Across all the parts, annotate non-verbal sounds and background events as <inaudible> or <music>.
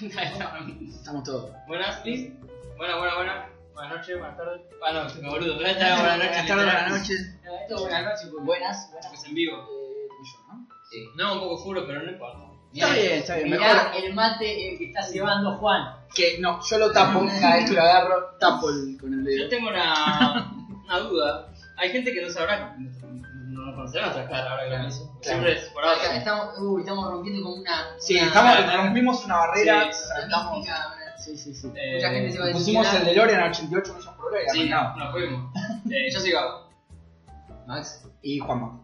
<laughs> Estamos todos. Buenas, Liz. Buenas, buenas, buenas. Buenas noches, buenas tardes. Ah, no, se me boludo. Buenas tardes, buenas noches. Buenas tardes, buenas noches. No, Esto es buenas noches, porque Buenas, buenas. es en vivo. Eh, tuyo, ¿no? No, un poco oscuro, pero no importa. Está bien, está bien. Mirá Mejor el mate eh, que está cebando Juan. que no, yo lo <laughs> tapo, cada vez que lo agarro, tapo el- con el Yo dedo. tengo una, una duda. Hay gente que no sabrá, no no conocerá nuestra cara ahora que lo hizo. Siempre es por Acá ahora. Estamos, uy, estamos rompiendo como una. Sí, una- estamos, ah, rompimos una barrera, sí, una saltamos. mística, una- Sí, sí, sí. Eh, Mucha gente se va a Pusimos el decepcionar. DeLorean a 88 millas por hora y Sí, arrancamos. no, nos fuimos. Eh, yo soy Gabo. Max. Y Juanma.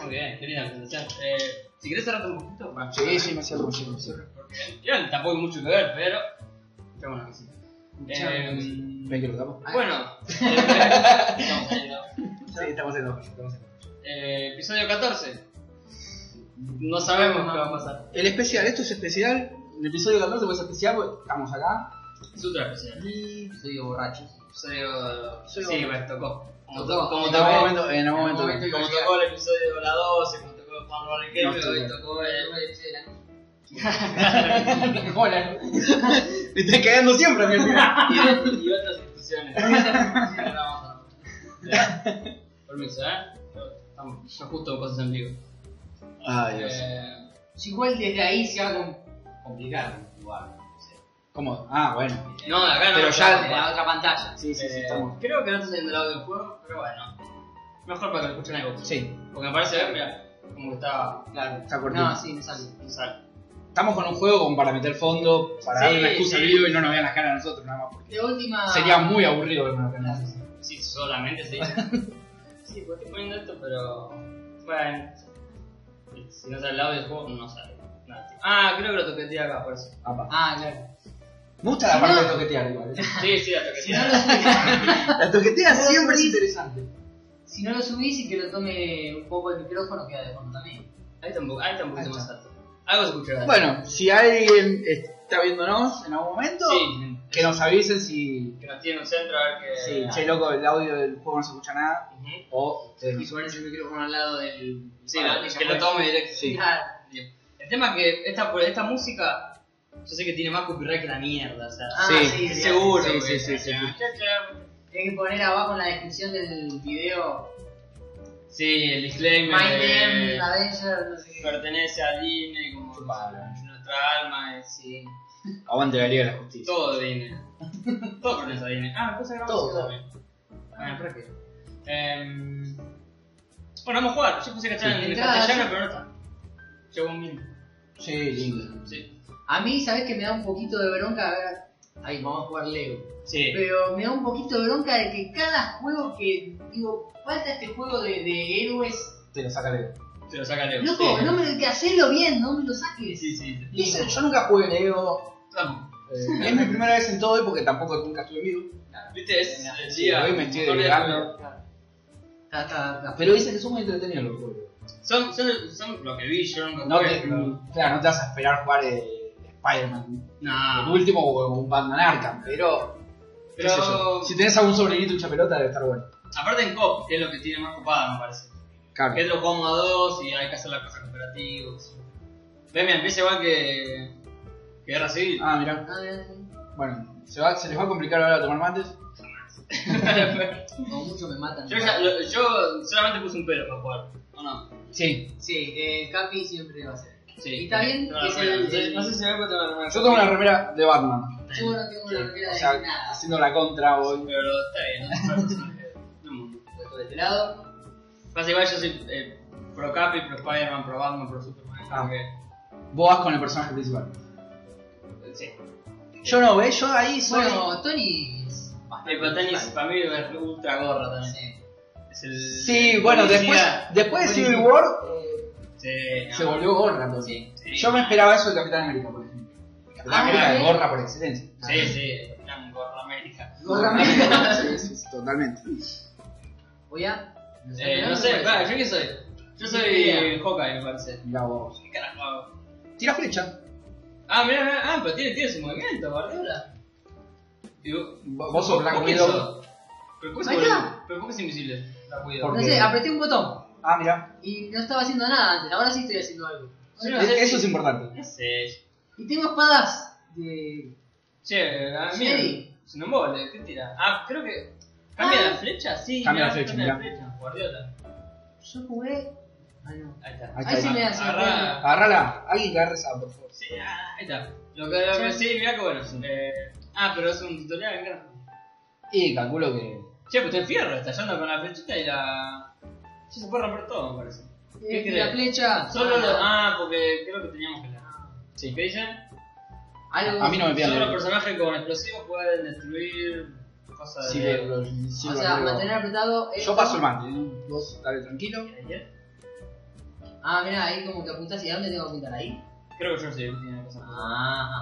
Muy bien, qué linda presentación. Eh, si querés cerrarte un poquito, para Sí, sí, me hacía algo sí, me hacía algo. porque ya tampoco hay mucho que ver, pero. Qué buena cosita. ¿Ven Eh, que lo tapo? <laughs> bueno, eh, vamos ahí, ¿no? Sí, estamos en dos. estamos en dos. Eh, episodio 14. No sabemos qué va a pasar. El especial, esto es especial. El episodio 14 fue especial, porque estamos acá. Es otra episodio. Y Soy borracho. Episodio. Episodio Sí, borracho. bueno, tocó. Nos tocó. Como en tocó. algún momento, en algún en momento. algún momento Como tocó el episodio de la 12, como tocó el Juan Roller No Game, estuve. hoy tocó el. Hola. Me estás cagando siempre, a mí, <laughs> mira. y, y otras <laughs> instituciones. No la vamos a nombrar. Permiso, ¿eh? Estamos yo justo con cosas en vivo. Ay, Dios. Eh, <laughs> Si igual desde ahí se va a com- complicar. igual, no sé. ¿Cómo? Ah, bueno. no, acá no. Pero ya- De la otra pantalla. Sí, sí, sí, Eh, estamos. Creo que no está saliendo el audio del juego, pero bueno. Mejor para que lo escuchen algo. Sí, Porque me parece, ver, mira, como está. Claro. está cortito. No, sí, no sale. No sale. Estamos con un juego como para meter fondo, para Sí, dar una excusa sí. al vivo y no nos vean las caras a nosotros nada más. Porque De última. sería muy aburrido vernos las caras. Sí, solamente <laughs> se dice. sí, pues estoy poniendo esto, pero. Bueno. Si no sale el audio del juego, no sale. Nada. Ah, creo que lo toqueteé acá, por eso. Apa. Ah, claro. Me gusta la Si parte no- de toquetear igual. ¿eh? Sí, sí, la toqueteé. <laughs> La toquetea siempre es interesante. Si no lo subís y que lo tome un poco el micrófono, queda de fondo también. Ahí tampoco, ahí tampoco Ahí se más está. alto. Algo se escucha. Bueno, si alguien está viéndonos en algún momento, sí, que nos avisen si, que nos tiene un centro a ver que. si, che loco, el audio del juego no se escucha nada. Ujú. O ustedes Y nos- pones el micrófono al lado del. Sí, para lo- ya que lo fue. tome directo. Sí. Claro. El tema es que esta, esta música, yo sé que tiene más copyright que la mierda, o sea. Ah, Sí, sí, es sí, seguro. sí, que- sí, sí, sí, sí. Hay que poner abajo en la descripción del video. Sí, el My disclaimer. name, eh, Avenger, no sé qué. pertenece a Disney, como Chupala. nuestra alma, es, sí. Aguante la Liga de la Justicia. Todo Disney. <laughs> todo pertenece a Disney. Ah, cosa grabada Todo. Ah, también. Bueno, pero qué. Em, bueno, vamos a jugar. Yo puse que estaba en Entrada, castellano, sí. pero no está. Llegó un mil. Sí, lindo. Sí. A mí, ¿sabes que me da un poquito de bronca? A ver, Ay, vamos a jugar Lego. Sí. Pero me da un poquito de bronca de que cada juego que. Digo, falta este juego de, de héroes. Te lo saca Lego. Te lo saca Leo. Loco, sí. no me lo que hacelo bien, no me lo saques. Sí, sí. sí. Listo. Yo nunca jugué Lego. Vamos. eh, es mi primera vez en todo y porque tampoco nunca estuve vivo. Viste, es el Sí, día. hoy me estoy Son- delirando. Está, está, está. Pero dice que son muy entretenidos los juegos. Son, son, son lo que vi, yo nunca No jugué, te, pero- claro, no te vas a esperar jugar eh, Spider-Man. El No. último o un Batman Arkham, pero. qué sé Ah. yo. Pero Si tenés algún sobrinito hincha pelota, debe estar bueno. aparte en COP, que es lo que tiene más copada, me parece. Claro. Que es lo jugamos a dos y hay que hacer las cosas cooperativas. Ven, mira, empieza igual que. que Guerra Civil. Ah, mirá. A ver, Bueno, se, va, se les va a complicar ahora tomar mates. Como mucho me matan. yo, ya- lo- yo solamente puse un pelo para jugar. ¿O no? Sí. Sí, eh, Capi siempre va a ser. Sí. Y está bien, No, no, es no, el- no sé- no sé si algo te va a armar. Yo tengo una remera de Batman. Yo no tengo una remera O de sea, nada. haciendo la contra hoy. Pero está bien, no sé, personaje del mundo. Por este lado, Pasa igual, yo soy eh, pro Capi, pro Spider-Man, pro Batman, pro Superman. Ah. como que- eh, Vos vas con el personaje principal. Sí. Yo no, ¿ves? Yo ahí soy. bueno, Tony es bastante El Patanis principal. para mí es ultra gorra también. Sí. Es el Sí, bueno, después, policía. después de Civil War eh, Sí, se no. volvió gorra. porque- Sí. Yo me esperaba eso de Capitán América, por ejemplo. Capitán Ah, América ¿eh? es gorra por excelencia. Sí, sí, gran gorra América. Gorra <laughs> Sí, sí, sí, totalmente. Voy a. Eh, no sé, va, ¿yo qué soy? Yo soy Hawkeye, me parece. Mirá vos. ¿Qué carajo hago? Tira flecha. Ah, mirá, mirá, ah, pero tiene, tiene su movimiento, bardura. Digo, Vos sos Black ¿por qué Widow. eso? ¿Pero por qué Ahí se está. vuelve- pero por qué es invisible? La cuido. ¿Por No qué? sé, apreté un botón Ah, mirá. y no estaba haciendo nada antes, ahora sí estoy haciendo algo. Sí, E- Eso es importante. No sé. Y tengo espadas de. Che, a mí Sí. es un embole, ¿qué tira? Ah, creo que. ¿Cambia Ah. la flecha? Sí, Cambia mirá, la flecha, cambia la mirá. flecha, Guardiola. Yo jugué. Ah, no. Ahí está. Ahí Ahí sí está. me hace. Agarrá. Agárrala, alguien que agarre esa, por favor. Sí, ah, ahí está. Lo que, lo que sí, mirá que bueno. eh, ah, pero es un tutorial en granja. Y calculo que. Che, pues el fierro estallando con la flechita y la. Che, se puede romper todo, me parece. ¿Qué Eh, crees? la flecha. Solo lo. ah, Ah, porque creo que teníamos que la. Sí. ¿Qué dice? algo- A mí no me Solo los pierdo. personajes con explosivos pueden destruir cosas Sí, de. lo- lo- sí, O lo sea, agrego. mantener apretado. esto. Yo paso el mando, ¿eh? vos dale tranquilo. Ah, mirá, ahí como que apuntás. ¿Y a dónde tengo que apuntar ahí? Creo que yo sí tiene cosas. Ah,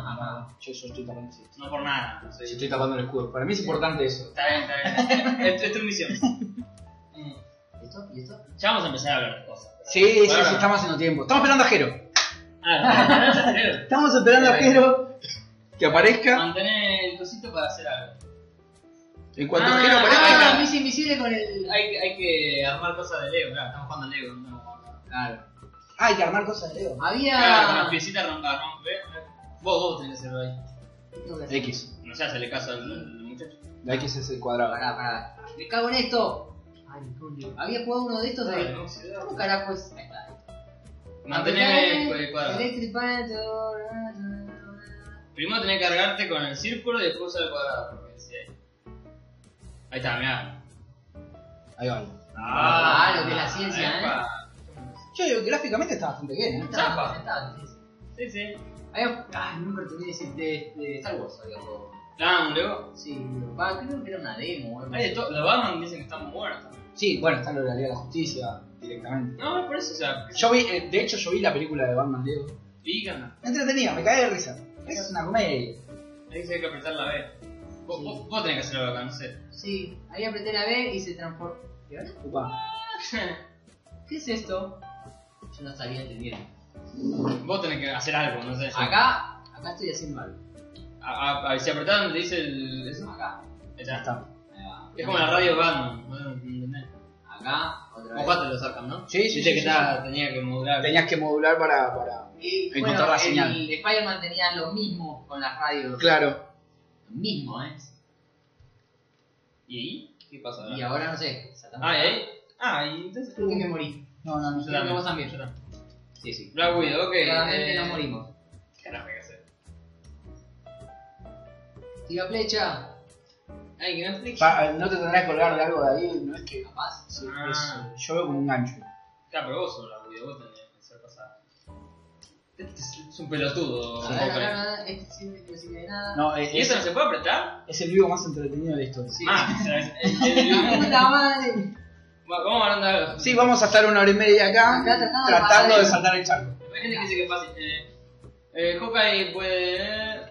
ah, ah. Yo, yo estoy tapando, sí. No por nada. no Sí, sé. estoy tapando el escudo. Para mí es importante eso. Está bien, está <laughs> bien. es, es tu misión. Mm. ¿Esto? ¿Y esto? Ya vamos a empezar a hablar de cosas. pero- Sí, sí, Bueno, sí, estamos haciendo tiempo. Estamos esperando a Jero. <laughs> Ah, pero- Estamos esperando a Sí. Jero que aparezca. Mantener el cosito para hacer algo. En cuanto Ah, Jero ahí aparezca. Ah, está. me hice invisible con el. Hay, hay que armar cosas de Lego, claro. Estamos jugando a Lego, no estamos jugando. a- Claro. Ah, hay que armar cosas de Lego. Claro, Ah, con Había. las piecitas rompa, rompe. Vos, vos tenés que hacerlo ahí. Tengo que hacer- X. No se hace caso al, al muchacho. La X es el cuadrado. Pará, pará. Me cago en esto. Ay, me cago en Dios. Había jugado uno de estos de. ¿Cómo carajo es? Ahí está. Mantener el cuadrado. Electric Panther. Primero tenés que cargarte con el círculo y después usar el cuadrado. Porque si hay... Ahí está, mirá. Ahí va. Ah, lo que es la ciencia, epa. Yo digo, gráficamente está bastante bien, ¿eh? Zapa. Está, sí, sí. Sí, sí. Había. ah, Ay, nunca terminé ese de, de Star Wars. Había jugado. Ah, un Lego. Sí, va, creo que era una demo. o algo Hay de así. todo. Los Batman dicen que están muy buenos también. Sí, bueno, está lo de la Liga de la Justicia directamente. No, es por eso, o sea, Yo vi, eh, de hecho, yo vi la película de Batman Lego. pican. Me entretenía, me caí de risa. Es una comedia. Ahí se hay que apretar la B. Vos, Sí. vos, vos tenés que hacerlo acá, no sé. Sí, ahí apreté la B y se transformó. ¿Y ahora? Upa. <laughs> ¿Qué es esto? Yo no sabía entender. Vos tenés que hacer algo, no sé. Acá, acá estoy haciendo algo. A, a- a- si apretás donde dice el. eso, Acá, ahí está. Ya está. ahí va. Es como la radio de Batman, ¿no? ¿entendés? Acá, otra vez. Mojaste los Arkham, ¿no? Sí, Viste que estaba- tenía que modular. Tenías que modular para. para... Y, Encontrar la señal. El Spider-Man tenía lo mismo con las radios. Claro. Lo mismo, ¿eh? ¿Y ahí? ¿Qué pasa ahora? Y ahora no sé. saltamos. Ah, ¿y ahí? Ah, y entonces. Creo que me morí. No, no, no. Yo Creo que también. vos también. Sí, sí. Black Widow, ok. Claramente eh, nos morimos. ¿Qué carajo hay que hacer? Tira flecha. Ay, que no explique. eh, no te tendrás que colgar de algo de ahí, no es que. Capaz. sí, Ah. es- yo veo como un gancho. Claro, pero vos sos Black Widow, vos tenés que hacer cosas. Este es es un pelotudo. Sí. Acá, Hawkeye. acá, acá, Este siempre que no sirve de nada. No, eh, ¿Y es, eso no se puede apretar? es el vivo más entretenido de la historia. Sí. Ah, <laughs> o sea, es- es- es- <laughs> ¡Puta madre! vamos hablando de algo. Sí, vamos a estar una hora y media acá Acá tratando de tratando pasar de el- saltar el charco. Hay gente que dice que es fácil. Eh, eh, Hawkeye puede.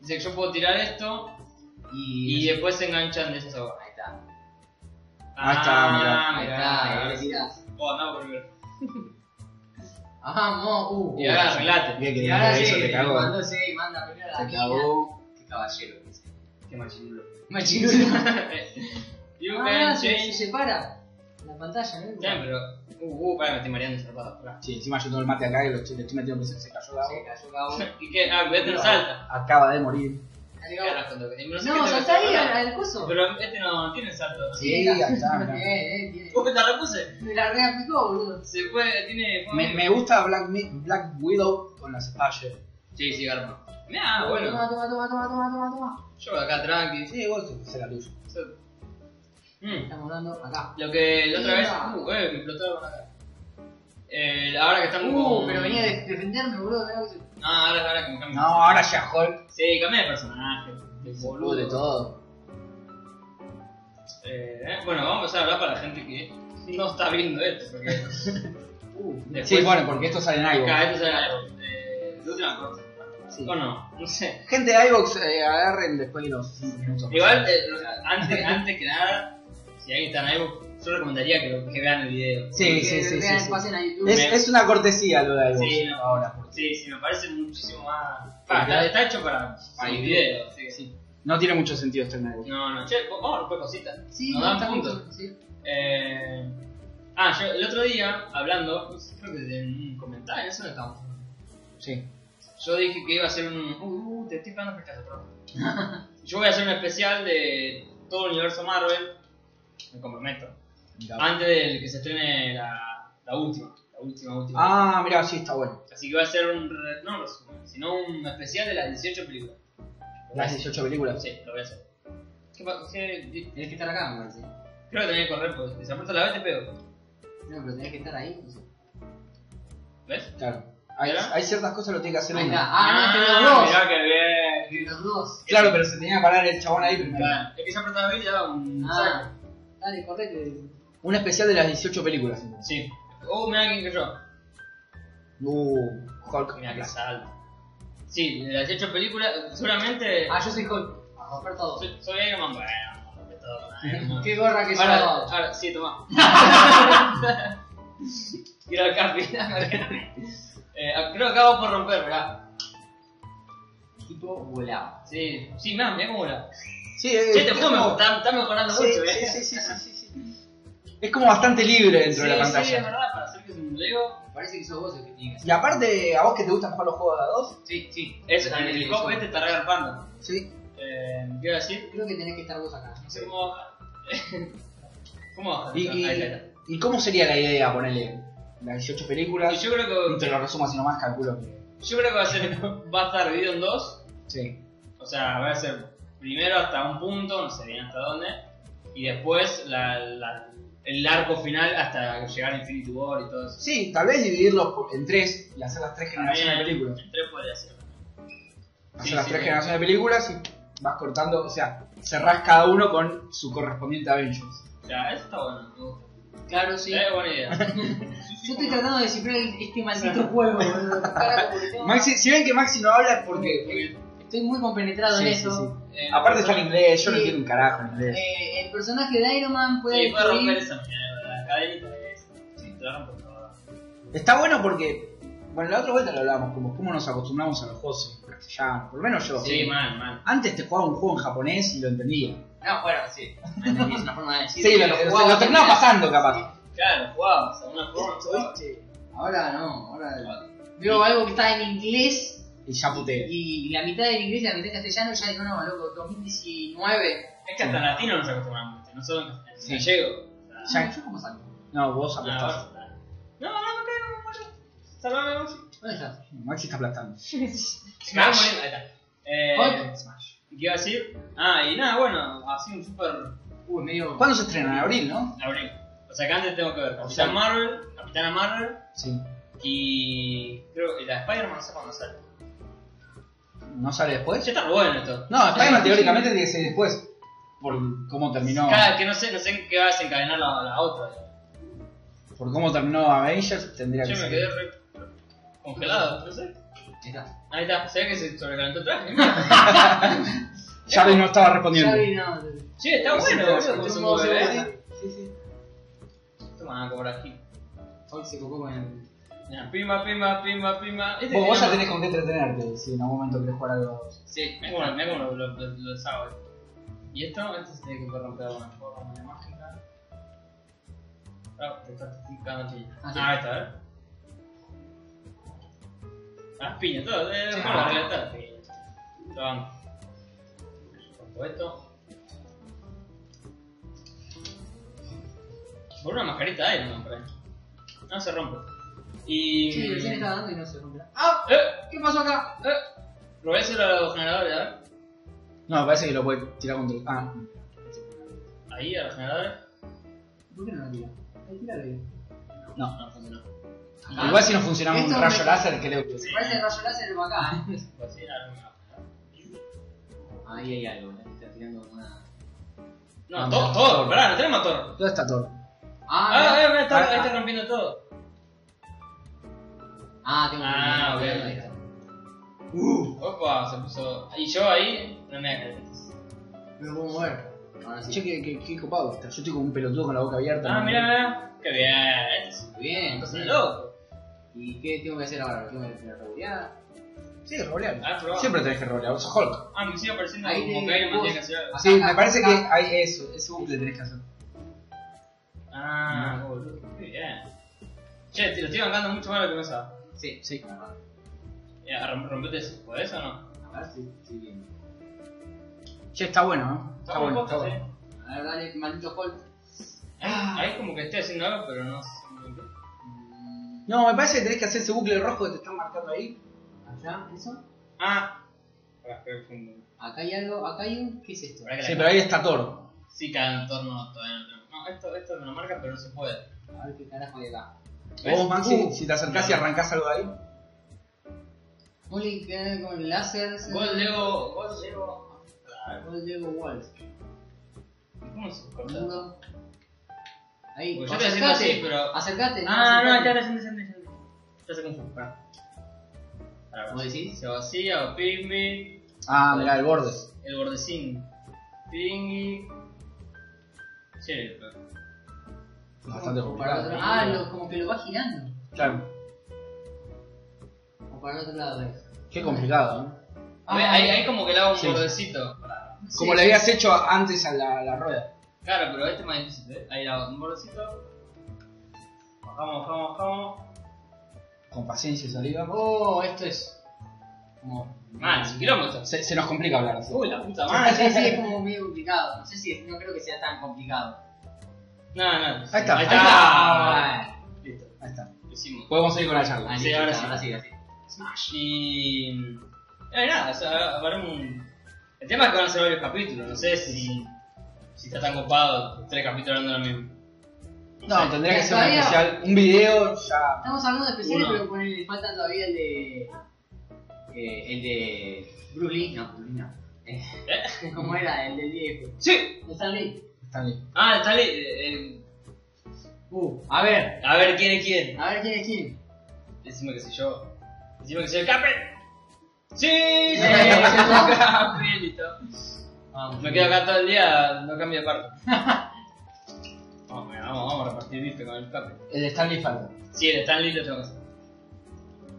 Dice que yo puedo tirar esto y Y. después se enganchan de esto. Ahí está. Ahí está, mirá. Ah, Ahí está. Y le mirá. tirás. Oh, no, volver. Vamos, uh. Y ahora arreglate. Bien, que Y ahora eso sí, te cagó. mandó, sí, manda primero a la Te mina. cagó. Qué caballero que es. Qué machinulo. Machirulo. <laughs> You Ah, can se, change. se separa. La pantalla, ¿no? Ya, pero. Uh, uh, para, me estoy mareando el zapato. pará. Sí, encima yo tengo el mate acá y lo estoy, le estoy metiendo presión, se cayó la Se cayó Gabo. ¿Y qué? Ah, cuidate, no salta. Acaba de morir. Dale, ¿Qué Gabo. carajo, toque? Pero sé No, qué saltá ahí toque. al, al coso. Pero este no tiene salto. Sí, Sí, la- ahí está, mirá. Bien, bien, bien. Uh, te la puse. Me la reaplicó, boludo. Se puede, tiene. Me, me gusta Black, Mi- Black Widow con las espadas. Sí, sí, garpa. Mirá, bueno. Toma, toma, toma, toma, toma, toma, toma. Yo acá tranqui. Sí, vos será tuyo. Eso. Mm, Estamos dando acá. Lo que la otra vez. Mira. Uh, eh, me explotaron acá. Eh, ahora que estamos. Uh, con- pero venía a de- defenderme, boludo. mirá que se- No, ahora, ahora que me cambio. No, ahora ya Hulk. Sí, cambié de personaje. de se pudre todo. Eh, bueno, vamos a empezar a hablar para la gente que no está viendo esto. Porque Uh, después, Sí, bueno, porque esto sale en iVoox. Cada vez sale eh, de última corte. Sí. O no, no sé. Gente de iVoox, eh, agarren después de los 5 minutos. Igual, eh, o sea, antes, antes que nada, si alguien está en iVoox, yo recomendaría que, lo- que vean el video. Sí, que sí, sí. sí, vean, sí. Pasen a YouTube. Es, es una cortesía lo de iVoox Sí, no. ahora. porque Sí, sí, me parece muchísimo más. Porque- Ah, está, está hecho para, para Sí. el video, así que sí. No tiene mucho sentido este estar en iVoox. No, no, che, vamos a romper cositas. Sí, Nos dan está puntos. mucho, sí. Eh, ah, yo el otro día, hablando, pues, creo que en un comentario, eso no estamos. Sí. Yo dije que iba a hacer un. Uh, uh, te estoy pegando flechazo, perdón. <laughs> Yo voy a hacer un especial de todo el universo Marvel. Me comprometo. Antes del que se estrene la, la última. La última, última. Ah, mira, sí, está bueno. Así que voy a hacer un. re- No resumen, sino un especial de las 18 películas. Las 18 películas. Sí, lo voy a hacer. ¿Qué pasa? Tienes que estar acá, me parece. Creo que tenés que correr, porque si se apuesta la vez te pego. No, pero tenés que estar ahí. pues. ¿Ves? Claro. Hay, ¿Verdad? hay ciertas cosas que lo tiene que hacer Ahí uno. está. Ah, mirá que bien. no, tengo dos. Los dos. Claro, pero se tenía que parar el chabón ahí primero. Claro, el que se apretaba bien ya un saco. Ah, dale, correte. Un especial de las 18 películas. entonces. Sí. Oh, mirá quién cayó. Uh, Hulk. Mirá que salto. Sí, de las 18 películas, seguramente. Ah, yo soy Hulk. A romper todo. soy, soy Iron Man. Bueno, rompe todo. Iron Man. <laughs> Qué gorra que Ahora, sos. ahora, sí, <laughs> toma. Tira al capi. eh, creo que acabo por romper, ¿verdad? Tipo volado. Sí, sí, mirá, mirá cómo era. Sí, eh, Che, este es juego me como- está, está mejorando Sí, mucho, sí, ¿eh? sí, sí, sí, sí, sí. Es como bastante libre dentro de la pantalla. Sí, es verdad, para hacer que se me lo digo. Parece que sos vos el que tiene que hacer. Y aparte, a vos que te gustan jugar los juegos de a dos, Sí, sí. Es, Dale, en el yo- cop este está regarpando. sí. Eh, ¿Qué iba a decir? Creo que tenés que estar vos acá. No sé cómo baja. <laughs> ¿Cómo baja? Y, Ahí y- está, ahí está. ¿y cómo sería la idea ponerle las 18 Y películas? yo creo No que te lo resumo así nomás, calculo que. yo creo que va a ser va a estar dividido en dos. Sí. O sea, va a ser primero hasta un punto, no sé bien hasta dónde. Y después la, la- el arco final hasta llegar a Infinity War y todo eso. Sí, tal vez dividirlos por- en tres y hacer las tres generaciones de También, películas. En tres podría ser. Hacer Ah, sí, las sí, tres sí. generaciones de películas y vas cortando, o sea, cerrás cada uno con su correspondiente Avengers. O sea, eso está bueno, me gusta. Claro, sí. Eh, buena idea. Yo estoy tratando de descifrar el- este <laughs> maldito juego, boludo. Carajo, porque tengo- Maxi, si ven que Maxi no habla es porque. Porque, Estoy muy compenetrado Sí, en sí, eso. sí. eh, Aparte está en inglés, yo no Sí. entiendo un carajo en inglés. Eh, el personaje de Iron Man puede Sí, puede romper destruir. esa mierda, la cadenita de esa. Sí, te la rompo toda. Está bueno porque. Bueno, la otra vuelta lo hablábamos, como cómo nos acostumbramos a los juegos en castellano, por lo menos yo. Sí, mal, mal. Antes te jugaba un juego en japonés y lo entendía. No, bueno, <laughs> sí. Entendí, Es una forma de decir. Sí, lo, pero lo- jugaba lo terminaba también. pasando capaz. Claro, jugamos, de alguna forma jugamos. ¿Viste? Ahora no, ahora. Veo algo que está en inglés Y ya puteé. y la mitad en inglés y la mitad en castellano. Ya digo, no, loco, 2019. Es que hasta en latino nos acostumbramos, ¿viste? nosotros en Ah, Sí. gallego. O sea, Ya- ¿Yo cómo salgo? No, vos no, aplastás. no, no, no creo, no me acuerdo. Salvame, Maxi. ¿Dónde estás? Maxi está aplastando. Smash. Ahí está. Eh, Hulk. Smash. ¿Qué iba a decir? Ah, y nada, bueno, así un super Uy, medio. ¿Cuándo se estrena? En abril, ¿no? abril. O sea que antes tengo que ver O Capitán sea- Marvel, Capitana Marvel Sí. y creo que la de Spider-Man no sé cuándo sale. ¿No sale después? Ya está re bueno esto. No, Spider-Man Sí. teóricamente tiene que ser después. Por cómo terminó. Cada que no sé, no sé en qué va a desencadenar la, la otra. Por cómo terminó Avengers, tendría que Yo me quedé ser. re congelado, no sé. Ahí está. Ahí está, se ve que se sobrecalentó el traje. Charlie no estaba respondiendo. Ya vi, no. Che, está bueno, boludo, como se mueve, ¿eh? Sí, sí. Toma, como por aquí. Hulk se cocó con el. Mira, Pima, pima, pima, pima. Este Vos, vos ya tiene- tenés con qué entretenerte si en algún momento querés jugar algo. Sí, me como, me como lo, lo, lo, lo deshago, eh. Y esto, esto se tiene que corromper de alguna forma, una mágica. Ah, te estás picando aquí. Ah, Ah, sí. ahí está, a ver. Las piñas, todo, eh, Sí. bueno, arreglar todo. Toma. Pongo esto. Por una mascarita de Iron Man, por ahí. No se rompe. Y. Sí, recién estaba dando y no se rompe. ¡Ah! Eh, ¿Qué pasó acá? eh. Lo voy a hacer a los generadores, ¿eh? a ver. No, me parece que lo puede tirar contra el. Ah, Ahí, a los generadores. ¿Por qué no lo tira? Ahí tíralo ahí. no. No funcionó. Ah. Igual si no funcionaba un Esto rayo me- láser, creo que. Sí. Parece el rayo láser va acá. ¿eh? Pues sí, era una- <laughs> Ahí hay algo, ¿eh? está tirando una. No, todo, todo, pará, no tenemos todo. ¿Dónde está todo? Ah, Ah, eh, mira, está, Ah, ahí está ah. rompiendo todo. ah, ah, tengo Ah, que- ok. ahí está. Opa, se puso. Y yo ahí, no me acredito. Me lo puedo mover. Ahora sí. Che, qué, qué- qué copado que está. Yo estoy con un pelotudo con la boca abierta. Ah, ¿no? mira, mira. Qué bien, esto Muy Bien, es entonces un loco. ¿Y qué tengo que hacer ahora? ¿Tengo que tirar revoleada? Sí, rolear. Ah, probá. Siempre tenés que rolear. Sos Hulk. Ah, me sigue apareciendo Ahí como te- que Iron Man vos- tiene que hacer algo. Acá, Sí, acá, me parece acá. que hay eso. Ese bucle tenés que hacer. Ah, boludo, qué bien. Che, te lo estoy bancando mucho más de lo que pensaba. Sí, Sí. la verdad. Eh, rom- rompete eso, ¿podés o no? A ver si estoy bien. Che, está bueno, ¿eh? Está, bueno, posta, está sí. bueno. A ver, dale, maldito Holt. Ah. Ahí como que estoy haciendo algo, pero no sé muy bien. Mm, No, me parece que tenés que hacer ese bucle rojo que te están marcando ahí. Allá, eso. Ah. Pará, creo que fue un- Acá hay algo, acá hay un. ¿Qué es esto? pará que la- Sí, pero ahí está Thor. Sí, cada entorno todavía no tenemos. No, esto, esto me lo marca, pero no se puede. A ver qué carajo hay acá. ¿Ves? Vos, Maxi, Uh. si te acercás y arrancás algo de ahí. Vos le quedás eh, con láser. ese- Gol Leo. Gol Leo. Ah, Gol Lego Wolf. ¿Cómo se corta? Muro. Ahí, Porque yo estoy haciendo así, acercate. pero. Acercate. Ah, no, está acercate. descende, descende, descende. Ya se confunde, pará. Pará, ¿Vos pará. decís? Se vacía o pigme, Ah, mirá, el borde. el bordecín. Pingui. Che, pero- Bastante O para el complicado. otro- Ah, lo- como que lo va girando. Claro. O para el otro lado, ¿ves? Qué complicado, ¿eh? Ah, Ve, ahí, ahí como que le hago un Sí. bordecito. Sí. Como le habías hecho antes a la, a la rueda. Claro, pero este es más difícil, ¿eh? Ahí le hago un bordecito. Bajamos, bajamos, bajamos. Con paciencia y saliva. Oh, esto es. Como. Mal, sin kilómetros. Se, se nos complica hablar así. Uy, la puta Ah, sí, madre. sí, es como medio complicado. No sé si es- no creo que sea tan complicado. No, no. Ahí está, Ahí ahí está. Ah, Listo, Ahí está. lo hicimos. Podemos seguir con la charla. ahí Sí, está, ahora sí. ahora sí. Y. Eh, nada, o sea, habrá un. El tema es que van a ser varios capítulos, no sé si. Si está tan copado, tres capítulos hablando de lo mismo. No, sé. tendría que ser un Todavía- especial, un video ya. Estamos hablando de especiales, Uno. pero con el, falta todavía el de. eh, el de. Bruce Lee, no, Bruce Lee no. Eh, <laughs> ¿Cómo era? El del viejo. ¡Sí! De Stan Lee. Están bien. Ah, está li- eh, eh, Uh, a ver, A ver quién es quién. a ver quién es quién. Decime que soy yo. Decime que soy el Capel. ¡Sí! ¡Sí! soy Eh, el ¿no? Capel, listo. <laughs> Me quedo acá todo el día, no cambio de parte. vamos, mira, vamos, vamos a repartir bife con el Capel. El de Stanley falta. Sí, el Stanley lo tengo que hacer.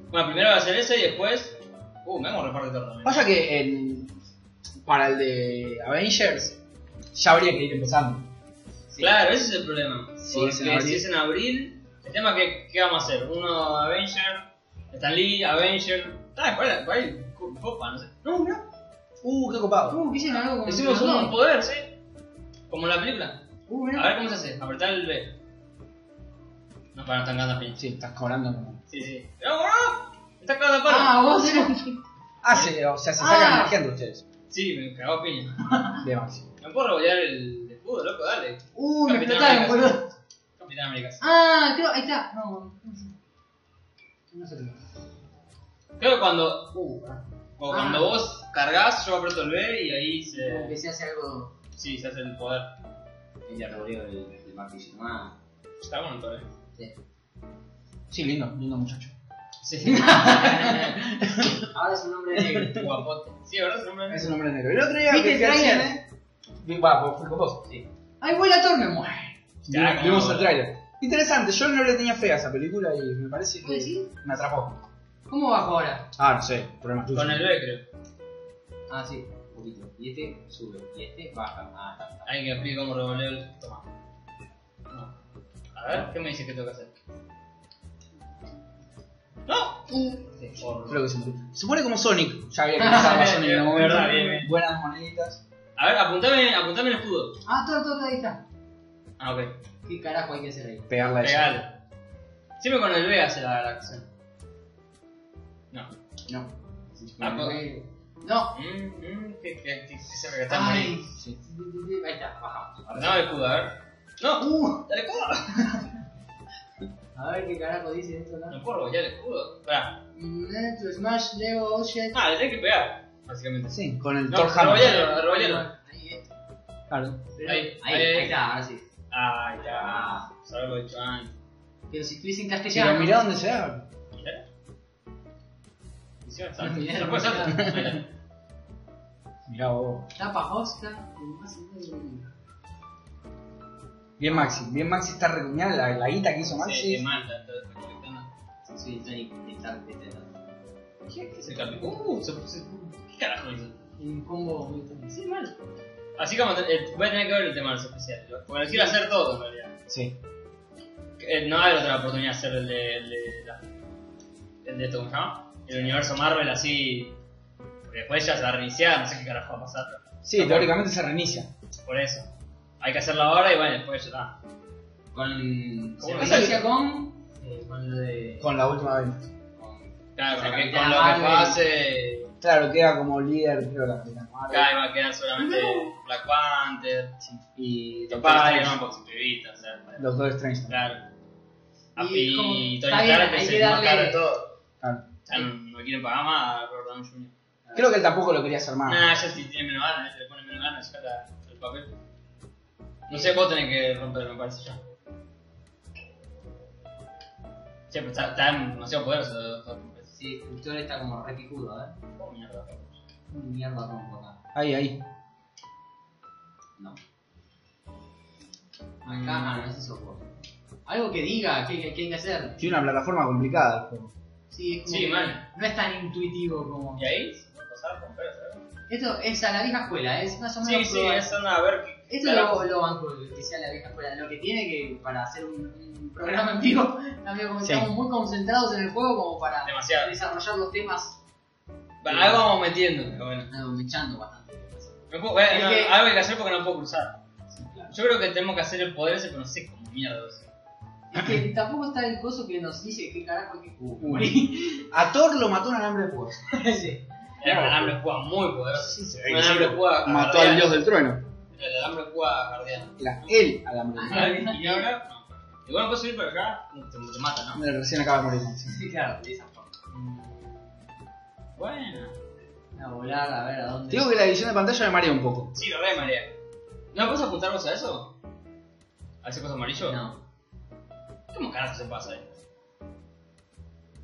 Bueno, primero va a hacer ese y después. Uh, me hago repartir todo también. Pasa que el- para el de Avengers ya habría que ir empezando. Claro, ese es el problema. Sí, Porque es en abril. si es en abril, el tema es que ¿qué vamos a hacer? Uno Avenger, Stan Lee, Avenger. Ah, ¿cuál, cuál? Co- Copa, no sé. No, no. Uh, qué copado. Uh, que hicieron algo con Hicimos los uno dos. con poder, ¿sí? Como en la película. Uh, A ver mirá. cómo se hace. Apretar el B. No, para no estar cagando a piña. Sí, estás cobrando. como- Sí, sí. ¡ah! ¡No, no! ¡Me estás cagando a palo! Ah, vos eras. <laughs> Ah, se, o sea, se Ah. sacan margen de ustedes. Sí, me cagó a piña. De Maxi. No puedo rebolear el escudo, loco, dale. Uh, me Capitán explotaron, América. boludo. Capitán América. Ah, creo, ahí está. No, no sé. No sé. Creo que cuando, Uh, ah. o Ah. cuando vos cargas, yo aprieto el B y ahí Como se, que se hace algo. sí, se hace el poder. Ella revolvió el, el martillo. Ah. Está bueno todavía. Sí, lindo, lindo muchacho. Sí. Ahora es un hombre negro. Guapote. Sí, ¿verdad? Su nombre Es es- un hombre negro. El otro día ¿Viste que fui al el tráiler? cine- vi- Va, por fui con vos. ¡Ay, vuela Thor! Me muero. Ya, Vi- como- Vimos el trailer. Interesante, yo no le tenía fe a esa película y me parece ¿Vos que decís? me atrapó. ¿Cómo bajo ahora? Ah, no sé, problemas tuyos. Con el B, creo. Ah, sí, un poquito. Y este sube. Y este baja. Ah, está. Alguien que me explique cómo revolver el. Toma. No. A ver, ¿qué me dice que tengo que hacer? ¡No! Sí. Por- Creo que se murió. Se pone como Sonic. Ya <laughs> había que pasar a Sonic en el momento. Verdad, bien, bien. Buenas moneditas. A ver, apuntame, apuntame el escudo. Ah, Thor, Thor, ahí está. Ah, ok. ¿Qué carajo hay que hacer ahí? Pegarla a ella. Pegale. Siempre con el B hace la la acción. No. No. Ah, pues. No. Mm, mm, que, que, que se regatan Ay. ahí. Sí. Ahí está, bajamos. Ordenaba el escudo, a ver. ¡No! Uh, ¡Dale escudo! a ver qué carajo dice esto acá. No puedo rebollar el escudo. Pará. Mm, To smash Lego Ocean. Ah, le tenés que pegar, básicamente. Sí, con el No, Thor Hammer. rebollalo, rebollalo. Ahí, eh. Claro. Pero- Ahí, ahí, ahí, ahí. ahí está, ahora sí. Ah. Ay, ya. Salgo de Chan. Pero si estuviese en Si lo castellano. mirá donde se da. Hicieron No, salto. mirá, Después no, salto. mirá. Ahí está. Mirá vos. Tapa hosta. y más y más. Bien Maxi, bien Maxi está recuñada la, la guita que hizo Maxi. Sí, qué mal, está- está desconectando. Sí, Tony, está está- ¿Qué qué es el cambio? Uh, se- se- ¿Qué carajo hizo? Un combo muy tonto. Sí, mal. Así como te- eh, voy a tener que ver el tema de los especiales. ¿no? Porque lo quiero hacer todo en realidad. Sí. Eh, no va a haber otra oportunidad de hacer el de. El de, la- el de esto, ¿cómo se llama? el universo Marvel así. Porque después ya se va a reiniciar, no sé qué carajo va a pasar. Sí, teóricamente se reinicia. Por eso. Hay que hacerlo ahora y bueno, después ya está. Con. Se ¿Cómo reinicia con. eh, con lo de. Con la última venta. con- Claro, Esa con, lo que- Capitana con lo que Marvel. pase. Claro, queda como líder, creo, la Capitana Marvel. Acá va a quedar solamente Black Panther, Y Papá, Iron Man por su pibita, o sea, para- los dos Strange. también. claro. Ah, Y como- Y, Tony está bien, Stark hay es que el más darle- caro de todo. Claro. Ya no, no quieren pagar más a Robert Downey Jr. Creo que él tampoco lo quería hacer más. Nah, ya si tiene menos ganas, eh, le pone menos ganas, ya la- el papel. No sé, vos tenés que romperlo, me parece ya. Che, pero está, está demasiado poderoso. Doctor Who, es Sí, el escultor está como re picudo, ¿eh? como mierda. Un mierda como acá. Ahí, ahí. No. Mm. Acá, ah, no es eso, por. Algo que diga qué, qué- qué hay que hacer. Tiene una plataforma complicada el juego. Sí, es como Sí, que mal. no es tan intuitivo como. ¿Y ahí? se puede pasar con Pérez, ¿verdad? Esto es a la vieja escuela, es más o Sí, menos. sí, probar. eso nada, a ver qué. Esto lo, lo banco, que sea la vieja escuela. Lo que tiene que para hacer un, un programa en vivo, <laughs> también como Sí. estamos muy concentrados en el juego como para Demasiado. desarrollar los temas. Bueno, algo vamos metiendo, pero bueno. Ando echando bastante. No puedo- bueno, Es no, que- Algo hay que hacer porque no puedo cruzar. claro. Yo creo que tenemos que hacer el poder ese, pero no sé cómo mierda. o sea. Es que <laughs> tampoco está el coso que nos dice qué carajo hay que jugar. <laughs> A Thor lo mató un alambre de fuego. <laughs> <laughs> Sí. El Claro. alambre juega muy poderoso. Sí, sí. El alambre juega Mató al dios guardián. del trueno. El alambre juega guardián. La, el alambre. Ah. Y ahora, no. igual no puedes subir para acá, te, te mata, ¿no? Mira, Recién acaba de morir. Sí, claro, de esa forma. Mm, Bueno, A volar, a ver a dónde. Te digo que la edición de pantalla me marea un poco. sí, lo re María. ¿No puedes apuntar vos a eso? ¿A ese cosa amarillo? No. ¿Cómo carajo se pasa ahí?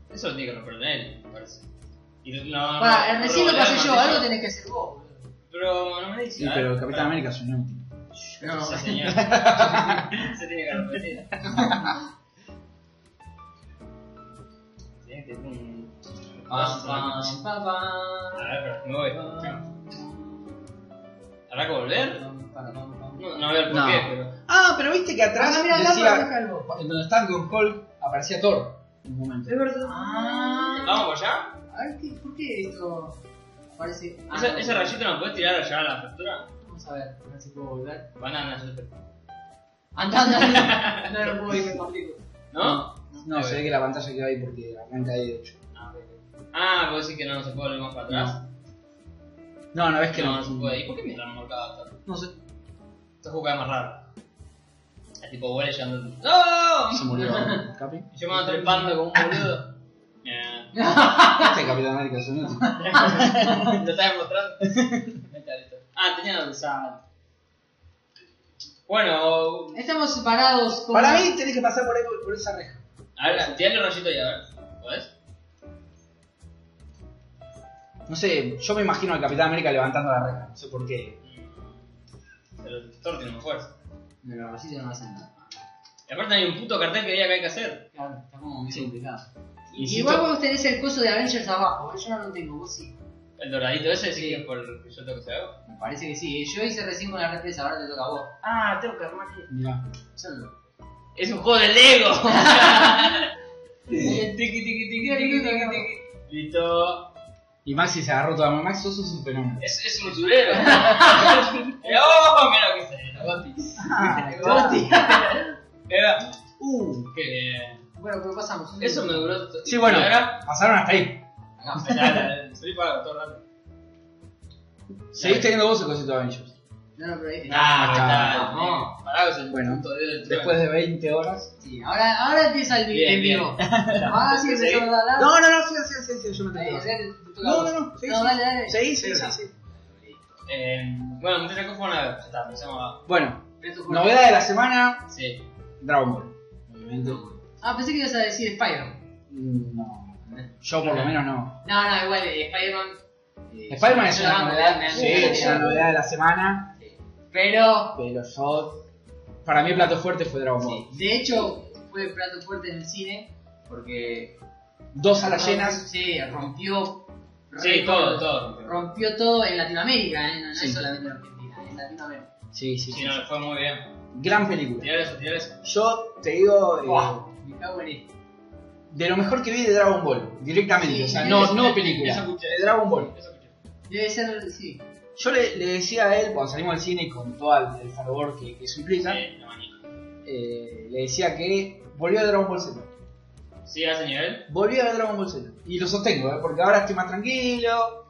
Eso lo tiene que romper él, me parece. Y no, no, Para, no, recién lo revolear pasé el yo, martillo. algo tenés que hacer vos, boludo. Pero no me dice. Sí, pero el Capitán América es un inútil. No, No. señor. <laughs> Se tiene que repetir. Tiene que tener un. Pam, pam, Ah. pam, A pam. ver, pero me voy. ¿Habrá que volver? No, no veo el No. porqué, pero. Ah, pero viste que atrás Ah, mira, la decía... otra deja En donde están con Hulk aparecía Thor. En un momento. Es verdad. Ah. ¿Vamos por allá? A ver, ¿qué- ¿por qué esto parece.? Ah, ¿Ese, no. ese rayito no lo puedes tirar allá a la factura? Vamos a ver, a ver si puedo volver. Van a nacer. Anda, anda, anda. No, no puedo ir, me complico. ¿No? No, eh. se ve que la pantalla quedó ahí porque arranca ahí de hecho. Ah, Ah, vos decís que no se puede volver más para atrás. No, no ves que Que no, no. no se puede. ¿Y por qué me han marcado hasta No sé. Este juego cada vez más raro. Es tipo huele ya andando. ¡No! Se <laughs> murió Capi. Y yo me ando trepando como un boludo. Eh, Este Capitán América es un <laughs> inútil. <laughs> ¿Lo estás demostrando? Vete, listo. ah, tenía donde usar. Bueno, Estamos separados. como- Para mí tenés que pasar por, ahí, por esa reja. a ver, tirale el rayito ahí, a ver. ¿Podés? No sé, yo me imagino al Capitán América levantando la reja. No sé por qué. Mm, El Thor tiene más fuerza. Pero así no hacen nada. Y aparte hay un puto cartel que diga que hay que hacer. Claro, está como muy Sí. complicado. Insisto- Igual vos tenés el coso de Avengers abajo, ¿eh? yo no lo tengo, vos sí. El doradito ese, sí Sí. que es por el que yo tengo que hacer. algo. Me parece que sí. ¿eh? Yo hice recién con la represa, ahora te toca a vos. Ah, tengo que armar Mirá. Solo. Es un juego de Lego. Tiqui, tiqui, tiqui, tiqui, tiqui, tiqui. Listo. Y Maxi se agarró toda. Max, sos un <laughs> fenómeno. Es, es un <laughs> usurero. Eh, ¡Oh! Mira lo que se el Goti. El Goti. Era. Ah, Uh. Qué bien. Bueno, pero pasamos. un- Eso me duró. Sí, bueno, Ahora. pasaron hasta ahí. Acá. Soy para todo el rato. Seguís teniendo vos el cosito de Avengers. No, no, pero ahí- Ah, está. está. No. Pará, que es el Bueno, punto dedo del trueno. Después de 20 horas. Sí, ahora, ahora empieza el video Bien, en vivo. <laughs> <laughs> Ahora sí Sí. empezamos a hablar. No, no, no, sí, sí, sí, sí, yo me Ahí, tengo que dale, te toca a No, vos. no, no. Sí, No, dale, dale. sí, sí, sí, sí. Eh, bueno, muchachos, ¿cómo fue una vez? Ya está, empecemos a. Bueno, Pero esto fue- novedad de la semana: Sí. Dragon Ball. Obviamente. Ah, pensé que ibas a decir Spider-Man. Mm, No. Yo por lo menos no. No, no, igual, eh, Spider-Man. eh, Spider-Man yo- es yo una la banco, novedad. me- me- Sí, me- es una novedad de la semana. Sí. Pero, Pero yo. Para mí el plato fuerte fue Dragon Ball. sí, de hecho, fue el plato fuerte en el cine. Porque. Dos alas llenas. Sí, rompió. Sí, todo, récords, todo. Rompió todo en Latinoamérica, ¿eh? No, no Sí. es solamente en Argentina, en Latinoamérica. Sí, sí, Sí, no, fue muy bien. Gran película. Tirar eso, tirar eso. Yo te digo. eh, Buah, Me cago en esto. de lo mejor que vi de Dragon Ball, directamente, Sí, o sea, sí, no, sí, no sí, película, eso escuché. de Dragon Ball. Eso escuché. Debe ser, sí. Yo le, le decía a él, cuando salimos al cine y con todo el, el fervor que, que eso implica, Sí, no, ni- eh, le decía que volvió a Dragon Ball Z. ¿Sí a ese nivel? Volví a ver Dragon Ball Z. Y lo sostengo, ¿eh? porque ahora estoy más tranquilo.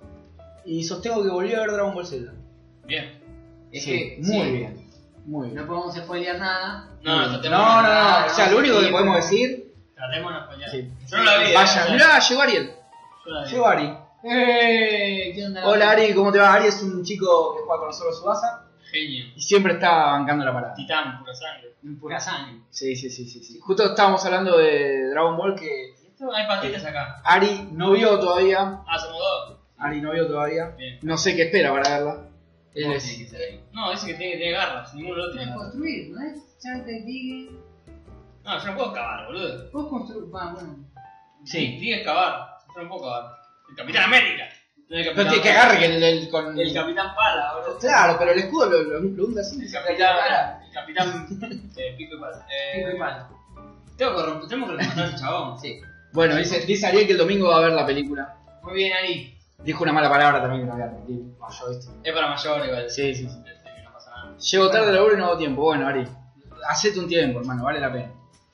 Y sostengo que volví a ver Dragon Ball Z. Bien. Es Sí, que, muy sí, bien. Muy bien. No podemos spoilear nada. No, no, No, no, no. O sea, lo único sí, que podemos bueno. decir. Tratemos de apoyar. Sí. Yo no la vi. eh, o Vaya, sea, mirá, llegó Ariel. yo la vi. Llegó Ari. ¡Eh! ¿Qué onda? Hola Ari, ¿cómo te va? Ari es un chico que juega con nosotros su casa Genio. y siempre está bancando la parada. Titán, pura sangre. Pura sangre. Sí, sí, sí, sí, sí. Justo estábamos hablando de Dragon Ball que Esto, hay patitas acá. Ari no vio todavía. Ah, somos dos. Ari no vio todavía. Bien. No sé qué espera para verla. Pues, Él Vos es- tenés que ser ahí. No, dice que tiene que tener garras. Ninguno lo tiene. Puedes construir, ¿no es? Ya te dije. No, yo no puedo cavar, boludo. Vos construir. Va, bueno. Sí. Tiene que cavar. Yo no puedo cavar. El Capitán América. No, el Pero tiene que agarre que el, el- con El Capitán Pala, boludo. Claro, pero el escudo lo, lo, lo hunde así. El Capitán. El Capitán. eh, Pico y Pala. Pico y Eh, pala. tengo que romper- tenemos que remontar al chabón. Sí. Bueno, dice, dice Ariel que el domingo va a ver la película. Muy bien, Ari. Dijo una mala palabra también que no voy a repetir. Ah, yo, viste. Es para mayor igual. Sí, sí, sí. Este, No pasa nada. Llego tarde al laburo y no hago tiempo. Bueno, Ari, hacete un tiempo, hermano, vale la pena.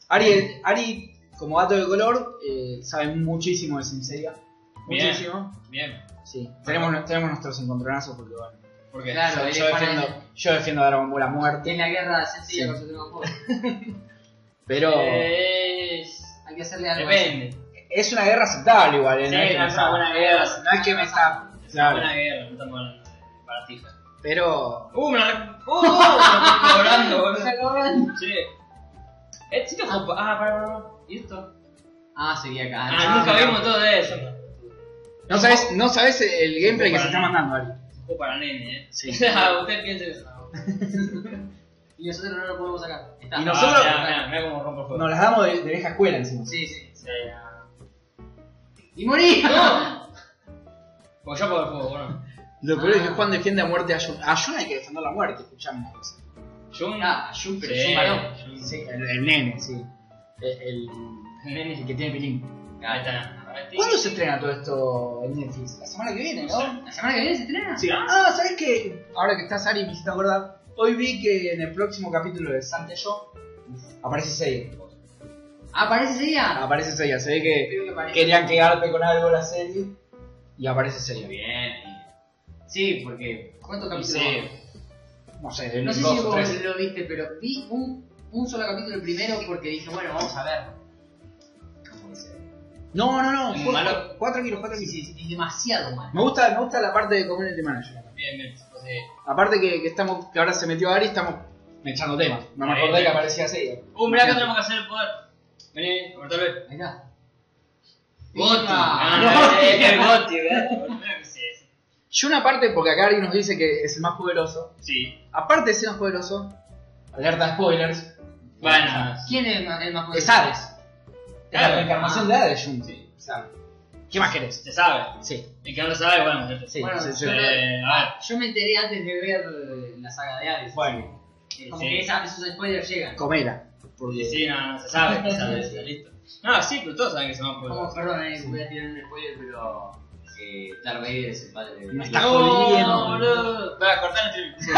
Ari, Ari como gato de color, eh, sabe muchísimo de sinceridad. Bien. Muchísimo. Bien. Sí. Tenemos, tenemos nuestros encontronazos porque, bueno. Porque Claro, yo, él yo es fan defiendo, yo defiendo a Dragon Ball a muerte. En la guerra sencilla Sí. con su tema juego. Pero Es- Hay que hacerle algo. Depende. es una guerra aceptable, igual. ¿eh? Sí, no es que no me es está- una buena guerra. no es que me está. Es una Claro. buena guerra. No estamos hablando de baratijas. Pero ¡Uh! Me la... ¡Uh! Me la estoy cobrando, así. <laughs> boludo. Se acaban. Che. Eh, sí te fue- Ah, pará, pará, pará. ¿Y esto? Ah, seguía acá. Ah, nunca no. vimos todo de eso. no sabes, no sabes el gameplay que se está mandando, Ari. Juego para nene, eh. Sí. <laughs> Ah, Usted piensa eso. Y nosotros no lo podemos sacar. Está. Y nosotros- Ah, mirá, mirá, mirá cómo rompo el juego. Nos las damos de, de vieja escuela encima. Sí, sí. Sí, ah. ¡Y morí! ¡No! <laughs> Pues yo pago el juego, bueno. Lo peor es que Juan defiende a muerte a Jun. A Jun hay que defender la muerte, escuchame una cosa. Jun. Ah, Jun, pero Sí, Jun varón. Jun. Sí, el, el nene, sí. El, el- Nene. el que tiene pilín. Ahí está. ¿Cuándo se estrena todo esto en Netflix? La semana que viene, ¿no? ¿La semana que viene se estrena? Sí. Ah, ¿sabes qué? Ahora que estás Ari, me hiciste acordar. Hoy vi que en el próximo capítulo de Sante Yo aparece Seiya. Ah, parece ese día. Aparece Seiya, se ve que Creo que parece. querían quedarte con algo la serie y aparece Seiya. Bien. Sí, porque. ¿Cuántos capítulos? Sí. van? No sé, No sé dos si o vos tres. lo viste, pero vi un, un solo capítulo el primero porque dije, bueno, vamos a ver. No, no, no. ¿Es cuatro- malo? Cuatro kilos, cuatro Sí, kilos. sí, sí, es demasiado mal. Me gusta, me gusta la parte de community manager. Bien, bien. pues, eh, Aparte que, que estamos, que ahora se metió Ari, estamos echando temas. No me Ahí, acordé ahí. que aparecía Seiya. Uh, mirá que tenemos que hacer el poder. Vení, cortale. Ahí está. Goti. Ah, Ah, no. eh, eh, Goti, <laughs> ¿verdad? Sí, sí. Y una parte, porque acá Ari nos dice que es el más poderoso. Sí. Aparte de ser más poderoso, alerta spoilers, Bueno. ¿Quién es el más, el más es poderoso? Hades. Claro. la reencarnación de Hades, Jun. O sea, ¿Qué más querés? Se sabe. Sí, El que no lo sabe, bueno, yo te sí, Bueno, sí, sí. yo- Eh, a Yo me enteré antes de ver eh, la saga de Hades. Bueno, Eh, Como Sí. que esa- esos spoilers llegan. comela. Porque... ver. Sí, no, no, se sabe. Se sabe, se sabe, listo. No, sí, pero todos saben que se van a Como, poder. perdón, eh, voy a tirar un spoiler, pero. Eh, Darth Vader es el padre de. No está- No, <laughs> jodiendo. boludo. Va a cortar el Sí,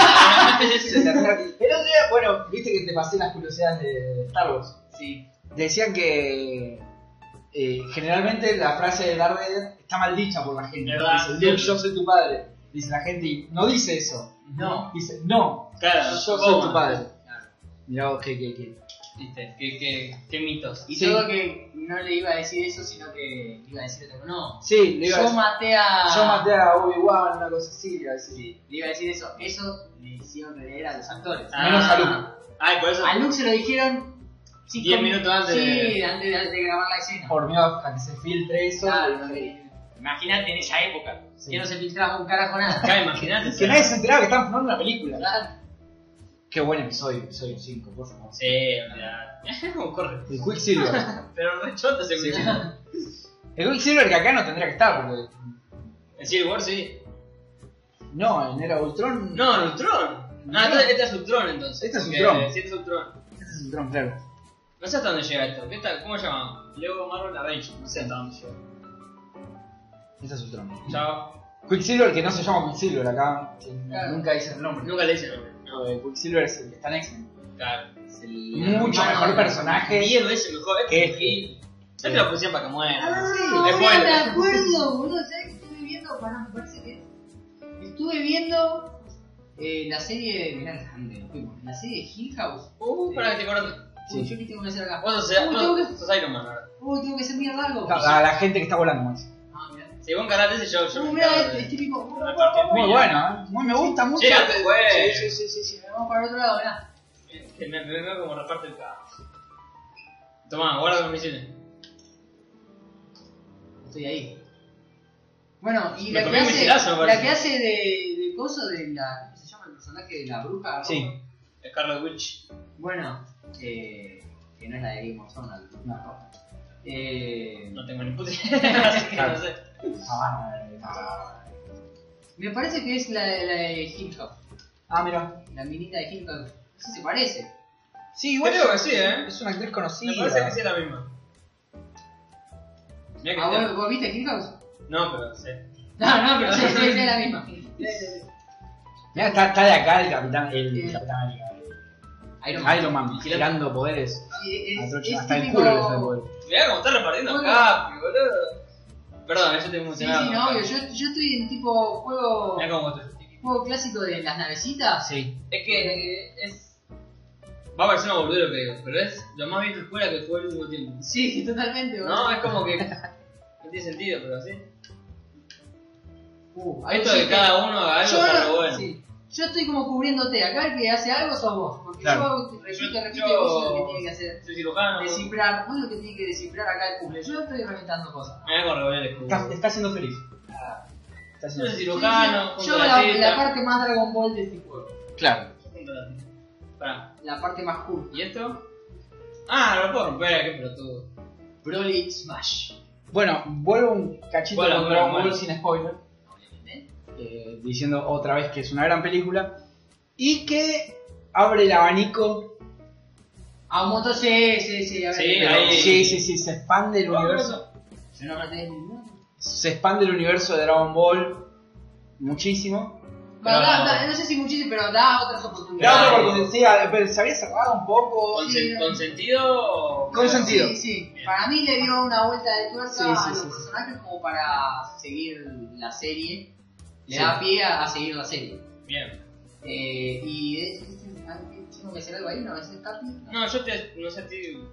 la verdad que- El otro día, bueno, viste que te pasé las curiosidades de Star Wars. Sí. decían que eh, generalmente la frase de Darth Vader está mal dicha por la gente. ¿Verdad? Dice, "Luke, yo soy tu padre. Dice la gente, y no dice eso. No. Dice, no, Claro, yo soy ¿cómo? tu padre. Mirá vos, que, que, que. Viste, qué, qué, qué mitos. Y Sí. todo que no le iba a decir eso, sino que iba a decir otra cosa. No. Sí, le iba a Yo decir, maté a. yo maté a Obi-Wan, una cosa así. le iba a decir. Sí, le iba a decir eso. Eso le hicieron leer a los actores. Ah. Menos a Luke. Ay, por eso. A Luke se lo dijeron. sí, Diez con- minutos antes de- Sí, antes de, de grabar la escena. Por miedo a que se filtre eso. Claro, que- Imagínate en esa época. Sí. Que no se filtraba un carajo nada. Ya, imaginate. Que nadie se enteraba que estaban filmando una película. ¿Verdad? Qué buen episodio, episodio 5, por favor. Sí, o sea. <laughs> ¿Cómo corre? El Quicksilver. <laughs> Pero rechota se Sí. escucha. El Quicksilver que acá no tendría que estar, porque. En Civil War sí. No, en Era Ultron. No, Neutron. No, entonces este es Ultron entonces. Este es Porque, Ultron. eh, Sí, este es Ultron. Ese es Ultron, claro. No sé hasta dónde llega esto. ¿Qué tal? ¿Cómo se llama? Lego Marvel Avengers. No sé hasta dónde llega. Esa es Ultron. Chao. Quicksilver, que no se llama Quicksilver acá. que no- Claro. Nunca dice el nombre. Nunca le hice el nombre. No, eh, Quicksilver es el que está en X-Men. Claro. Es el- Mucho hermano mejor de- personaje. Diez veces mejor. Este Este. es Gil. Ya te lo pusieron para que Ah, muera. ahora Spoiler. me <laughs> acuerdo, boludo, ¿sabes que estuve viendo? Pará, me parece que Estuve viendo eh, la serie. Mirá, André, nos fuimos. La serie de Hill House. Uh, para que te corran. Uy, Sí. yo que tengo que hacer acá. Vos sos, Uy, vos tengo que- sos Iron Man ahora. Uy, tengo que ser muy largo. A la gente que está volando. más. Ah, mirá. Si vos encarás ese, yo, yo Uh, me mirá, encargo este, de- este tipo. Muy bueno, ¿eh? Muy me gusta mucho. Sí, antes, güey. Sí, sí, sí, sí. Vamos para el otro lado, mirá. Que me, me veo como reparte el trabajo. Tomá, guarda los misiles. Estoy ahí. Bueno, y Me la que comí un hace, misilazo, me la parece. que hace de, de coso de la. ¿Cómo se llama el personaje de la bruja? Sí. Scarlet Witch. Bueno, eh, que no es la de Game of Thrones, la bruja roja. Eh, No tengo ni puta idea, <laughs> así que no sé. Ah, ah. me parece que es la, de- la de Hill House. Ah, mira. La minita de Hill House. Sí, se parece. Sí, igual creo que sí, ¿eh? Es una actriz Me conocida. parece que sí es la misma. Mirá que Ah, está- ¿vos, vos viste Hill House? <laughs> No, pero sé. No, no, pero sí, sí, sí, es la misma. <laughs> Mira, está, está de acá el Capitán, el Sí. Capitán América. Iron Man. Iron Man, girando poderes. Sí, A es, trocha- es Hasta el típico- culo le sale poder. Mirá cómo está repartiendo Bueno. acá, boludo. Perdón, yo estoy Sí, emocionado. sí, no, obvio. Yo, yo estoy en tipo juego, Mirá cómo está. juego clásico de las navecitas. Sí. Es que eh, es. Va a parecer una boludo lo que digo, pero es lo más vieja escuela que jugué el último tiempo. Sí, totalmente. boludo. No, es como que. No tiene sentido, pero así. Uh, Esto sí, de que- cada uno haga algo yo, está no- re bueno. sí. Yo estoy como cubriéndote. Acá el que hace algo sos vos. Porque Claro. yo repito, Yo- yo- repito, Ah. y vos sos lo que tiene que hacer. Soy cirujano. Me Descifrar, vos lo que tiene que descifrar acá el puzzle. Yo estoy reventando cosas. voy a revelar el Está, escudo. está siendo feliz. Está Yo siendo soy feliz. cirujano. Sí, sí. junto yo a la, teta, la parte más Dragon Ball de este juego. Claro. junto a la teta. Pará, La parte más cool. ¿y esto? Ah, no lo puedo romper, qué pelotudo. Broly Smash. Bueno, vuelvo un cachito Bueno, con bueno, Dragon Ball bueno. sin spoiler. Obviamente. eh, diciendo otra vez que es una gran película. Y que abre el abanico. A un montón, sí, sí, sí. A ver. Sí, pero- ahí- sí, sí, sí, se expande el Ah, universo. Yo no maté ninguno. se expande el universo de Dragon Ball muchísimo. Pero No. da- da- no sé si muchísimo, pero da otras Claro, oportunidades. Claro, porque sí, a- pero se había cerrado un poco. Con, sen- con sentido. Con sentido. Sí, sí. Para mí le dio una vuelta de tuerca Sí, sí, a los sí, sí. personajes como para seguir la serie. Le Sí. da pie a, a seguir la serie. Bien. Eh, y es, es- es- tengo que hacer algo ahí, ¿no? ¿Es el capi? No, yo te. No sé, estoy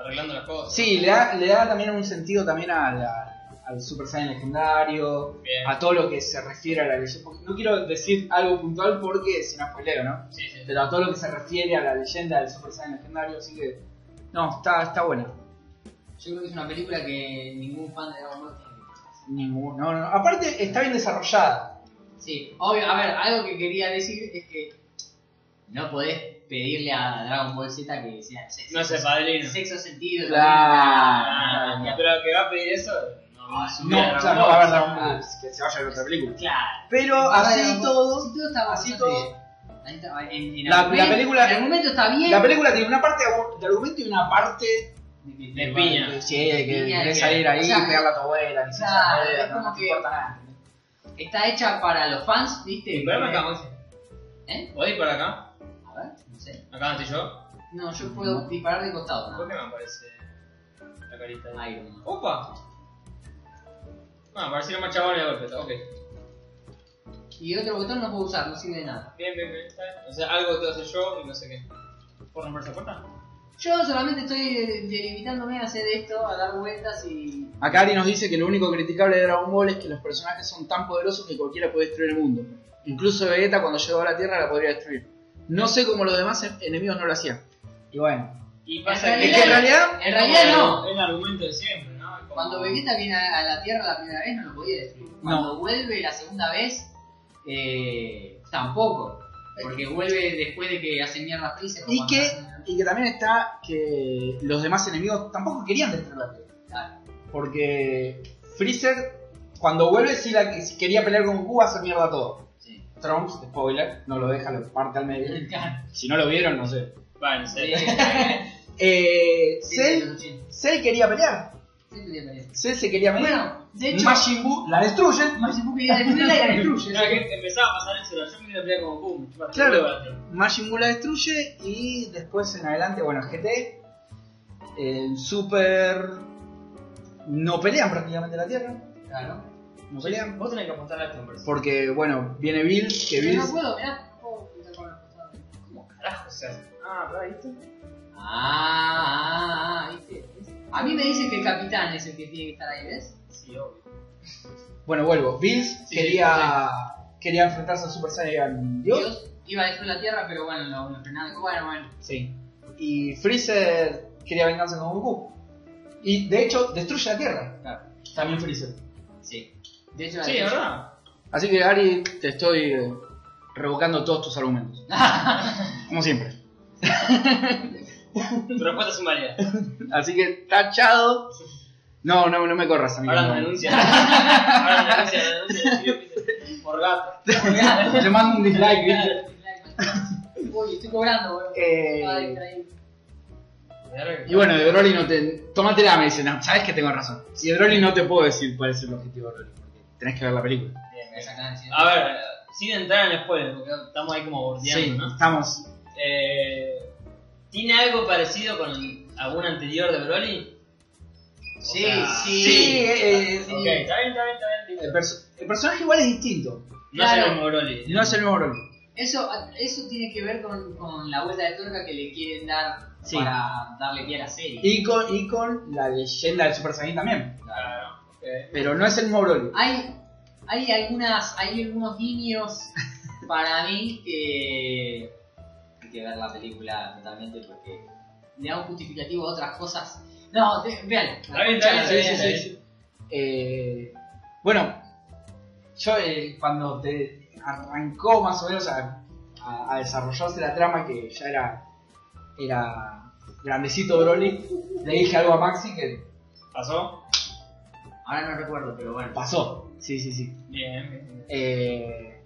arreglando las cosas. Sí, le da, le da también un sentido también a la- al Super Saiyan legendario, Bien. a todo lo que se refiere a la leyenda. porque No quiero decir algo puntual porque es un spoilero, ¿no? Sí, sí. Pero a todo lo que se refiere a la leyenda del Super Saiyan legendario, así que... No, está, está buena. Yo creo que es una película que ningún fan de Dragon Ball tiene que ver. Ningún- no, no. Aparte, está bien desarrollada. Sí, obvio, a ver, algo que quería decir es que no podés pedirle a Dragon Ball Z que sea sexo. No sé, padrino. sexo sentido. Ah, pero que va a pedir eso. No, No, o sea, no va a haber Dragon Ball, que se vaya a ver otra película. Claro. Pero así y todo, Así todo está Así bastante todo. bien. Ahí está, en- en La- la argumento- película- En algún momento está bien. La película tiene una parte de argumento y una parte De piña. de- Sí, de que Piña, querés de- salir ahí o sea, y pegarle a tu abuela. que se claro, llama abuela, es no, como no te que- importa nada. Está hecha para los fans, ¿viste? Sí, pero me acabamos. ¿Eh? ¿Puedo ir para acá? A ver, no sé. ¿Acá estoy yo? No, yo puedo disparar de costado. ¿Por ¿no? qué me aparece la carita ahí? Iron Man. ¡Opa! Ah, aparecieron más chabones de golpe, está, ok. Y otro botón no puedo usar, no sirve de nada. Bien, bien, bien, está bien. O sea, algo te hacer yo y no sé qué. ¿Puedo romper esa puerta? Yo solamente estoy delimitándome a hacer esto, a dar vueltas y. Acá Ari nos dice que lo único criticable de Dragon Ball es que los personajes son tan poderosos que cualquiera puede destruir el mundo. Incluso Vegeta cuando llegó a la Tierra la podría destruir. No sé cómo los demás en- enemigos no lo hacían. Y bueno, Y En pasa es que. que en realidad- realidad En realidad es como no. el- El argumento de siempre, ¿no? Es como- Cuando Vegeta viene a a la Tierra la primera vez no lo podía destruir. Cuando vuelve la segunda vez, eh, tampoco. Porque vuelve después de que hace mierda Freezer. Y cuando que- hacen- y que también está que los demás enemigos tampoco querían destruir la Tierra. Claro. Porque Freezer cuando vuelve sí la que- si quería pelear con Goku hace mierda todo. Sí. Trunks, spoiler, no lo deja, lo parte al medio. Claro. Si no lo vieron, no sé. <laughs> Va, en serio. Eh, Eh, <laughs> Sí, Cell, pero sí, Cell quería pelear. sí, quería pelear. Cell se quería pelear. Bueno, de hecho, Majin Buu la destruye. Majin Buu quería destruirla <laughs> y la destruye. No, es que empezaba a pasar eso, yo me quería pelear como boom. Claro. Majin Buu la destruye y después en adelante, bueno, GT, el Super... No pelean prácticamente la Tierra. Claro. No pelean. Vos tenés que apuntar a Converse. Porque, bueno, viene Bill, que <laughs> Yo Bill... no puedo, mirá. Oh, no puedo juntar con los costados. ¿Cómo carajo se hace? Ah, ¿verdad? ¿Viste? Ah, ah, ah, ¿viste? A mí me dicen que el capitán es el que tiene que estar ahí, ¿ves? Sí, obvio. Bueno, vuelvo. Bill Sí, quería... Quería enfrentarse a Super Saiyan Dios. Dios iba a destruir la Tierra, pero bueno, lo, lo frenaron. Bueno, bueno. Sí. Y Freezer quería vengarse con Goku. Y de hecho, destruye la Tierra. También Freezer. Sí. De hecho, la Sí, destruye. ¿verdad? Así que, Ari, te estoy eh, revocando todos tus <laughs> argumentos. Como siempre. Tu respuesta es inválida. Así que, tachado. No, no, no me corras, amigo. Ahora nos denuncia. Ahora nos denuncia, nos denuncia. el video, ¿viste? Por gato. <laughs> Te mando un dislike, ¿viste? Uy, estoy cobrando, boludo. Eh, Estaba distraído. y bueno, de Broly no te. Tómatela, me dicen. No, sabes que tengo razón. Y de Broly no te puedo decir cuál es el objetivo de Broly. Porque tenés que ver la película. Bien, Me bien. sacaban encima. A ver, sin entrar en spoilers, porque estamos ahí como bordeando, sí, ¿no? estamos. Eh, ¿Tiene algo parecido con algún anterior de Broly? O Sí, sea, sí. eh, eh, sí. Ok, está bien, está bien, está bien. listo. El, perso- el personaje igual es distinto. No es Claro. el mismo Broly. No es el mismo Broly. Eso, eso tiene que ver con, con la vuelta de tuerca que le quieren dar Sí. para darle pie a la serie. Y con, y con la leyenda del Super Saiyan también. Claro. ok. Pero no es el mismo Broly. Hay, hay algunas, hay algunos guiños para mí que hay que ver la película totalmente porque le da un justificativo a otras cosas. No, te- vean. Está bien, está bien, está Sí, Ah, bien, sí, está sí, bien. sí. Eh, bueno, yo eh, cuando te arrancó más o menos a, a- a desarrollarse la trama que ya era, era grandecito Broly, le dije algo a Maxi que ¿Pasó? Ahora no recuerdo, pero bueno. pasó. Sí, sí, sí. Bien, bien, bien. Eh,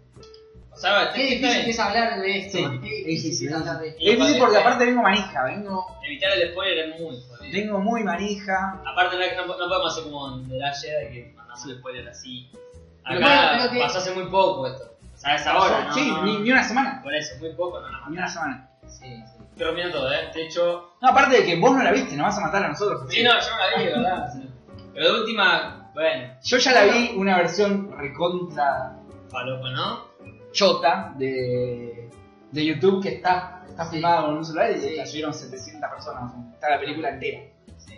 O sea, está Qué está difícil bien. que es hablar de esto. Sí, qué es difícil difícil. que es hablar de esto. Es difícil porque aparte vengo manija, vengo, Evitar el spoiler es muy jodido. vengo muy manija. Aparte, no, no- no podemos hacer como en The Last Jedi que mandamos el spoiler así. Pero Acá bueno, pero que- pasó hace muy poco esto. ¿Sabes ahora? ¿no? sí, No, Ni, no. ni una semana. Por eso, muy poco, no nada Ni más. una semana. Sí, sí. Te rompiendo todo, ¿eh? De hecho. No, aparte de que vos no la viste, nos vas a matar a nosotros. Sí, no, yo no la vi, ¿verdad? Sí. Pero de última, bueno, Yo ya la vi una versión recontra falopa, ¿no? chota de, de YouTube que está, está Sí. filmada con un celular y Sí. la subieron 700 personas. Está la película entera. sí.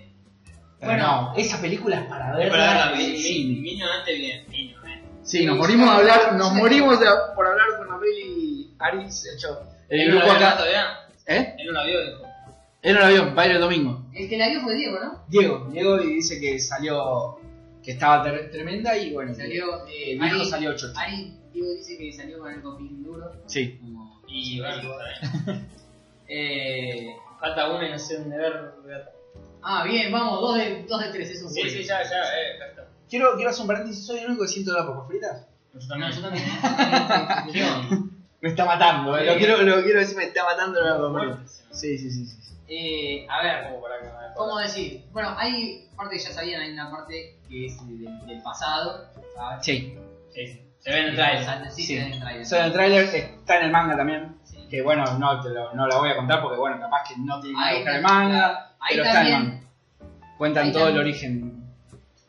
Pero Bueno. no, esa película es para Pero verla. la en el vi, cine. mínimamente bien, mínimamente. Sí, nos morimos de hablar, nos morimos de, por hablar con la peli Aris, de hecho. El Él no la grupo vio acá. todavía. ¿Eh? Él no la vio, dijo. Él no la vio, va a ir el domingo. El que la vio fue Diego, ¿no? Diego, Diego y dice que salió, que estaba ter- tremenda y bueno, Salió. que Eh, el hijo Ari, salió chota. Ari, Diego dice que salió con el copín duro. Sí. Como, Y bueno, está bien. eh, Falta una y no sé dónde ver. ah, bien, vamos, dos de, dos de tres, eso es un Sí, buen. sí, ya, ya, eh, ya está. Quiero, quiero hacer un paréntesis, soy el único que siento las papas fritas. Yo No, también. yo también. yo <laughs> también, yo también. Me está matando, eh. lo, Sí. quiero, lo quiero decir, me está matando las papas fritas. Muerte, sí. Sí, sí, sí, sí. Eh, a ver, Como para que no me ¿cómo decir? Bueno, hay parte que ya sabían, hay una parte que es de- del, pasado. ¿sabes? Sí, Sí, sí. Se ve en el trailer. Sí, Sí. se ve en el trailer. eso en el tráiler está en el manga también. Sí. Que bueno, no, te lo- no la voy a contar porque bueno, capaz que no tiene nada que Ahí, buscar el manga. ahí pero está en también, manga. Cuentan ahí todo el también. origen.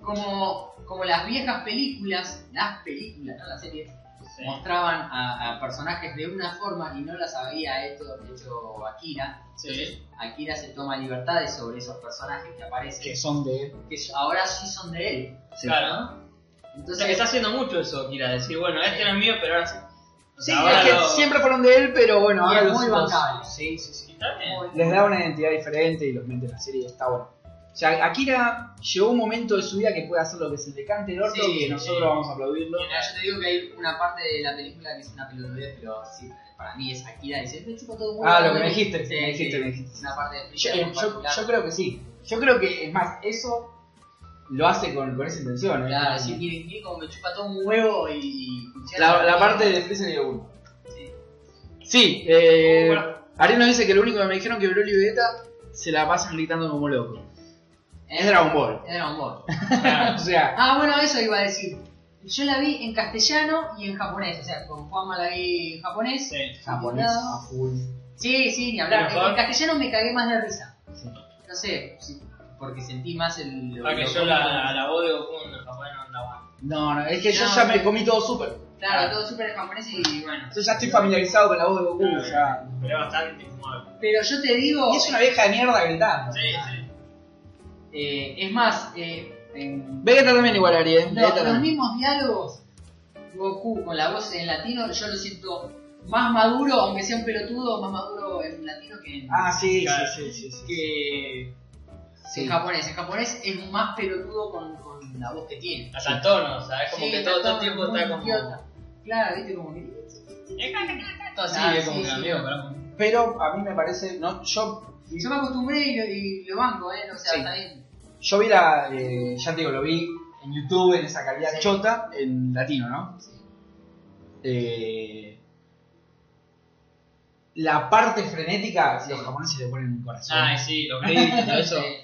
como, como las viejas películas, las películas, no las series, Sí. mostraban a, a personajes de una forma y no las había hecho, hecho Akira. Sí. Akira se toma libertades sobre esos personajes que aparecen, Que son de. que ahora sí son de él. Sí. Claro. O Entonces, sea, que está haciendo mucho eso, Kira. Decir, bueno, este no es mío, pero ahora sí. O Sí, sea, ahora es que lo- siempre fueron de él, pero bueno, y ahora es los, muy los- bancable. Sí, sí, sí. Sí, está bien. Muy- Les da una identidad diferente y los mete en la serie y está bueno. O sea, Akira llegó un momento de su vida que puede hacer lo que se le cante el orto Sí, y nosotros vamos a aplaudirlo. Mira, yo te digo que hay una parte de la película que es una pelotudez, pero sí, para mí es Akira dice, me chupo todo el mundo". Ah, lo que me dijiste, Sí, me dijiste, sí, me dijiste. es una parte de Yo, Freezer eh, yo- particular. yo creo que sí. Yo creo que, es más, eso lo hace con, con esa intención. ¿eh? Claro, decir, miren, miren como me chupa todo un huevo y... la, la parte de Freezer y Goku. Sí. Sí, eh, Bueno. Ariel nos dice que lo único que me dijeron que Broly y Vegeta se la pasan gritando como loco. Es Dragon Ball. <laughs> ¿Eh? Es Dragon Ball. o sea, Ah, bueno, eso iba a decir. Yo la vi en castellano y en japonés, o sea, con Juanma la vi en japonés. Sí. japonés a full. Sí, sí, ni hablar. Mejor. En en castellano me cagué más de risa. Sí. No sé, sí, porque sentí más el... Para Ah, que lo- yo la, la voz de Goku en japonés no la banco. No, no, es que yo No, ya sí. me comí todo super. Claro, todo súper en japonés y bueno. Yo ya estoy familiarizado con la voz de Goku. Claro. o sea. Pero es bastante infumable. Pero yo te digo... Y es una vieja de mierda gritando. Sí, sí. Eh, es más, eh, en- Vegeta también igual Ari, ¿eh? lo- Vegeta los también. mismos diálogos, Goku con la voz en latino, yo lo siento más maduro, aunque sea un pelotudo, más maduro en latino que en, Ah, sí, Claro. sí, sí, sí, sí. que Sí. en japonés. En japonés es más pelotudo con, con la voz que tiene. Hasta el tono, o sea, es como Sí, que todo, todo el es tiempo muy está como. idiota. Claro, viste, como que... Todo así, Ah, es como sí, que sí. amigo, pero. Pero a mí me parece, no, yo, Yo me acostumbré y lo, y lo banco, ¿eh? O sea, Sí. está bien. yo vi la, eh, ya te digo, lo vi en YouTube en esa calidad Sí. chota, en latino, ¿no? Eh, la parte frenética, los japoneses le ponen un corazón, Ay, sí, los gritos, todo eso. Eh,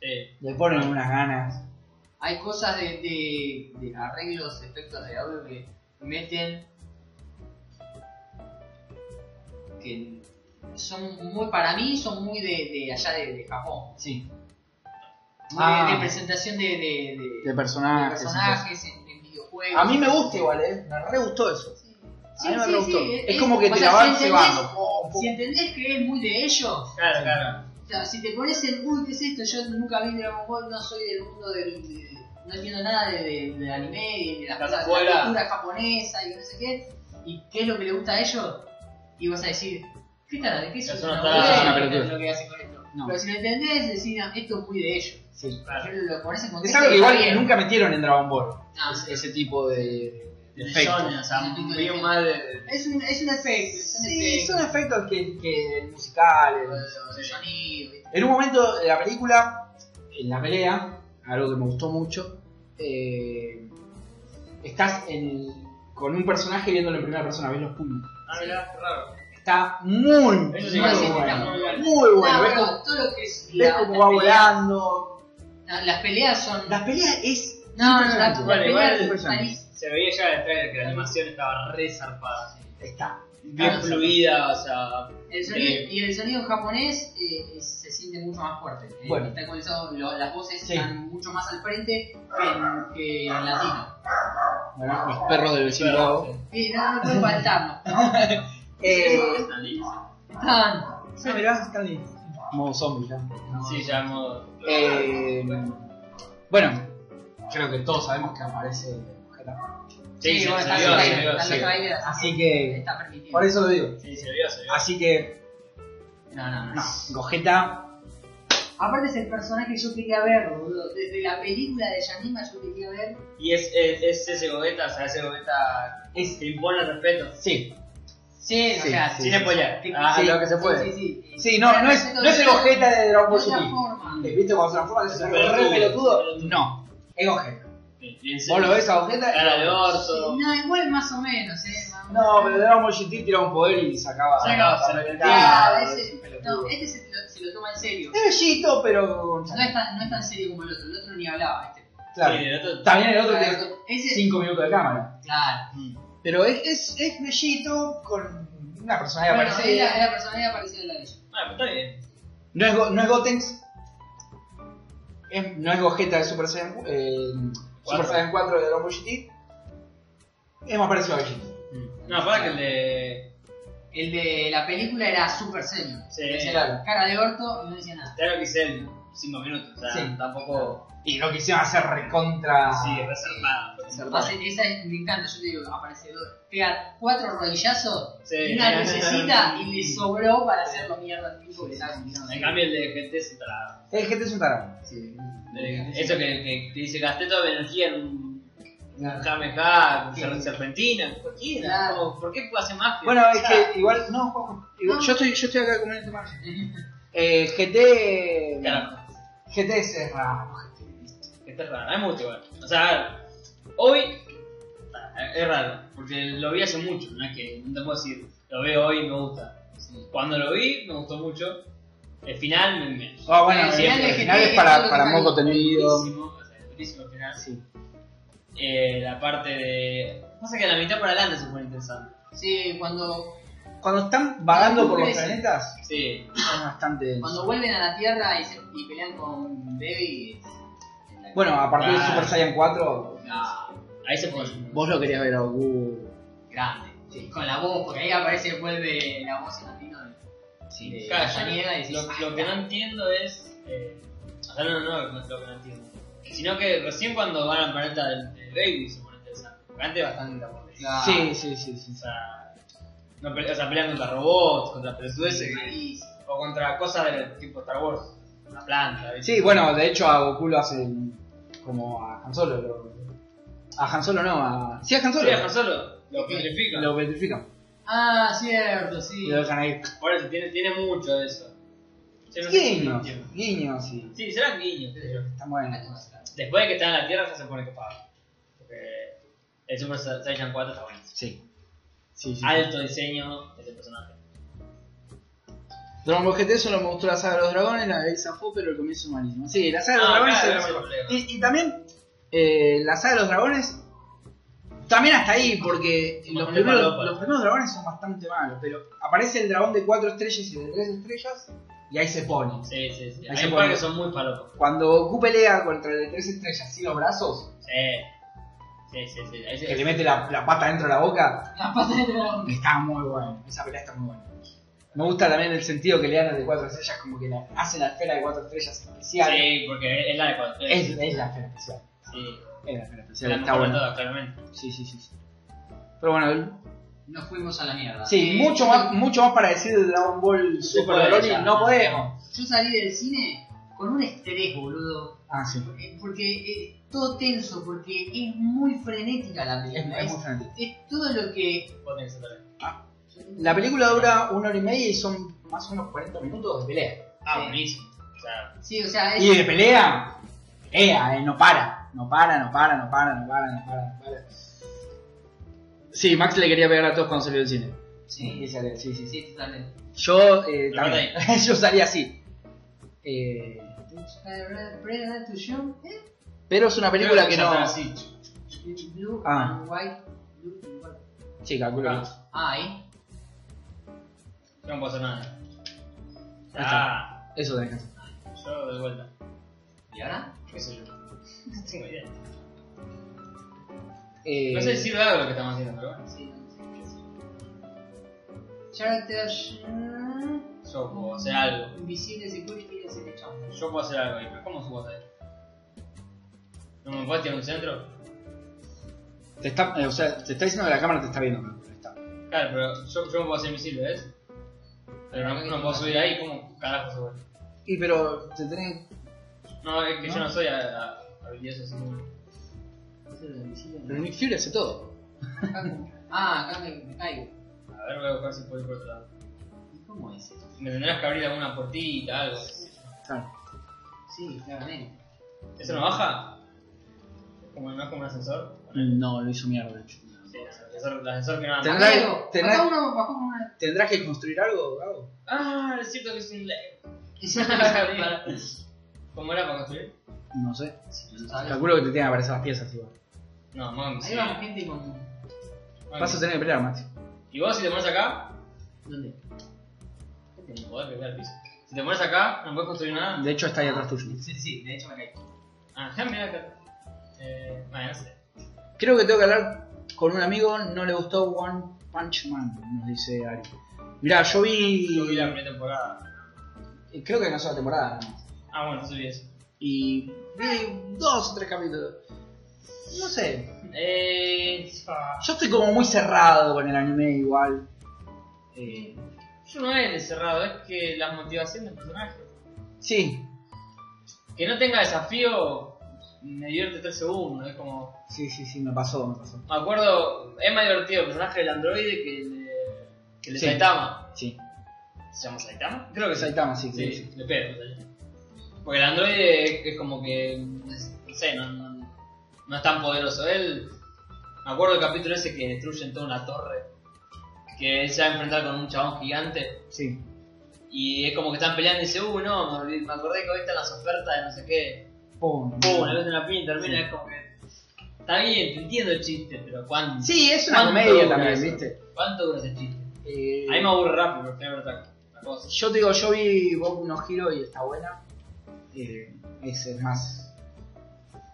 Sí. le ponen unas ganas. hay cosas de, de- de arreglos, efectos de audio que meten que son muy, para mí, son muy de, de allá de, de Japón. Sí, Muy Ah. de, de presentación de, de- de- de de personajes. personajes en, en videojuegos. A mí me gusta igual, ¿eh? Me re gustó eso. Sí, a mí me sí, re gustó. sí, es, como que o te sea, la van si entendés- llevando. Po, po. Si entendés que es muy de ellos, Claro, claro. o sea, si te pones en, uy, ¿qué es esto? Yo nunca vi Dragon Ball, no soy del mundo del. de- no entiendo nada de, de- del anime y de las Estás cosas de afuera. la cultura japonesa y no sé qué. ¿Y qué es lo que le gusta a ellos? Y vas a decir, ¿qué tal? ¿De qué es Eso esto? no No está- sé es una qué pelotuda. es lo que hacen con esto. No. Pero si lo entendés, decís, "Ah, esto es muy de ellos. Sí. claro. Pero lo pones en Es contexto. algo que y está igual bien. nunca metieron en Dragon Ball. Ah, Es- ese tipo de, de De efectos. shonen, o sea, bien mal de. es, un, es un efecto. es un Sí, efecto. son efectos que, que musicales. de sonido, ¿viste? En un momento de la película, en la pelea, algo que me gustó mucho, eh, estás en- con un personaje viéndolo en primera persona, ves los puños. Ah, mirá, qué raro. Está muy, Eso sí muy que sí, bueno. está muy bueno. Muy bueno. No, ves pero cómo- todo lo que es ves la- cómo las va peleas- volando. la- las peleas son La pelea es... No, no, no, impresionante. las Bueno, peleas igual- están ahí. Se veía ya detrás de que la animación estaba re zarpada. Está. Bien Ah, sí. fluida, o sea. El sonido, y el sonido en japonés eh, es- se siente mucho más fuerte. eh, Bueno. Está ecualizado, lo- las voces Sí. están mucho más al frente que en, que en latino. Bueno, los perros del vecino. Claro, Bravo. Sí, no, no pueden faltarnos. Eh, Están. sí, mirá, están ahí. Modo zombie ya. Sí, ya modo. Eh, bueno, creo que todos sabemos que aparece Mosqueta. Sí, se bueno, se están vio, los se trailers, vio, están sí. los trailers, Así que, Está permitido. por eso lo digo. Sí, se vio, se vio. Así que, No, no, Ah, no, no. Gogeta, Aparte es el personaje que yo quería ver, boludo. Desde la película de Yanima yo quería ver. Y es, es, es ese Gogeta, o sea, ese Gogeta es. que impone respeto. Sí, Sí, Sí, o sea, sí. Sin spoiler. Sí, Ah, sí, lo que se puede. Sí, sí, sí. sí, no, no es, no es el Gogeta de Dragon De Ball otra Super. forma. Eh, ¿Viste cuando se transforma en ese re pelotudo? No, es Gogeta. Y en ¿Vos lo serio, ves a Gogeta? Cara de orto. No, igual más o menos, eh. más o No, pero menos. Dragon Ball GT tiraba un poder y sacaba. Sacaba, sacaba- sacaba. Ah, Claro, es ese- un pelotudo. No, este se lo, se lo toma en serio. Es bellito, pero. No es, tan, no es tan serio como el otro, el otro ni hablaba, ¿viste? Claro. Sí, el otro- También el Ah, otro tiene Claro, ese, 5 minutos de cámara. claro. Mm. Pero es, es, es bellito con una personalidad Bueno, es parecida. la, es la personalidad parecida a la de ella. Bueno, pues está bien. No es, Go- no es Gotenks. Es- no es Gogeta de Super Saiyan, cu- eh, Super Cuatro. Saiyan 4 de Dragon Ball GT. Es más parecido a Vegeta. No, para que el de. El de la película era super serio. Sí, Decía claro. Cara de orto y no decía nada. Ya lo que hice en 5 minutos, o sea, Sí. Ah, tampoco. Y lo quisieron hacer recontra. Sí, reservado. Hace- esa es- me encanta, yo te digo, aparecedor. Pega cuatro rodillazos Sí. y una lucecita y le sobró para hacerlo mierda al tipo que estaba combinando. En cambio, el de GT se tra- El GT es un tarado. eh, Eso que, que te dice, gasté toda mi energía en. Claro. Kamehameha, Sí. ser- serpentina, cualquiera. Claro. como, ¿Por qué puedo hacer más? Bueno, es O sea, que igual. No, Juanjo, igual- No. Yo, estoy, yo estoy acá con este margen. Eh, GT. Carajo. GT es eh, raro. Este es raro, es mucho igual. O sea, a ver, hoy eh, es raro, porque lo vi hace mucho, no es que no te puedo decir, lo veo hoy y me gusta. Cuando lo vi, me gustó mucho, El final me- me- Ah, bueno, El el, final el es que final tiene es todo para, lo para que moco tendido. buenísimo, o sea, buenísimo el final. Sí. Eh, la parte de. Pasa que la mitad para adelante se pone interesante. <laughs> Sí, cuando, Cuando están vagando por los Crece. planetas, Sí. es bastante denso. cuando vuelven a la Tierra y, se- y pelean con Baby. es- Bueno, a partir de Ah. Super Saiyan 4, No, Ahí se pone. vos lo querías ver a Goku. grande. Sí, con la voz, porque ahí aparece, vuelve la voz en latino de, Eh, de Claro, yo Castañeda y decís, "Ah, Lo, lo que no entiendo es. Eh, o sea, no, no, no, lo que no entiendo. Sino que recién cuando van al planeta del, del Baby se pone interesante. Porque Antes bastante la porquería. Claro. Sí, sí, sí, O sí. sea, no pele- o sea, pelean contra robots, contra pelotudeces, malísimo. o contra cosas del tipo Star Wars, una planta. ¿viste? Sí, bueno, de hecho a Goku lo hacen como a Han Solo. lo- a Han Solo no, a... Sí, a Han Sí, Solo. Han Solo lo Sí. petrifica. Lo petrifican. Ah, cierto, Y sí. lo dejan ahí. Por eso tiene, tiene mucho de eso. Yo no sé si lo Guiños, entiendo. guiños, y Sí, serán guiños, qué sé yo. Está bueno. Después de que está en la Tierra ya se pone copado. Porque el Super Sa- Saiyan 4 está buenísimo. Sí. Sí, sí. Alto diseño de ese personaje. Dragon Ball GT solo me gustó la saga de los dragones, la de zafó, pero el comienzo es malísimo. Sí, la saga de los Ah, dragones claro, es ese lo es el mejor. problema. Y, y también, eh, la saga de los dragones, también hasta ahí, porque Bastante los primeros, falopa. los primeros dragones son bastante malos, pero aparece el dragón de cuatro estrellas y el de tres estrellas, y ahí se pone. Sí, sí, sí. Ahí Hay se un pone. par que son muy palopos. Cuando Goku pelea contra el de tres estrellas sin los brazos, Sí. Sí, sí, sí. Ahí se- que le mete la, la pata dentro de la boca, La pata de dragón. está muy bueno. Esa pelea está muy buena. Me gusta también el sentido que le dan al de cuatro estrellas, como que la- hace la esfera de cuatro estrellas especial. Sí, porque es la de cuatro. Es, es la esfera especial. Sí. Era, era, Se especial, la mejor está de bueno. todas, claramente. Sí, sí, sí. sí. Pero bueno, el- Nos fuimos a la mierda. sí, Eh, mucho, yo- más, mucho más para decir de Dragon Ball podés, Super Broly ya. no podemos. Yo salí del cine con un estrés, boludo. Ah, sí. Eh, Porque eh, todo tenso, porque es muy frenética la Es, película. es Es, muy frenético. es todo lo que. Vos tenés que saber. La película dura una hora y media y son más o menos 40 minutos de pelea. Ah, Sí. buenísimo. O sea, Sí, o sea, es. Y de pelea, pelea, eh, no para. No para, no para, no para, no para, no para, no para. Sí, Max le quería pegar a todos cuando salió del cine. Sí, Y sale, sí, sí, sí. sí, totalmente. Yo eh, Lo también. <laughs> Yo salí así. Eh, Predator to Show, eh, pero es una película que, ya no. está así. Blue Ah. and White. Blue and White. Sí, calculo. que- Ah, ahí. Yo no puedo hacer nada. Ahí Ah, Eso tenés que hacer. yo de vuelta. ¿Y ahora? ¿Qué sé yo? No tengo idea. Eh, No sé si sirve algo lo que estamos haciendo, pero bueno. Sí, sí, sí. Characters. Yo puedo hacer algo. Invisibles y Push y Lechón. Yo puedo hacer algo ahí, pero ¿cómo subo a ahí? ¿No me puedes tirar un centro? Te está, eh, o sea, te está diciendo que la cámara te está viendo. ¿no? Ahí está. Claro, pero yo, yo puedo hacer misil, ¿ves? Pero no, no puedo subir ahí, ¿cómo carajo subo? Y pero te tenés. No, es que yo no soy a- a- habilidoso así como. Este Pero Nick Fury hace todo. Ah, acá me, me caigo. A ver, voy a buscar si puedo ir por otro lado. ¿Y ¿Cómo es eso? Me tendrás que abrir alguna puertita, algo. Claro. Sí, claramente. ¿Eso no baja? Como, ¿No es como un ascensor? Eh, No, lo hizo mierda, de hecho. Sí, el ascensor, el ascensor que no anda. Tendrá- Amigo, tendrá- acá uno bajó con <laughs> una. ¿Tendrás que construir algo, Gabo? Ah, es cierto que es un le- Eso no sabía. ¿Cómo era para construir? No sé. Sí, lo sabía. Calculo que te tienen que aparecer las piezas igual. No, mami. Ahí va gente con. Vas a tener que pelear, Maxi. Y vos si te pones acá, ¿Dónde? tenés que poder pegar al piso. Si te pones acá, no puedes construir nada. De hecho, está ahí atrás tuyo. Sí, sí, de hecho me caí. Ah, <laughs> mira acá. Eh, bueno, no sé. Creo que tengo que hablar con un amigo. No le gustó One Punch Man, nos dice Ari. Mirá, yo vi. eh, Yo vi la primera temporada. Creo que no sola temporada, nada más. Ah, bueno, subí eso. Y vi dos o tres capítulos. No sé, Eh, ah, Yo estoy como muy cerrado con el anime igual. Eh, yo no es encerrado, es que la motivación del personaje. sí, Que no tenga desafío, me divierte tres segundos. Es como. sí, sí, sí, me pasó, me pasó. Me acuerdo, es más divertido el personaje del androide que el de, que el de Sí. Saitama. Sí. ¿Se llama Saitama? Creo que sí. Saitama, Pues sí, Sí, sí. sí. le pego. o sea, Porque el androide es, es como que. No sé, no, no- no es tan poderoso. Él. Me acuerdo del capítulo ese que destruyen toda una torre. Que él se va a enfrentar con un chabón gigante. sí. Y es como que están peleando y dice, uh, no, me me acordé que hoy están las ofertas de no sé qué. Pum. Pum, le meten una piña y termina. Es como que. Está bien, te entiendo el chiste, pero ¿cuánto, Sí, es una ¿Cuánto comedia dura también, eso? ¿viste? cuánto dura ese chiste? Eh, A mí me aburre rápido, porque tengo otra otra cosa. Yo te digo, yo vi Boku no Hero y está buena. Eh, es, es más.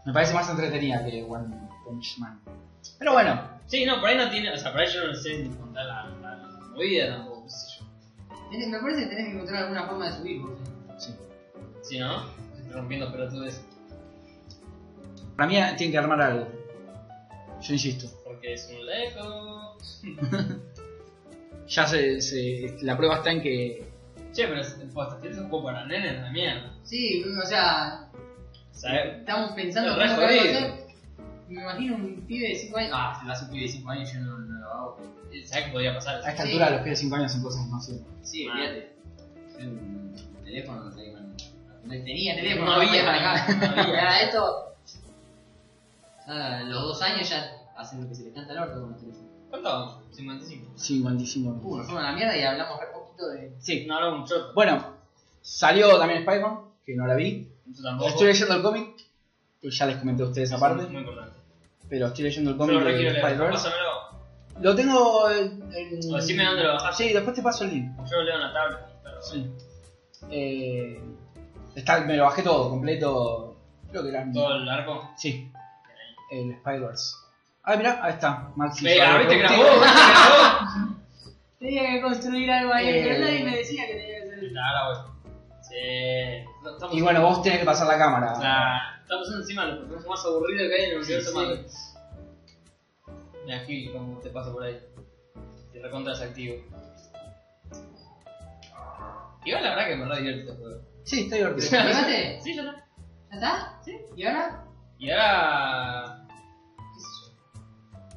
Me parece más entretenida que One Punch Man. Pero bueno, Sí, no, por ahí no tiene. O sea, por ahí yo no sé ni contar la, la, la movida tampoco, qué sé yo. Tenés- Me parece que tenés que encontrar alguna forma de subirlo. sí. Si no, se está rompiendo pelotudes Para mí tienen que armar algo. Yo insisto. porque es un lejos. Ya se, se- la prueba está en que. Che, pero es- posta, tienes un juego para nenes, la mierda. Sí, o sea, ¿Sabes? estamos pensando Pero re cómo lo podemos jodido. hacer. Me imagino un pibe de 5 años. Ah, si lo hace un pibe de 5 años, yo no, no lo hago. Eh, ¿Sabes qué podría pasar? A esta Sí. altura, los pibes de 5 años son cosas no sé. Sí, Ah. fíjate. Yo, mm, Teléfono, no sé, bueno, no tenía teléfono. No había, no acá. <laughs> había. Ya, esto. Nada, los dos años ya hacen lo que se les canta al orto con los teléfonos. ¿Cuánto vamos? 55. 55 Uh, nos años. fuimos a la mierda y hablamos re poquito de. Sí. No hablamos un choto. Bueno, salió también Spider-Man, que no la vi. Yo tampoco. Estoy leyendo el cómic, que ya les comenté a ustedes Eso aparte, Es muy importante. pero estoy leyendo el Yo cómic lo de requiero leer. Spider-Verse. Pásamelo. Lo tengo en. en- O decime dónde lo bajás. Sí, después te paso el link. Yo lo leo en la tablet. Pero... Sí. Eh, está, me lo bajé todo, completo. Creo que eran. Todo el arco. Sí. El Spider-Verse. Ah, mirá, ahí está. Maxi. Eh, ah, viste que grabó. Sí. Tenía que construir algo ahí, pero nadie me decía que tenía que <laughs> hacer. Claro, güey. Ah, Sí. No, estamos- Y bueno, vos tenés que pasar la cámara. O sea, estamos encima de los personajes más aburridos que hay en el universo sí. Marvel. Mira, Gil, cómo te pasa por ahí. Te recontra desactivo. Igual la verdad que me re divierte este juego. Sí, está <laughs> divertido. ¿Ya llegaste? <laughs> Sí, Ah, yo no. ¿Ya está? Sí. ¿Y ahora? Y ahora... ¿Qué sé yo?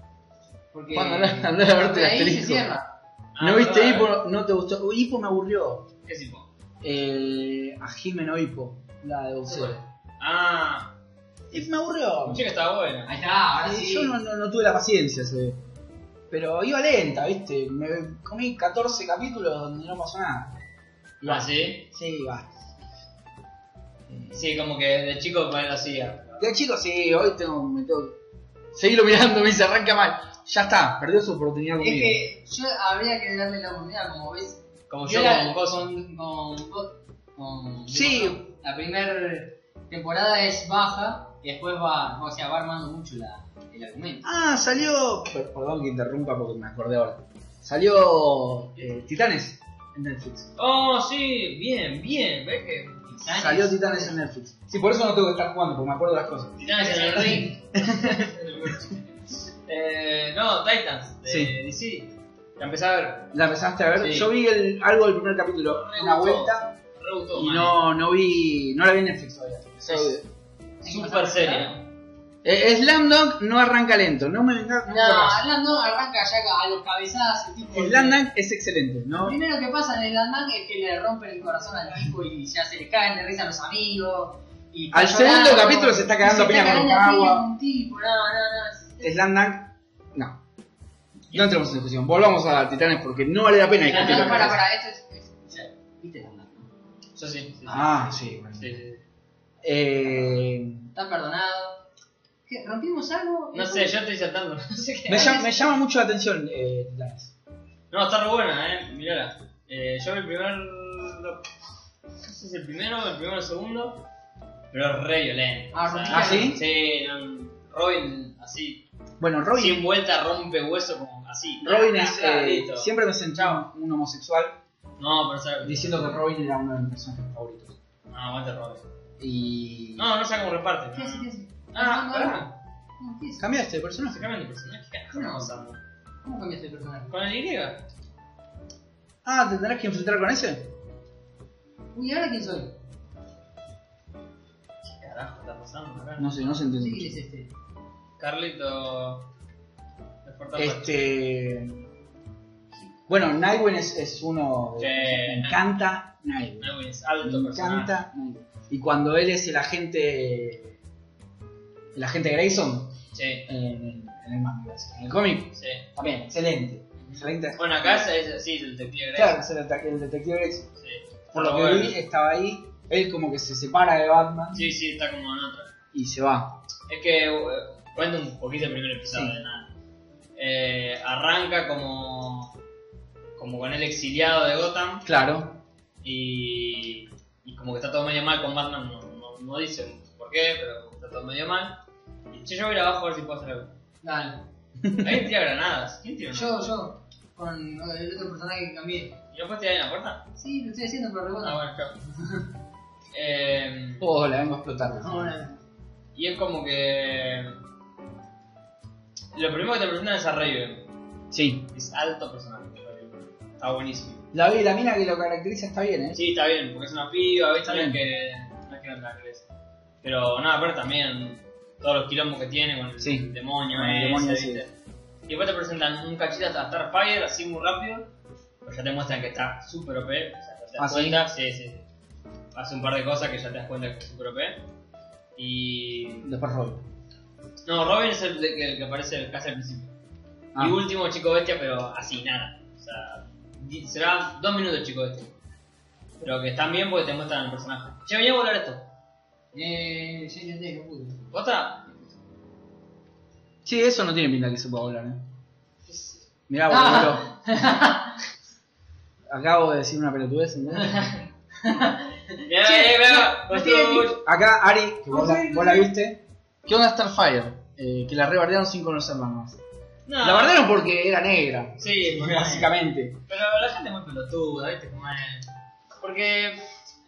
Porque. Cuando andás- andás a verte porque el ahí se asterisco. cierra. Ah, ¿No viste perdón, Hipo? ¿No te gustó? Uy, Hipo me aburrió. ¿Qué es Hipo? Eh, a Jimeno Hipo, la de boxeo. Ah, Y me aburrió. escuché que estaba buena. Ahí está, ahora Eh, sí. Yo no, no- no tuve la paciencia, se ve. Pero iba lenta, ¿viste? Me comí 14 capítulos donde no pasó nada. Y ¿Ah, basta. sí? Sí, va. Sí, como que de chico me lo hacía. De chicos, sí, hoy tengo, me tengo que- Seguirlo mirando, me dice, arranca mal. Ya está, perdió su oportunidad Es conmigo. que yo habría que darle la oportunidad, como ves. Como Yo yo, la, como con, cosas. con, con- con- Sí. La primera temporada es baja y después va, o sea, va armando mucho la, el argumento. Ah, salió. per- Perdón que interrumpa porque me acordé ahora. Salió. eh, Titanes en Netflix. Oh, sí, bien, bien. ¿Ves que Titanes. Salió Titanes en Netflix. Sí, por eso no tengo que estar jugando, porque me acuerdo las cosas. Titanes en el ring. eh, no, Titans, de DC. La empecé a ver, ¿La empezaste a ver? Sí. Yo vi el- algo del primer capítulo, Me una gustó. vuelta, re gustó, y man. no, no vi. No la vi en Netflix todavía. Es Super seria. Eh, Slam Dunk no arranca lento, no me vengas. No, hablando, arranca ya a los cabezazos. Tipo, Slam Dunk es excelente, ¿no? Lo primero que pasa en el andán es que le rompen el corazón al tipo y ya se le caen de risa a los amigos. Y está Al llorando, segundo capítulo se está cagando se a piña con cagando a piña agua. con un tipo, no, no, no. Slam Dunk, no. No entremos en discusión, volvamos a Titanes porque no vale la pena No, discutir. no, lo que para, pasa. para, esto es. es- o sea, ¿Viste el andán? no? Yo sí. sí, sí. Ah, sí, bueno. Sí, sí, sí. Eh, Está perdonado. ¿Qué? ¿Rompimos algo? No sé, yo estoy saltando. <laughs> No sé qué. me, llama, me llama mucho la atención eh, Titanes. No, está re buena, eh. Mirala. Eh, yo vi el primer. No sé si el primero, el primero o el segundo. Pero es re violento. Ah, ¿ah, sí? Sí, no, Robin, así. Bueno, Robin, Sin vuelta, rompe hueso, como así. Robin es, Ah, eh, listo. siempre me sentaba un homosexual No, pero sabe. diciendo que Robin era uno de mis personajes favoritos. No, aguante Robin. Y. No, no sé cómo reparte. <laughs> ¿Qué hace? ¿Qué hace? Ah, pará. No, ¿qué hace? Cambiaste de este personaje. Se cambian de personaje. ¿Qué carajo No. estamos hablando? ¿Cómo cambiaste el personaje? Con el Y. Ah, ¿te tendrás que enfrentar con ese? Uy, ¿ahora quién soy? ¿Qué carajo está pasando acá? No sé, no se No entiende. sé quién es este. Carlito. de Fortaleza. Este. Bueno, Nightwing es, es uno. Sí. Me encanta Nightwing. No, es alto Me personaje. encanta Nightwing. Y cuando él es el agente. El agente Grayson Sí, en, en el manga, en el cómic, sí. también, excelente. Excelente. Bueno, acá es, es- sí, es el detective Grayson. Claro, es el, el detective Grayson. Sí. por lo que Estaba vi, bueno. estaba ahí. Él como que se separa de Batman Sí, sí, está como en otra. y se va. Es que eh, cuento un poquito el primer episodio, Sí. de nada. Eh, arranca como, como con el exiliado de Gotham Claro. y, y como que está todo medio mal con Batman, no, no, no dicen por qué, pero como que está todo medio mal. Y che, yo voy a ir abajo a ver si puedo hacer <laughs> algo. Dale. Ahí tira granadas, ¿quién tira granadas? Yo, yo, con el otro personaje que cambié. ¿Y no puedes tirar en la puerta? Sí, lo estoy haciendo, pero Ah, rebota. bueno, claro. <laughs> Eh, Oh, la vengo a explotar. Ahora, Y es como que. Lo primero que te presentan es a Raven. Sí. Es alto personaje. Raven. Está buenísimo. La, vi- la mina que lo caracteriza está bien, ¿eh? Sí, está bien, porque es una piba, ¿viste? No es Bien. que. No es que no te la crees. Pero nada, pero también. Todos los quilombos que tiene con el Sí. demonio, Con el ese, demonio, ¿viste? Y después te presentan un cachito hasta Starfire, así muy rápido. Pero ya te muestran que está súper OP. O sea, ya te das Ah, ¿sí? cuenta, sí, sí. Hace un par de cosas que ya te das cuenta que es súper OP. Y. Después Robin. No, Robin es el, de- que, el que aparece casi al principio. Ah. Y último chico bestia, pero así, nada. O sea, di- será dos minutos chico bestia. Pero que están bien porque te muestran el personaje. Che, venía a volar esto. eh, ya intenté, no pude. ¿Otra? Sí, eso no tiene pinta que se pueda volar, ¿eh? Mirá, Ah. boludo. <laughs> Acabo de decir una pelotudez, ¿entendés? Mirá, <laughs> Che, eh, mirá, otro- no, no tiene Acá, Ari, que vos, Ah, la, sí, vos la viste. ¿Qué onda Starfire? Eh, que la rebardearon sin conocerla más. No, La bardearon porque era negra, Ah. Sí, porque- básicamente. pero la gente es muy pelotuda, ¿viste? Como es. Porque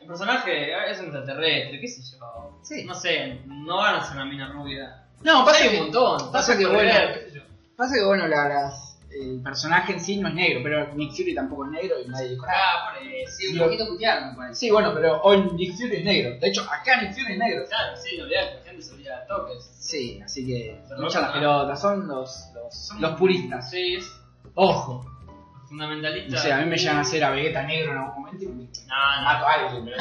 el personaje es un extraterrestre, qué sé yo. Sí. No sé, no van a ser una mina rubia. No, pasa Hay un que, montón. pasa que, por bueno, ver, qué sé yo. pasa que bueno, la- las- el personaje en sí no es negro, pero Nick Fury tampoco es negro y nadie dijo nada. Ah, por eso. Sí, un Lo- poquito putearon, me parece. Sí, bueno, pero hoy Nick Fury es negro. De hecho, acá Nick Fury es negro. Claro, sí, lo olvidé, la gente se olvida de toques. Sí, así que Se muchas las nota. pelotas, son los, los, los puristas. Sí, es Ojo, fundamentalista. no sé, a mí Ah, me llegan a hacer a Vegeta negro en algún momento y me No, no. mato a alguien. <laughs> pero-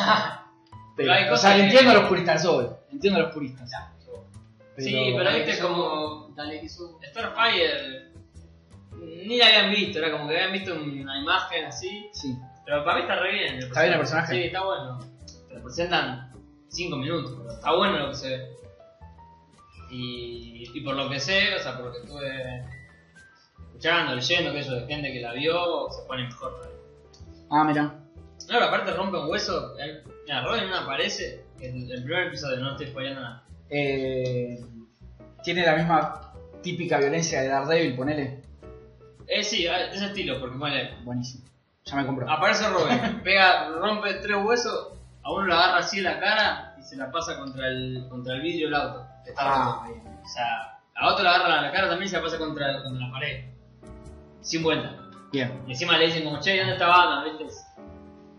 Pero hay Pero, o sea, cosas que- entiendo a los puristas, obvio. Entiendo a los puristas. Sí, pero viste como Dale, que subo. Starfire ni la habían visto, era como que habían visto una imagen así. Sí, Pero para mí está re bien. Está bien el personaje. Sí, está bueno. Te lo presentan 5 minutos, pero está bueno lo que se ve. Y, y por lo que sé, o sea, por lo que estuve escuchando, leyendo, que eso de gente que la vio, se pone mejor. todavía. Ah, mira. No, pero aparte rompe un hueso. eh, Mira, Robin no aparece. El, el primer episodio, no estoy spoileando nada. Eh, tiene la misma típica violencia de Daredevil, ponele. Eh, sí, ah, de ese estilo, porque muere. Buenísimo. Ya me compró. Aparece <laughs> Robin, pega, rompe tres huesos, a uno lo agarra así en la cara y se la pasa contra el, contra el vidrio del auto. que está roto. Ah, bien. O sea, a otro le agarra la cara también y se la pasa contra, contra la pared. Sin vuelta. Bien. Y encima le dicen como, che, ¿dónde está Batman? ¿Viste?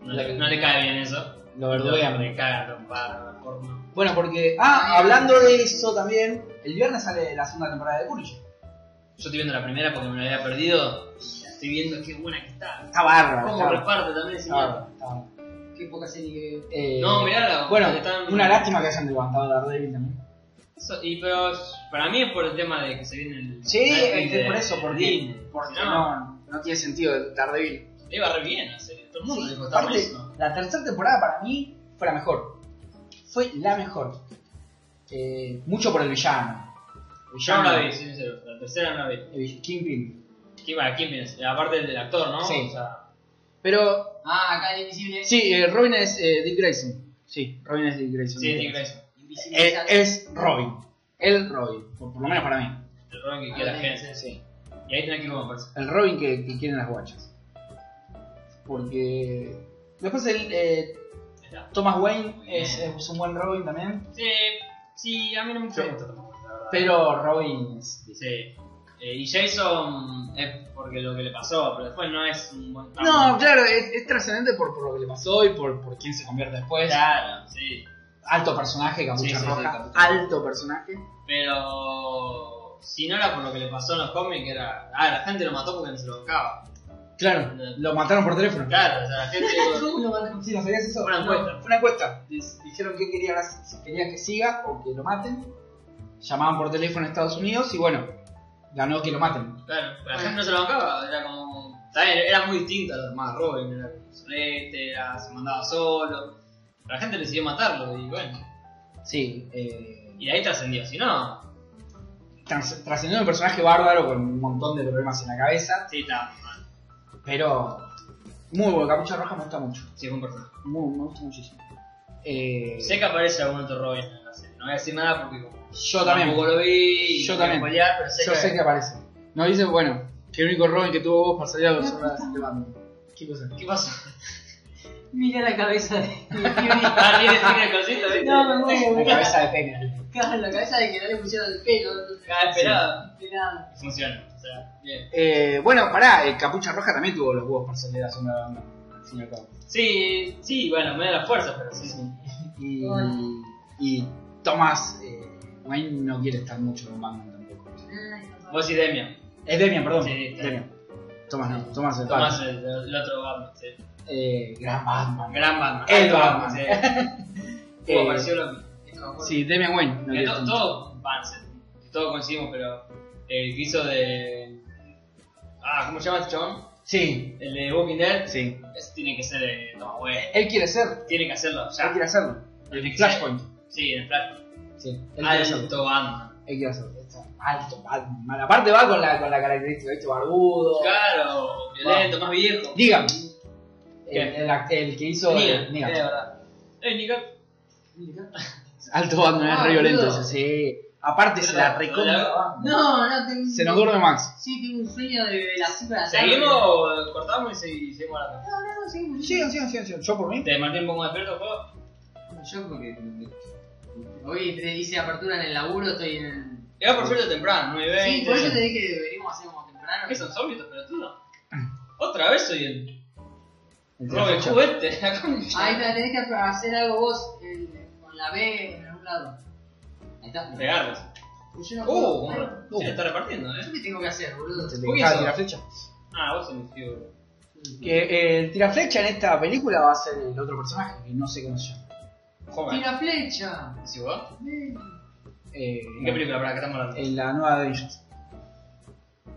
No le, no le cae bien eso. Lo Le verduguean. caga trompada, la forma. Bueno, porque. Ah, hablando de eso también, el viernes sale la segunda temporada de Punisher. Yo estoy viendo la primera porque me la había perdido. y La estoy viendo, qué buena que está. Está bárbaro. Cómo está bárbaro, reparte también ese está mierda. bárbaro, está bárbaro. Qué poca serie que. Eh, No, mirá la. Bueno, están- una lástima que hayan levantado a Daredevil también. Eso- y pero para mí es por el tema de que se viene el. Sí, el- es que de- por eso, ¿por de- qué? de- Porque no, no, no tiene sentido Daredevil. le iba re bien, en serio. Todo el mundo Sí, le costaba aparte, eso. la tercera temporada para mí fue la mejor. Fue la mejor. Eh, mucho por el villano. El Yo no la vi, soy sincero. La tercera no la vi. el Kingpin. ¿Qué va? ¿Quién piensa? Aparte del actor, ¿no? Sí. O sea, Pero, Ah, acá el invisible. sí, eh, Robin es eh, Dick Grayson. Sí, Robin es Dick Grayson. sí, Dick Grayson. Invisible. Eh, es Robin. El Robin, por, por lo menos para mí. El Robin que quiere la Ah, gente. Sí. Y ahí tenés que ir como parece. El Robin que, que quieren las guachas. Porque. Después el. eh, Está. Thomas Wayne es, es un buen Robin también. Sí, sí, a mí no me gusta tampoco, la verdad. Pero Robin es. Sí. Eh, y Jason es porque lo que le pasó, pero después no es un buen Ah, No, claro, es, es trascendente por, por lo que le pasó y por, por quién se convierte después. claro, sí. Alto personaje, capucha Sí, sí, sí, roja. capucha. alto personaje. Pero si no era por lo que le pasó en los cómics, era. Ah, la gente lo mató porque no se lo buscaba. Claro, lo mataron por teléfono. Claro, o sea, la gente. <laughs> ¿Cómo lo mandaron? Sí, ¿no sabías eso? Fue una No, encuesta. Fue una encuesta. Dis- Dijeron que querían, hacer- si querían que siga o que lo maten. Llamaban por teléfono a Estados Unidos y bueno, ganó que lo maten. claro, la gente no se lo bancaba, era como. También era muy distinta a los demás Robin, era como solete, era, se mandaba solo. La gente decidió matarlo y bueno. Sí, eh, Y de ahí trascendió, si no. trans- trascendió un personaje bárbaro con un montón de problemas en la cabeza, Sí, está. pero muy bueno, Capucha Roja me gusta mucho, Sí, fue un personaje. muy, me gusta muchísimo. Eh, Sé que aparece algún otro Robin en la serie. No voy a decir nada porque como. yo también, Tampoco lo vi. y Yo no quiero también. spoilear, pero sé yo que, sé que aparece. Nos dice, bueno, que el único Robin que tuvo vos pasaría dos horas levando. ¿Qué cosa? ¿Qué pasó? <laughs> Mira la <laughs> cabeza de de Fury. Ah, tiene tiene cosita, ¿viste? No, me muevo. La cabeza de pena. Claro, la cabeza de que no le pusieron el pelo. entonces, Ah, esperaba. Esperaba. Funciona. O sea, bien. Eh, bueno, pará, el Capucha Roja también tuvo los huevos para salir a la segunda banda, al fin y al cabo. Sí, sí, bueno, me da la fuerza, pero sí. sí. Y, Bueno. y Thomas eh, Wayne no quiere estar mucho con Batman tampoco. Ay, no, Vos y Demian. Es Demian, perdón. Sí, sí. Demian. Thomas no, Thomas el Tomás, Batman. el, el otro Batman, sí. Eh, gran Batman. Gran Batman. El Alto Batman. Sí. <laughs> Eh, Como apareció lo Sí, Demian Wayne no quiere Todos estar mucho. todo, Vance, todos coincidimos, pero el que hizo de. Ah, ¿cómo se llama este chabón? Sí, El de Walking Dead. sí. Ese tiene que ser de Thomas Wayne. Él quiere ser, Tiene que hacerlo él ya. quiere hacerlo. El Flashpoint. Sí, en el Flashpoint. Sí, él quiere Alto hacerlo. Ah, Batman. Él quiere hacerlo. Está Alto Batman. Aparte va con la, con la característica, ¿viste? Barbudo. Claro, violento, más viejo. Digan. El, ¿Qué? el act- el que hizo. Negan, Negan. es verdad. Eh, Negan. Alto Batman es Ah, re violento boludo. ese, sí. Aparte se la Pero, recontra. pero- Batman. No, no, tengo un- Se nos duerme Max. Sí, tengo un sueño de la cifra. ¿Seguimos? ¿Cortamos y segui- seguimos hablando? No, no, no, seguimos. Sigan, sigan, sigan, sigan. Yo por mí. ¿Te mantiene un poco más despierto, juego? Yo porque. Hoy te dice apertura en el laburo, estoy en el. Llega por suerte temprano, 9 y Sí, 20. por eso te dije que deberíamos hacer como temprano. ¿Qué son zombies, pero tú no? Otra vez soy el Robert Yo Juguete, <laughs> la concha. Ahí te tenés que hacer algo vos eh, con la B en algún lado. Ahí está. Pegarlos. Pues yo no puedo. Uh, bueno, Uh. se está repartiendo, eh. ¿Yo qué tengo que hacer, boludo? tira flecha. Ah, vos sos mi figura. Que eh, el tiraflecha en esta película va a ser el otro personaje, que no sé cómo se llama. Joven. Tira flecha. ¿Sí, vos? Ven. Eh, ¿En qué película? ¿Para qué estamos hablando? en la nueva de Avengers.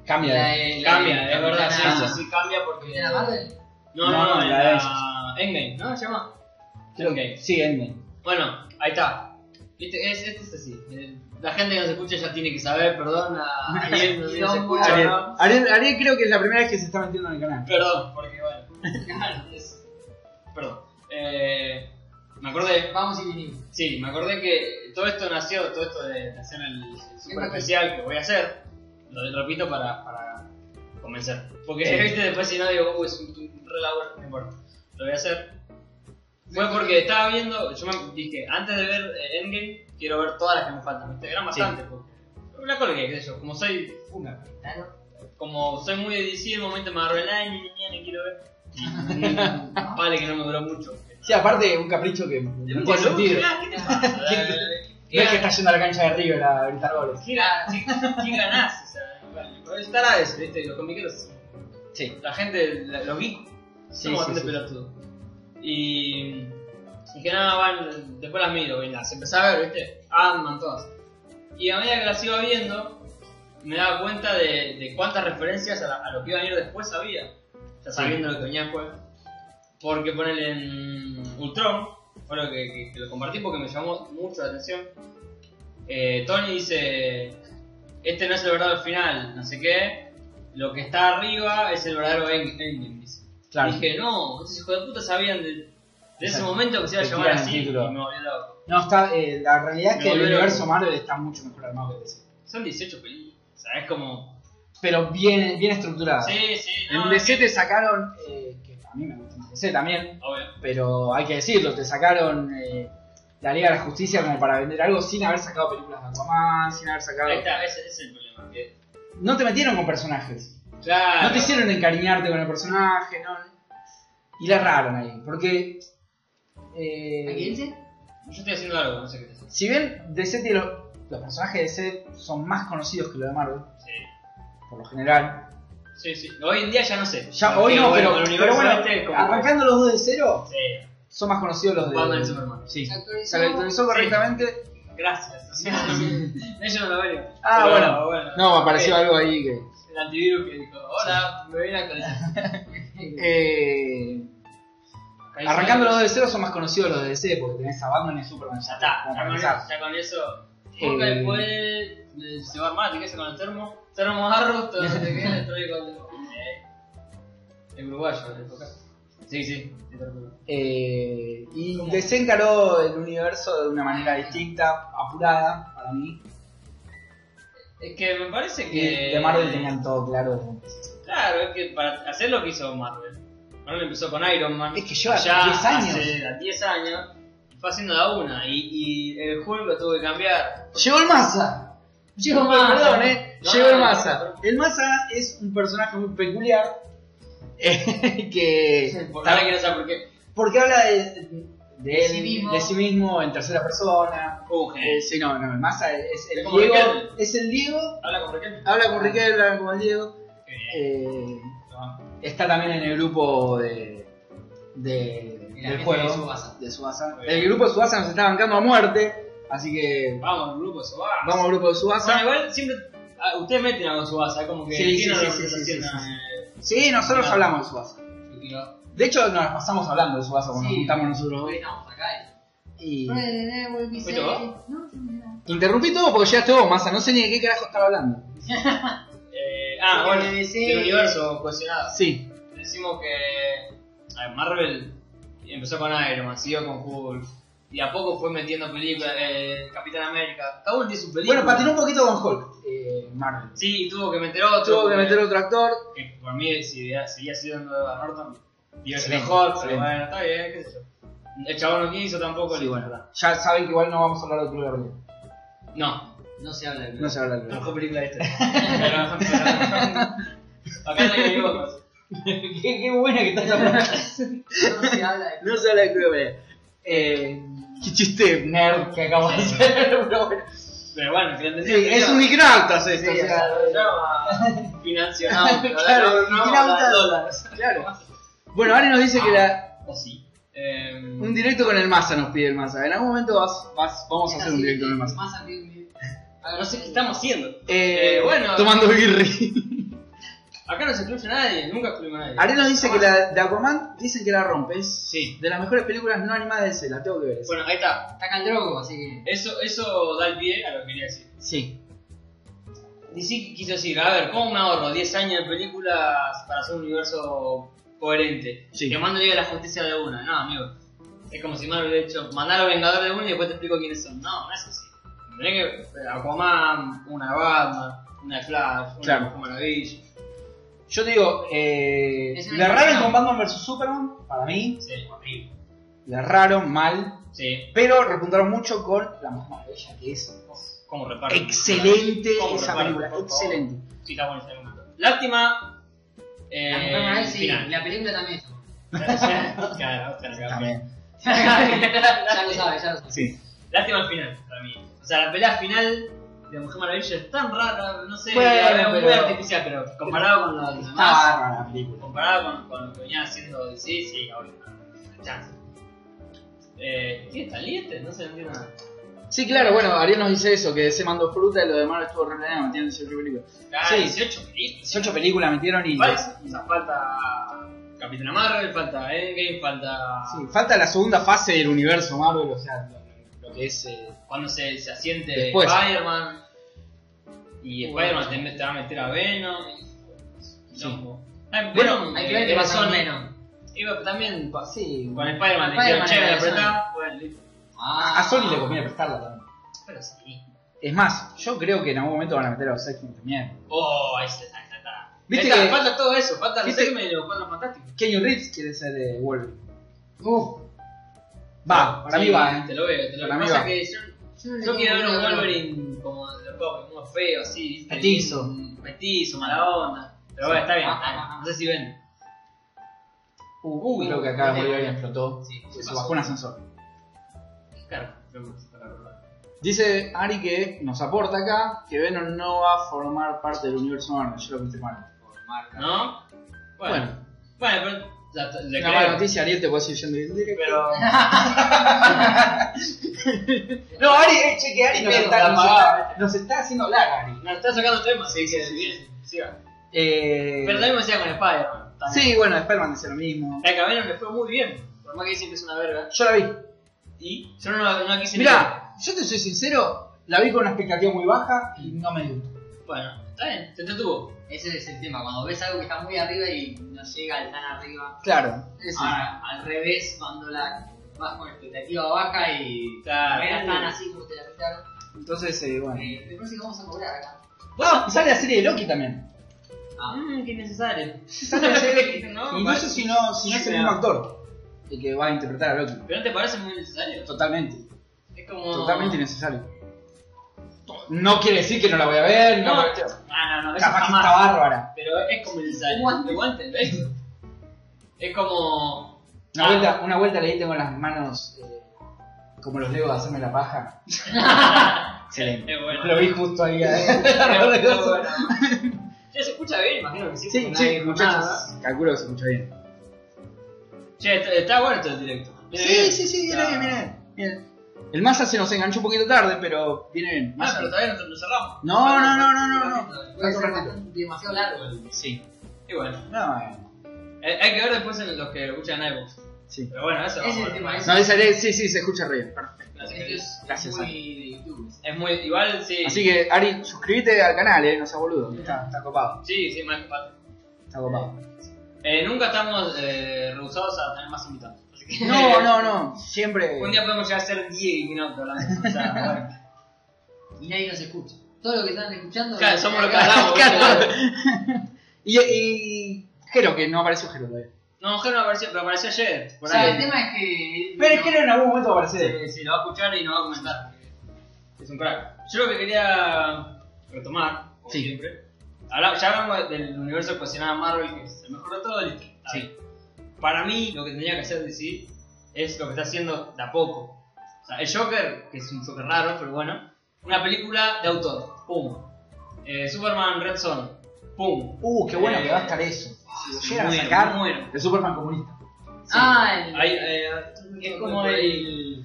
Cambia de. de- Cambia, de- es verdad, sí, Capitana- sí, sí, cambia porque. Capitana Marvel. No, No, no, no, la en de la Endgame, ¿no? ¿Se llama? Endgame. Sí, Endgame. Bueno, ahí está. Este es, este es así. Eh, La gente que nos escucha ya tiene que saber, perdón <laughs> a alguien que nos escucha, Ariel. ¿no? Ariel, Ariel creo que es la primera vez que se está metiendo en el canal. Perdón, porque bueno. Claro, es- Perdón. Eh, me acordé, Vamos y vinimos. sí, me acordé que todo esto nació, todo esto de de hacer el, el super especial que voy a hacer, lo repito para, para convencer. Porque Sí. viste, después si no digo, uy, es un, un re laburo", no importa, lo voy a hacer. Fue porque estaba viendo, yo me dije, antes de ver eh, Endgame, quiero ver todas las que me faltan, ¿viste? Eran Sí. bastantes, porque la colgué, qué sé yo, como soy Una, claro. como soy muy de DC, en un momento me agarró el año y ni quiero <laughs> ver. vale, que no me duró mucho. Sí, aparte, un capricho que no tiene sentido. Ah, ¿Qué te pasa? No es que <laughs> está yendo a la cancha de River a gritar goles. ¿Qué ga- qué- qué ganás? O sea, bueno, pero estará eso, este, ¿viste? Los comiqueros, Sí. la gente, la- los geeks, Sí, somos sí, bastante sí. pelotudos. Y dije, nada, van, después las miro, y las empezaba a ver, ¿viste? Ant-Man, todas. Y a medida que las iba viendo, me daba cuenta de, de cuántas referencias a, la- a lo que iba a venir después había. Ya sabiendo lo que venía después. Porque ponerle en Ultron, bueno, que, que- que lo compartí porque me llamó mucho la atención. Eh, Tony dice, este no es el verdadero final, no sé qué. Lo que está arriba es el verdadero end- ending, dice. Claro. Dije, no, estos hijos de puta sabían de, de ese Exacto. momento que se iba a Te llamar tiran el así y me título. volvió loco. No, está, eh, la realidad es que Me el volvió universo loco. Marvel está mucho mejor armado que el DC. Son 18 películas, o sea, es como... Pero bien, bien estructurado. Sí, sí, no, En DC te sacaron, eh, que a mí me gusta más DC también, obvio. pero hay que decirlo, te sacaron eh, la Liga de la Justicia como para vender algo sin haber sacado películas de Aquaman, sin haber sacado... Ahí está, ese, ese es el problema. que- No te metieron con personajes, claro, no te hicieron encariñarte con el personaje, no... Y la erraron ahí, porque... eh, ¿A quién se? yo estoy haciendo algo, no sé qué te haces. si bien DC tiene los, los personajes de DC son más conocidos que los de Marvel, por lo general, Sí, sí, sí. Hoy en día ya no sé. Ya, Porque, hoy no, bueno, pero, el pero universo bueno, este es como... arrancando los dos de cero, Sí, son más conocidos los de... Batman y Superman. Sí, Se se actualizó. actualizó correctamente Gracias. O sea, <laughs> ellos no lo veo. Ah, Pero, bueno. No, me apareció eh, algo ahí que. El antivirus que dijo, hola, me viene a colar. Eh, arrancando los DDC son más conocidos los DDC porque tenés a Batman y Superman. Ya está, ya como para con, empezar. eso, ya con eso. Boca Eh. después eh, se va armar, te quedas con el termo. Termo arroz, todo lo que queda, trae con eh, el uruguayo, el Boca. Sí, sí, el termo. Eh, y ¿Cómo? desencaró el universo de una manera distinta, apurada para mí. Es que me parece que. Y de Marvel tenían todo claro. Claro, es que para hacer lo que hizo Marvel. Marvel empezó con Iron Man. Es que lleva ya 10 años. hace 10 años. y Fue haciendo la una. Y, y el Hulk lo tuvo que cambiar. Llegó el Massa. Llegó el Massa. Perdón, eh. No, Llegó el no, no, Massa. no. El Massa es un personaje muy peculiar. eh, <laughs> que. Porque ahora quiero saber por qué. Porque habla de. De, De él- sí mismo. de sí mismo en tercera persona. Un Eh, genio. sí, no, no, el Massa es el Es como Diego. Riquelme. Es el Diego. Habla con Raquel. Habla con Riquelme, habla con el Diego. Eh, Ajá. está también en el grupo de, de Y la del gente juego de Tsubasa. de Tsubasa. Muy bien. El grupo de Subasa nos está bancando a muerte, así que Vamos, grupo, eso va. vamos al grupo de Bueno, Subasa. igual siempre. ah, ustedes meten algo en su base, como que. Sí, sí, tienen una sí, sí, sí, sí, representación, eh, Sí, nosotros Claro. hablamos de Subasa. Yo quiero. De hecho, nos la pasamos hablando de Subasa cuando nos juntamos nosotros dos. Bueno, acá. Y ¿Fuiste vos? No, yo no. Mm. interrumpí todo porque llegaste vos, Massa. No sé ni de qué carajo estaba hablando. eh, ah, Porque bueno, le decía- el universo cuestionado. Sí, Decimos que. A ver, Marvel empezó con Iron Man, siguió con Hulk. Y a poco fue metiendo películas. Eh, Capitán América. Cada uno tiene su película. bueno, patinó un poquito con Hulk. Eh, Marvel. Sí, tuvo que meter otro. Tuvo porque- que meter otro actor. Que por mí, si hubiera- seguía siendo a Norton, iba a ser Excelente, mejor, pero excelente. bueno, está bien, qué sé yo. El chabón no quiso tampoco, Sí, le- bueno, ya saben que igual no vamos a hablar de Club de la Pelea. No, No se habla de No se habla de Club de la Pelea. mejor película este. esta. Pero- pero- <laughs> Acá no hay equívocos. <laughs> qué, qué buena que estás hablando. No se habla <laughs> de No se habla de Club B. Eh, qué chiste nerd que acabo de hacer, <laughs> pero bueno. Pero bueno, que entendí. Sí, es un micronautas esto, o sea. <laughs> Financiado. Claro, micronautas. dólares. Claro. Bueno, Ari nos dice que la- O sí. Eh, un directo con el Massa nos pide el Masa. En algún momento vas, vas- vamos a hacer un directo con el Masa. Más ambiente. no sé qué estamos haciendo. Eh, Eh, bueno. Tomando birri. Acá no se excluye a nadie, nunca excluye a nadie. Ari nos dice que la de Aquaman dicen que la rompes. Ah. Sí. De las mejores películas no animadas de ese, la tengo que ver. esa. Bueno, ahí está. Ataca el drogo, así que. Eso, eso da el pie a lo que quería decir. Sí. DC quiso decir, a ver, ¿cómo me ahorro 10 años de películas para hacer un universo coherente? Sí. Que mando Liga de la Justicia de una. No, amigo. Es como si Marvel hubiera hecho, mandar a los Vengadores de una y después te explico quiénes son. No, no es así. Tenés que eh, Aquaman, una Batman, una Flash, una Claro. Mujer Maravilla. Yo te digo, eh, Es la una erraron con animación. Batman vs Superman, para mí. Sí, horrible. La erraron mal. Sí, Pero repuntaron mucho con La Mujer Maravilla, que es cómo reparto. excelente ¿Cómo esa reparto, película, por favor? excelente. Sí, está bueno ese argumento. Lástima. Eh, La mujer Maravilla, Ah, sí, final. <laughs> la película también. claro, claro, claro. También. ya lo sabes, ya lo sabes. Sí. Lástima al final, para mí. O sea, la pelea final de Mujer Maravilla es tan rara, no sé, Bueno, la veo muy pero- Ah, artificial, pero comparado con lo Está demás, bárbara la película. comparado con, con lo que venía haciendo DC, sí, ahora no hay chance. Eh, ¿Qué caliente? No se entiende nada. Sí, claro, bueno, Ariel nos dice eso, que se mandó fruta y lo demás estuvo re planeado, metieron 18 películas. Ah, Sí. 18 películas. 18 películas metieron y... Falta, o sea, falta Capitana Marvel, falta Endgame, falta. Sí, falta la segunda fase del universo Marvel, o sea, lo, lo que es... eh, Cuando se, se asiente Después. Spider-Man. Y Uy. Spider-Man te, te va a meter a Venom. Sí. No. Ah, Venom, Bueno, hay que ver eh, qué era pasó con Sony. Venom. Iba también pa- Sí, con Spider-Man, le dijeron, Spider-Man che, era la de Sony". apretá, bueno, listo. Ah, a Sony le conviene prestarla también. Pero sí. Es más, yo creo que en algún momento van a meter a los X-Men también. Oh, ahí está, ahí está, ahí está. Viste Ahí está, que- falta todo eso, falta los viste- X-Men y los Cuatro Fantásticos. Kenny Reeves quiere ser de Wolverine. Uh, Va, para Sí, mí va, ¿eh? Te lo veo, te lo Para veo. mí Pasa va. que yo, yo yo le quiero ver digo, un bueno, Wolverine como de los cómics, como feo, así. ¿viste? Petizo. Petizo, mala onda. Pero bueno, está bien, está bien. No sé si ven. Uh, creo que acá Wolverine explotó. Sí, Se pasó. bajó un ascensor. Claro, creo que está la verdad. Dice Ari que nos aporta acá que Venom no va a formar parte del universo Marvel. Yo lo confirmaron. Por marca. ¿No? Bueno, Bueno, bueno, pero La, le Una creo. mala noticia, Ariel, te puedes ir yendo bien directo. <laughs> Pero. No, Ari, eh, che, que Ari Sí, nos, no, está, la nos, apagaba. está, nos está haciendo hablar, Ari. Nos está sacando temas. Sí, sí, que sí. bien, siga. Eh, Pero también me decía con Spider-Man. también. sí, bueno, Spider-Man dice lo mismo. La Cameron le fue muy bien. Por más que dicen que es una verga. Yo la vi. Y yo no, no la quise ni ver. Mirá, yo te soy sincero, la vi con una expectativa muy baja y no me gustó. Bueno, está bien, te entretuvo. Ese es el tema, cuando ves algo que está muy arriba y no llega al tan arriba. Claro. es- Ahora, al revés, cuando la vas con expectativa baja y no Claro. era tan así como te la pintaron. Entonces, eh, bueno. Eh, me parece que vamos a cobrar acá. Ah, y sale la serie de Loki también. Mmm, qué <laughs> necesario. Sale la serie de Loki. No, Y no sé si no, si no es el mismo actor el que va a interpretar a Loki. ¿Pero no te parece muy necesario? Totalmente. Es como. Totalmente innecesario. No quiere decir que no la voy a ver, no. No. no Ah, no, no, eso Capaz que jamás. está bárbara. Pero es como necesario. Guante. Guante, ¿ves? Es como. Una, Ah. vuelta, una vuelta leí, tengo las manos eh, como los legos de hacerme la paja. <laughs> Excelente. Es eh, bueno. Lo vi <laughs> justo ahí. <laughs> Es eh. bueno. Che, se escucha bien, imagino que sí. sí, porque nadie sí, dijo nada. muchachos. Calculo que se escucha bien. Che, está, está bueno todo el directo. Viene Sí, bien. sí, sí, viene Está- bien, viene bien. El Massa se nos enganchó un poquito tarde, pero viene bien. Ah, Massa. pero todavía no, no cerramos. No, no, no, no, no, no. Puede ser bastante- demasiado largo. el- Sí. Y bueno, No, eh, eh, hay que ver después en los que escuchan iVoox. sí. Pero bueno, eso. Ese es el bueno, tema, ese- No, esa ley- sí, sí, se escucha re bien. perfecto. Así Esto que- es Gracias, muy de YouTube. Es muy. Igual sí. Así que, Ari, suscríbete al canal, eh, no seas boludo. Está, está copado, Sí, sí, más que pasa. está copado. Eh, nunca estamos eh, rehusados a tener más invitados. Así que- No, no, no, siempre... <laughs> Un día podemos llegar a ser 10 y que no, que hablamos. O <laughs> sea, bueno. Y nadie nos escucha. Todo lo que están escuchando. Claro, somos <laughs> los que hablamos. Claro. ¿viste? Y, y Jero, que no apareció Jero todavía. No, Jero no apareció, pero apareció ayer. Por O sea, ahí. el tema es que. Jero en algún momento apareció. Sí, sí, lo va a escuchar y nos va a comentar. Es un crack. Yo lo que quería retomar, como Sí. siempre, habla- ya hablamos del universo cocinado Marvel, que es el mejor de todo. listo. Está Sí. bien. Para mí, lo que tendría que hacer DC es lo que está haciendo de a poco. O sea, el Joker, que es un Joker raro, pero bueno, una película de autor, pum. Eh, Superman Red Son, pum. Uh, qué bueno Eh, que va a estar eso. Sí, Si llegan a muero, sacar muero. el Superman comunista. Ah, el. Ahí, eh, es como el.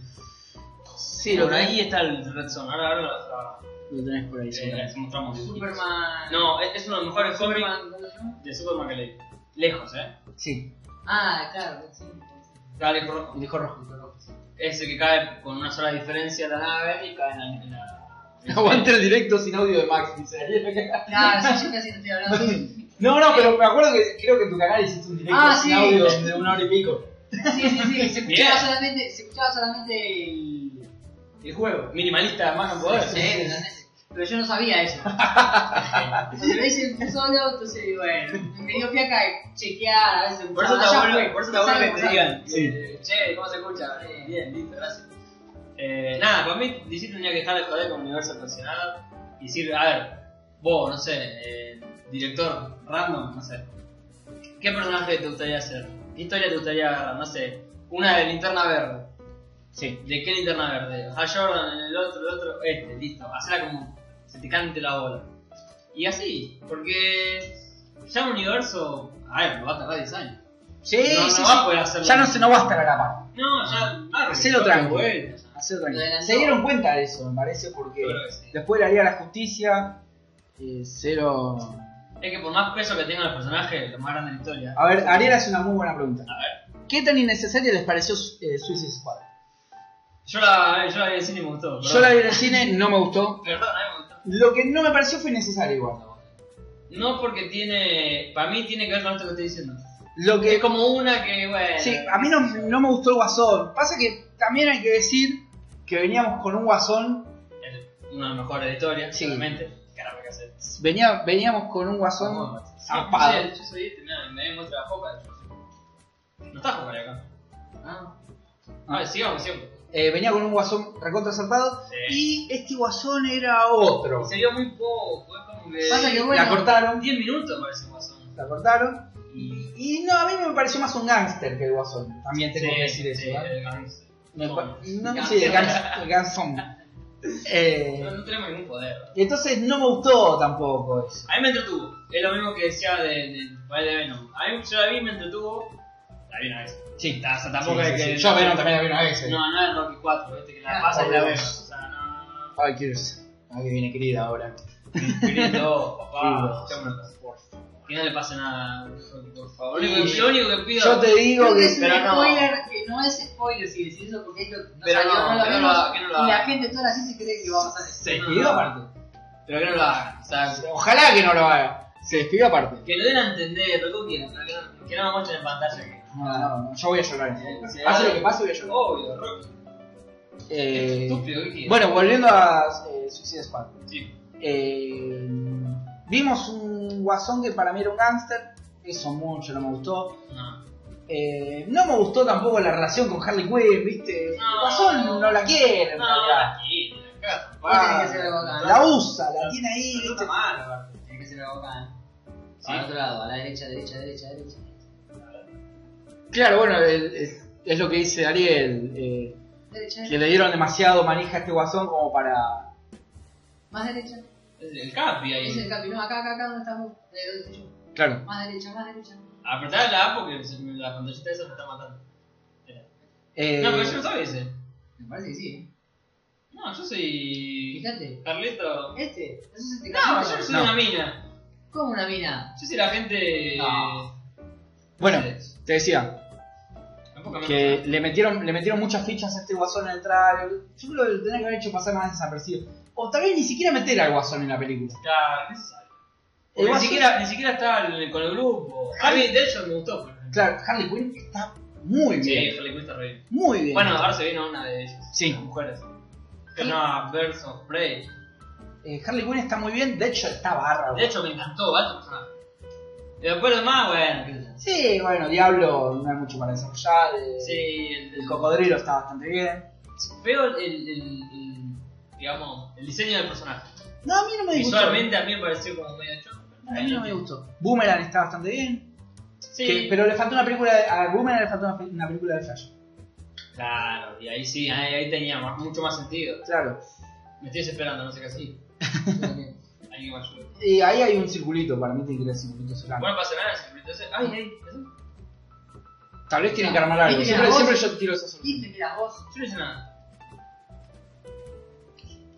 Sí, lo que ahí está el Red Son. Ahora, ahora, ahora, ahora. Lo tenés por ahí, seguramente. Eh, mostramos. Superman. No, es, es uno de los mejores cómics Superman, ¿cómo se llama? de Superman que leí. Lejos, ¿eh? Sí, Ah, claro, sí. Cada lejos rojo. el hijo rojo. Es el que cae con una sola diferencia a la nave y cae en la. en la- <laughs> Aguante el directo sin audio de Max, dice. <laughs> Claro, sí, yo casi no estoy hablando. Sí, No, no, pero me acuerdo que creo que en tu canal hiciste un directo Ah, sin sí. audio de una hora y pico. sí, sí. Se Bien. escuchaba solamente, se escuchaba solamente el. El juego. Minimalista, más no poder. Sí, ¿entendés? Pero yo no <laughs> sabía eso. Cuando lo hice en solo, entonces, bueno, me dio fiaca de chequear a veces. Por eso Ah, ya está fue, bueno, por eso está bueno sabe que cómo te sabe. digan. Sí. eh, Che, ¿cómo se escucha? Sí. Bien, listo, gracias. Eh, nada, para mí DC tenía que dejar de joder con el universo cocinado y decir, a ver, vos, no sé, eh, director random, no sé. ¿Qué personaje te gustaría hacer? ¿Qué historia te gustaría agarrar? No sé, una de linterna verde. Sí. ¿De qué linterna verde? A Jordan, el otro, el otro, este, listo. Hacela como se te cante la bola. Y así, porque ya un universo, a ver, lo va a tardar 10 años. Sí, No, no sí, va a sí. poder hacerlo. Ya no, se, no va a estar a la par. No, ya, ah, Marvel. Hacelo yo tranqui. creo que vuelve. Hacelo tranquilo. Lo adelantó. Se dieron cuenta de eso, me parece, porque Yo creo que sí. después de la Liga de la Justicia, eh, cero... Es que por más peso que tenga el personaje, lo más grande de la historia. A ver, Ariel hace una muy buena pregunta. A ver. ¿Qué tan innecesaria les pareció eh, Suicide Squad? Yo la, yo la vi en el cine y me gustó. Yo la vi en el cine, no me gustó. Perdón, a mí me gustó. Lo que no me pareció fue innecesario igual. No porque tiene. Para mí tiene que ver con esto que estoy diciendo. Lo Es que. como una que, bueno. Sí, a mí no, no me gustó el guasón. Pasa que también hay que decir que veníamos con un guasón. el- Una de las mejores de la historia, Sí. seguramente. Caramba, ¿qué hacer? Venía, veníamos con un guasón Sí, zarpado. Yo soy este, mirá, me muestra la foca. No está Foca acá. Ah, A ver, sigamos, sigamos. Eh, venía con un guasón recontra zarpado. Sí. Y este guasón era otro. Se vio muy poco, es como que. Pasa que bueno. La cortaron. 10 minutos parece Guasón. La cortaron. Y, y no, a mí me pareció más un gángster que el guasón. También tengo que decir eso. sí, ¿eh? el Guns. Me pa- no, Gans- sí, el gans- el gansón. Eh, No, no tenemos ningún poder. y entonces no me gustó tampoco eso. A mí me entretuvo. Es lo mismo que decía de, de, de Venom. A mí yo la vi y me entretuvo. La vi una vez. Sí, O sea, tampoco es Sí, sí, que. sí. Yo Venom también la vi una vez. eh. No, no es Rocky 4, viste que la Ah, pasa y la por vemos. Dios. O sea, no, no, no. Ay, Kirsten. Ah, que viene querida ahora. <laughs> Querido, papá, Dios. démonos, por favor. Que no le pase nada a Rocky, por favor. Lo Y- único- Lo único que pido. Yo te digo Creo que es que. un pero no. spoiler que no es spoiler si decís eso porque ellos no Pero salió, no, lo que no vimos, lo haga, que no lo y la haga. gente, toda la gente cree que vamos a Se hacer Se despidió despidió aparte. aparte. Pero que no lo hagan. O sea, Ojalá que no lo haga. Se despidió aparte. que lo den a entender, lo que quieran. pero que no- Que no me muestren en pantalla. que- No, no, no, yo voy a llorar. Se Pase va- lo que pase, voy a llorar. Obvio, Rocky. Eh, Estúpido, ¿qué quieres? bueno, volviendo a eh, Suicide Squad. Sí. Eh, vimos un guasón que para mí era un gángster. Eso mucho no me gustó. No. Eh, no me gustó tampoco la relación con Harley Quinn, ¿viste? El No. guasón no la quiere. en No, realidad. aquí, acá. Ah, Tiene que ser algo acá, ¿no? la usa, la tiene ahí. No ¿viste? está mal, aparte. Tiene que ser la boca. ¿eh? Sí. Al otro lado, a la derecha, derecha, derecha, derecha. Claro, bueno, el- es, es lo que dice Ariel. eh, Derecha, que le dieron demasiado manija a este guasón como para. más derecha. El el capi Es ahí. el camino, acá, acá, acá, donde estamos. Eh, donde estoy yo. Claro. Más derecha, más derecha. Apretar la A porque se- la pantallita esa me está matando. eh, No, pero yo no sabía ese. Me parece que sí. ¿eh? No, yo soy. Fíjate. Carlito. Este, eso es este No, camino. yo no soy No. una mina. Como una mina. Yo soy la gente. No. bueno, Eh, te decía Tampoco me que gusta. le metieron, le metieron muchas fichas a este guasón en el trailer. Yo creo que lo tendría que haber hecho pasar más desapercibido. O tal vez ni siquiera meter al guasón en la película. Claro, no se sabe. Eh, El Porque Ni guasón- siquiera, ni siquiera está el- con el grupo. A mí, de hecho, me gustó. por ejemplo. Claro, Harley Quinn está muy Sí, bien. Harley Quinn está re bien. Muy bien. Bueno, ahora se vino una de ellas. Sí. Las mujeres. Que se llama Birds of Prey. Eh, Harley Quinn está muy bien, de hecho está bárbaro. De hecho, me encantó, ¿vale? personaje. Y después lo demás, bueno. qué sé yo. Sí, bueno, Diablo no hay mucho para desarrollar. eh, Sí, el, El cocodrilo está bastante bien. Veo el, el- el- el- digamos, el diseño del personaje. No, a mí no me disgustó. Visualmente a mí me pareció como medio chorro. A mí no me gustó. Boomerang está bastante bien. Sí, que- pero le faltó una película. de- a Boomerang le faltó una, pe- una película de Flash. claro, y ahí sí, ahí, ahí tenía más- mucho más sentido. Claro. Me estoy desesperando, no sé qué hacer. Yo <laughs> también. Alguien me ayude. Y ahí hay un circulito, para mí tiene que ir el circulito solano. Bueno, pasa nada, siempre. entonces, ay, ay, eso. yo Tal vez tienen que armar algo. Mira, Siempre, vos- siempre yo tiro esa solución. Viste, mira, vos. no hice nada.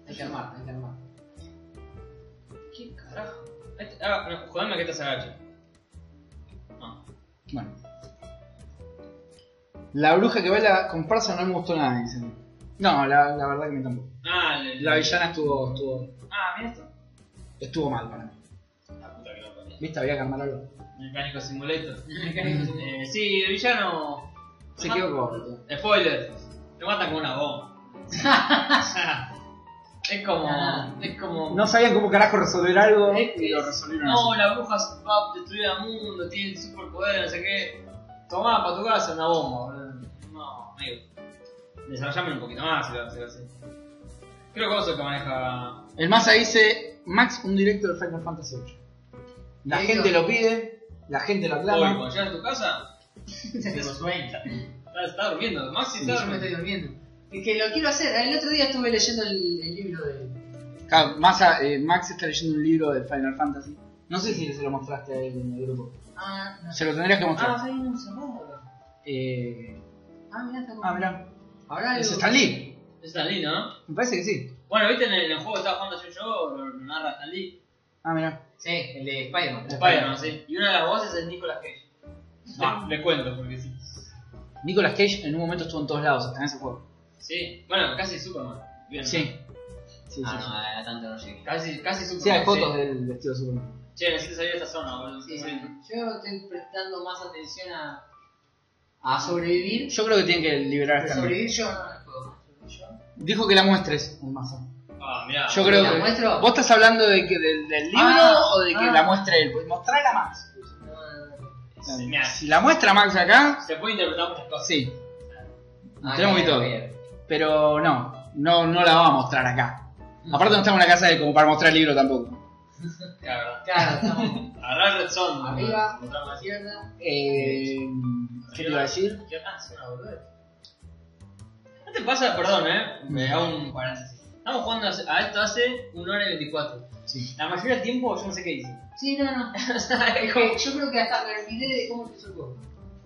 Hay que armar, hay que armar. ¿Qué carajo? Ahí te- Ah, no, jodeme que te se agache. No. Bueno. La bruja que baila con Parsa no me gustó nada, dicen. No, la, la verdad que me tampoco. Ah, el- el- La villana estuvo, estuvo, Ah, mira esto. estuvo mal para mí. La puta que no ponía. Viste, había que armar algo. Mecánico <laughs> Simulator. Mecánico Eh, sí, el villano. Se Ajá. quedó corto. Spoiler, lo matan con una bomba. es como. Es como. No sabían cómo carajo resolver algo es que y lo es- resolvieron No, la bruja va a destruir al mundo, tiene superpoder, no sé qué. Tomá para tu casa una bomba, boludo. No, amigo. Desarrollame un poquito más, si lo vas a hacer así. Creo que eso que maneja. El Massa dice, Max, un directo de Final Fantasy VIII. La Directo. gente lo pide, la gente lo Hoy, aclama. cuando llegas a tu casa, Tengo sueño. está, Ah, está durmiendo. Maxi Sí, está Yo me estoy durmiendo. durmiendo. Es que lo quiero hacer. El otro día estuve leyendo el, el libro de. Claro, Massa, eh, Max está leyendo un libro de Final Fantasy. No sé si se lo mostraste a él en el grupo. Ah, no sé. Se lo tendrías que mostrar. Ah, hay un cerrado. Eh, Ah, mirá, está como. ah, mirá. Ahora Es Stan Lee. Está lindo, ¿no? Me parece que sí. Bueno, viste en el, en el juego que estaba jugando yo, yo lo, lo narra Stan Lee, Ah, mirá. Sí, el de Spider-Man. Spider-Man, sí. Y una de las voces es Nicolas Cage. Ah. Le, le cuento, porque sí. Nicolas Cage en un momento estuvo en todos lados, hasta en ese juego. Sí, bueno, casi Superman. Bien, ¿no? Sí. Sí, sí. Ah, no, a tanto no llegué. Casi, casi Superman. Sí, hay sí. fotos del vestido de Superman. Che, necesito salir de esta zona, boludo. Sí, Sí. Yo estoy prestando más atención a. a sobrevivir. Yo creo que tienen que liberar a Pero Stan Lee. sobrevivir yo no la juego más. sobrevivir yo. Dijo que la muestres, el Massa. Ah, mirá. Yo creo ¿La que. muestro? ¿Vos estás hablando de que del, del libro Ah, o de que ah. la muestre él? Pues mostrarla Max. No, no, no, no. Sí, mirá. Si la muestra Max acá, Se puede interpretar muchas cosas. sí. Ah, Tenemos bien, y todo. bien. Pero no, no, no la va a mostrar acá. Aparte no estamos en una casa de como para mostrar el libro tampoco. La verdad. Claro, <laughs> estamos Agarrar Red Zone. Arriba. Botar a la más. izquierda. Eh, ¿Qué te iba a decir? ¿Qué ah, es una boludez. ¿No te pasa? Perdón, eh. Me hago un Ah, paréntesis. Estamos jugando hace- a esto hace 1 hora y 24. Sí. La mayoría del tiempo yo no sé qué hice. <laughs> Sí, no, no. O sea, es como- Yo creo que hasta me olvidé de cómo se el juego.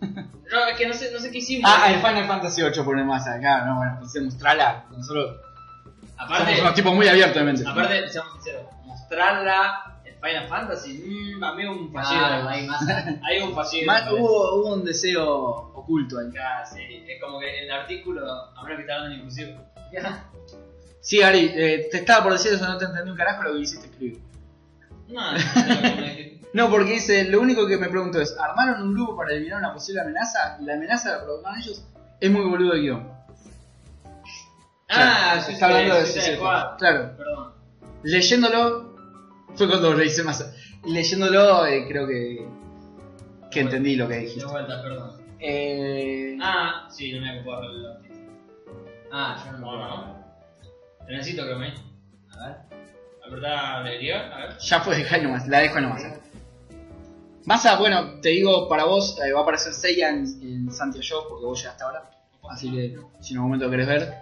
No, es que no sé, no sé qué hicimos. Ah, el Final Fantasy VIII pone más acá, no, bueno, pues mostrala. Nosotros somos aparte, unos tipos muy abiertos de mente. aparte, seamos sinceros, mostrarla el Final Fantasy, mmm, a mí un fallido. Claro, hay más. <laughs> hay un fallido. Más- hubo, hubo un deseo oculto ahí. Ah, sí, es como que el artículo, ahora que está hablando inclusive. Sí, Ari, eh, te estaba por decir eso, no te entendí un carajo lo que quisiste escribir. No, no, no, <laughs> no, no. No, porque dice, lo único que me pregunto es, ¿armaron un grupo para eliminar una posible amenaza? La amenaza la provocaron ellos, es muy boludo de guión. Ah, Claro, sí, está sí, hablando de sí, Suicide sí, Squad. Squad. Claro, Perdón. leyéndolo, fue cuando le hice más. Leyéndolo, eh, creo que, que Bueno. entendí lo que De dijiste. vuelta, perdón. Eh, Ah, sí, no me voy a ocupar del artículo. Ah, yo no me No, acuerdo. no. Te necesito, creo, ¿eh? A ver. Apretá la deriva, a ver. Ya fue, dejá nomás, la dejo nomás. Masa, bueno, te digo, para vos eh, va a aparecer Seiya en, en Santiago Show, porque vos llegaste ahora. Así que si en algún momento querés ver.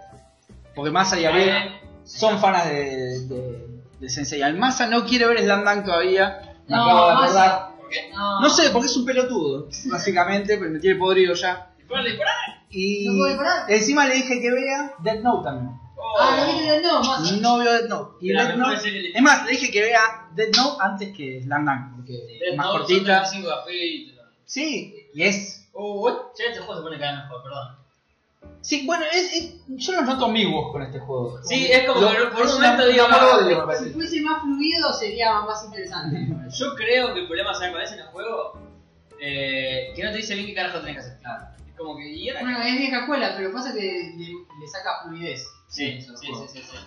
Porque Masa y Ariel son fanas de, de, de Sensei. Al Masa no quiere ver Slandan todavía. Me No, acabo de Masa. acordar. ¿Por qué? No, No sé, porque es un pelotudo, básicamente, pero me tiene podrido ya. ¿Y por el disparar? Y ¿No puede parar? encima le dije que vea Dead Note también. Oh. Ah, no viste no, más. No veo Dead Note. Y De las Death mejores Note- series de- Es más, le dije que vea Dead Note antes que Slandan, porque Death es más Note, cortita. son 35 capítulos. Sí, y es. Oh, what? Ya este juego se pone cada vez mejor, perdón. Sí, bueno, es, es- yo los noto ambiguos con este juego. Sí, es como que por un momento digo digo, "Ah, Si fuese más fluido sería más interesante. Yo creo que el problema, ¿sabes cuál es en el juego? Eh, que no te dice bien qué carajo tenés que hacer. Claro. Es como que, ¿y ahora? Bueno, es vieja escuela, pero pasa que le, le saca fluidez. Sí, Eso, sí, sí, juego. sí, sí.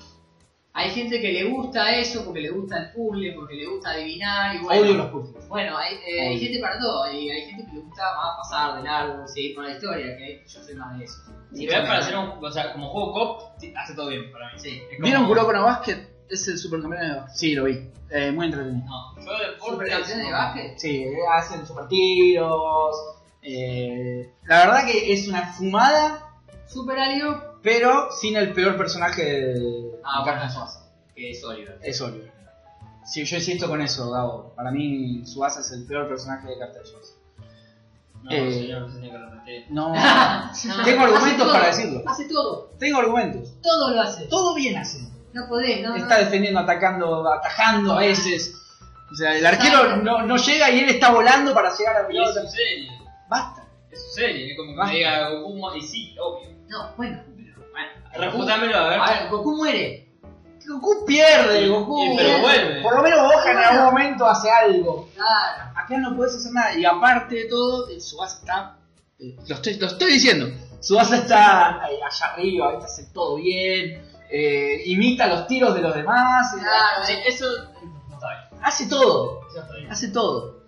Hay gente que le gusta eso porque le gusta el puzzle, porque le gusta adivinar y bueno. Odio los puzzles. Bueno, hay, eh, hay gente para todo y hay gente que le gusta más pasar de largo, seguir con la historia, que yo soy más de eso. Y igual para hacer un, o sea, como juego cop, ti- hace todo bien para mí. Sí. Es como- ¿Vieron Kuroko no Basket? Es el supercampeón de básquet. Sí, lo vi. Eh, muy entretenido. No, yo de deporte. ¿Supercampeón de básquet? Sí, eh, hacen super tiros. eh, la verdad que es una fumada, Super Alio, pero sin el peor personaje de Ah, de bueno. Tsubasa. que es Oliver. Es Oliver. Sí, yo insisto con eso, Gabo. Para mí, Subasa es el peor personaje de Carter Jones. No, Eh. señor, no se tiene que repetir. No. <laughs> No, Tengo hace argumentos todo, para decirlo. Hace todo, <laughs> Tengo argumentos. todo lo hace. Todo bien hace. No podés, no. Está defendiendo, atacando, atajando a veces. O sea, el arquero no, no llega y él está volando para llegar a la Y es pelota. su serie. Basta. Es su serie. Es como que Basta. me diga Goku Mo- y sí, obvio. No, bueno, pero bueno. Refutámelo, a ver. A ver, Goku muere. Goku pierde, Goku. Y- pero vuelve. Por lo menos Gohan en algún momento hace algo. Claro. Acá no puedes hacer nada. Y aparte de todo, eh, Subasa está. eh, Lo estoy, lo estoy diciendo. Subasa está eh, allá arriba, ahorita hace todo bien. eh, imita los tiros de los demás. eh, Claro, Sí, eso no está bien. hace todo. Eso está bien. Hace todo.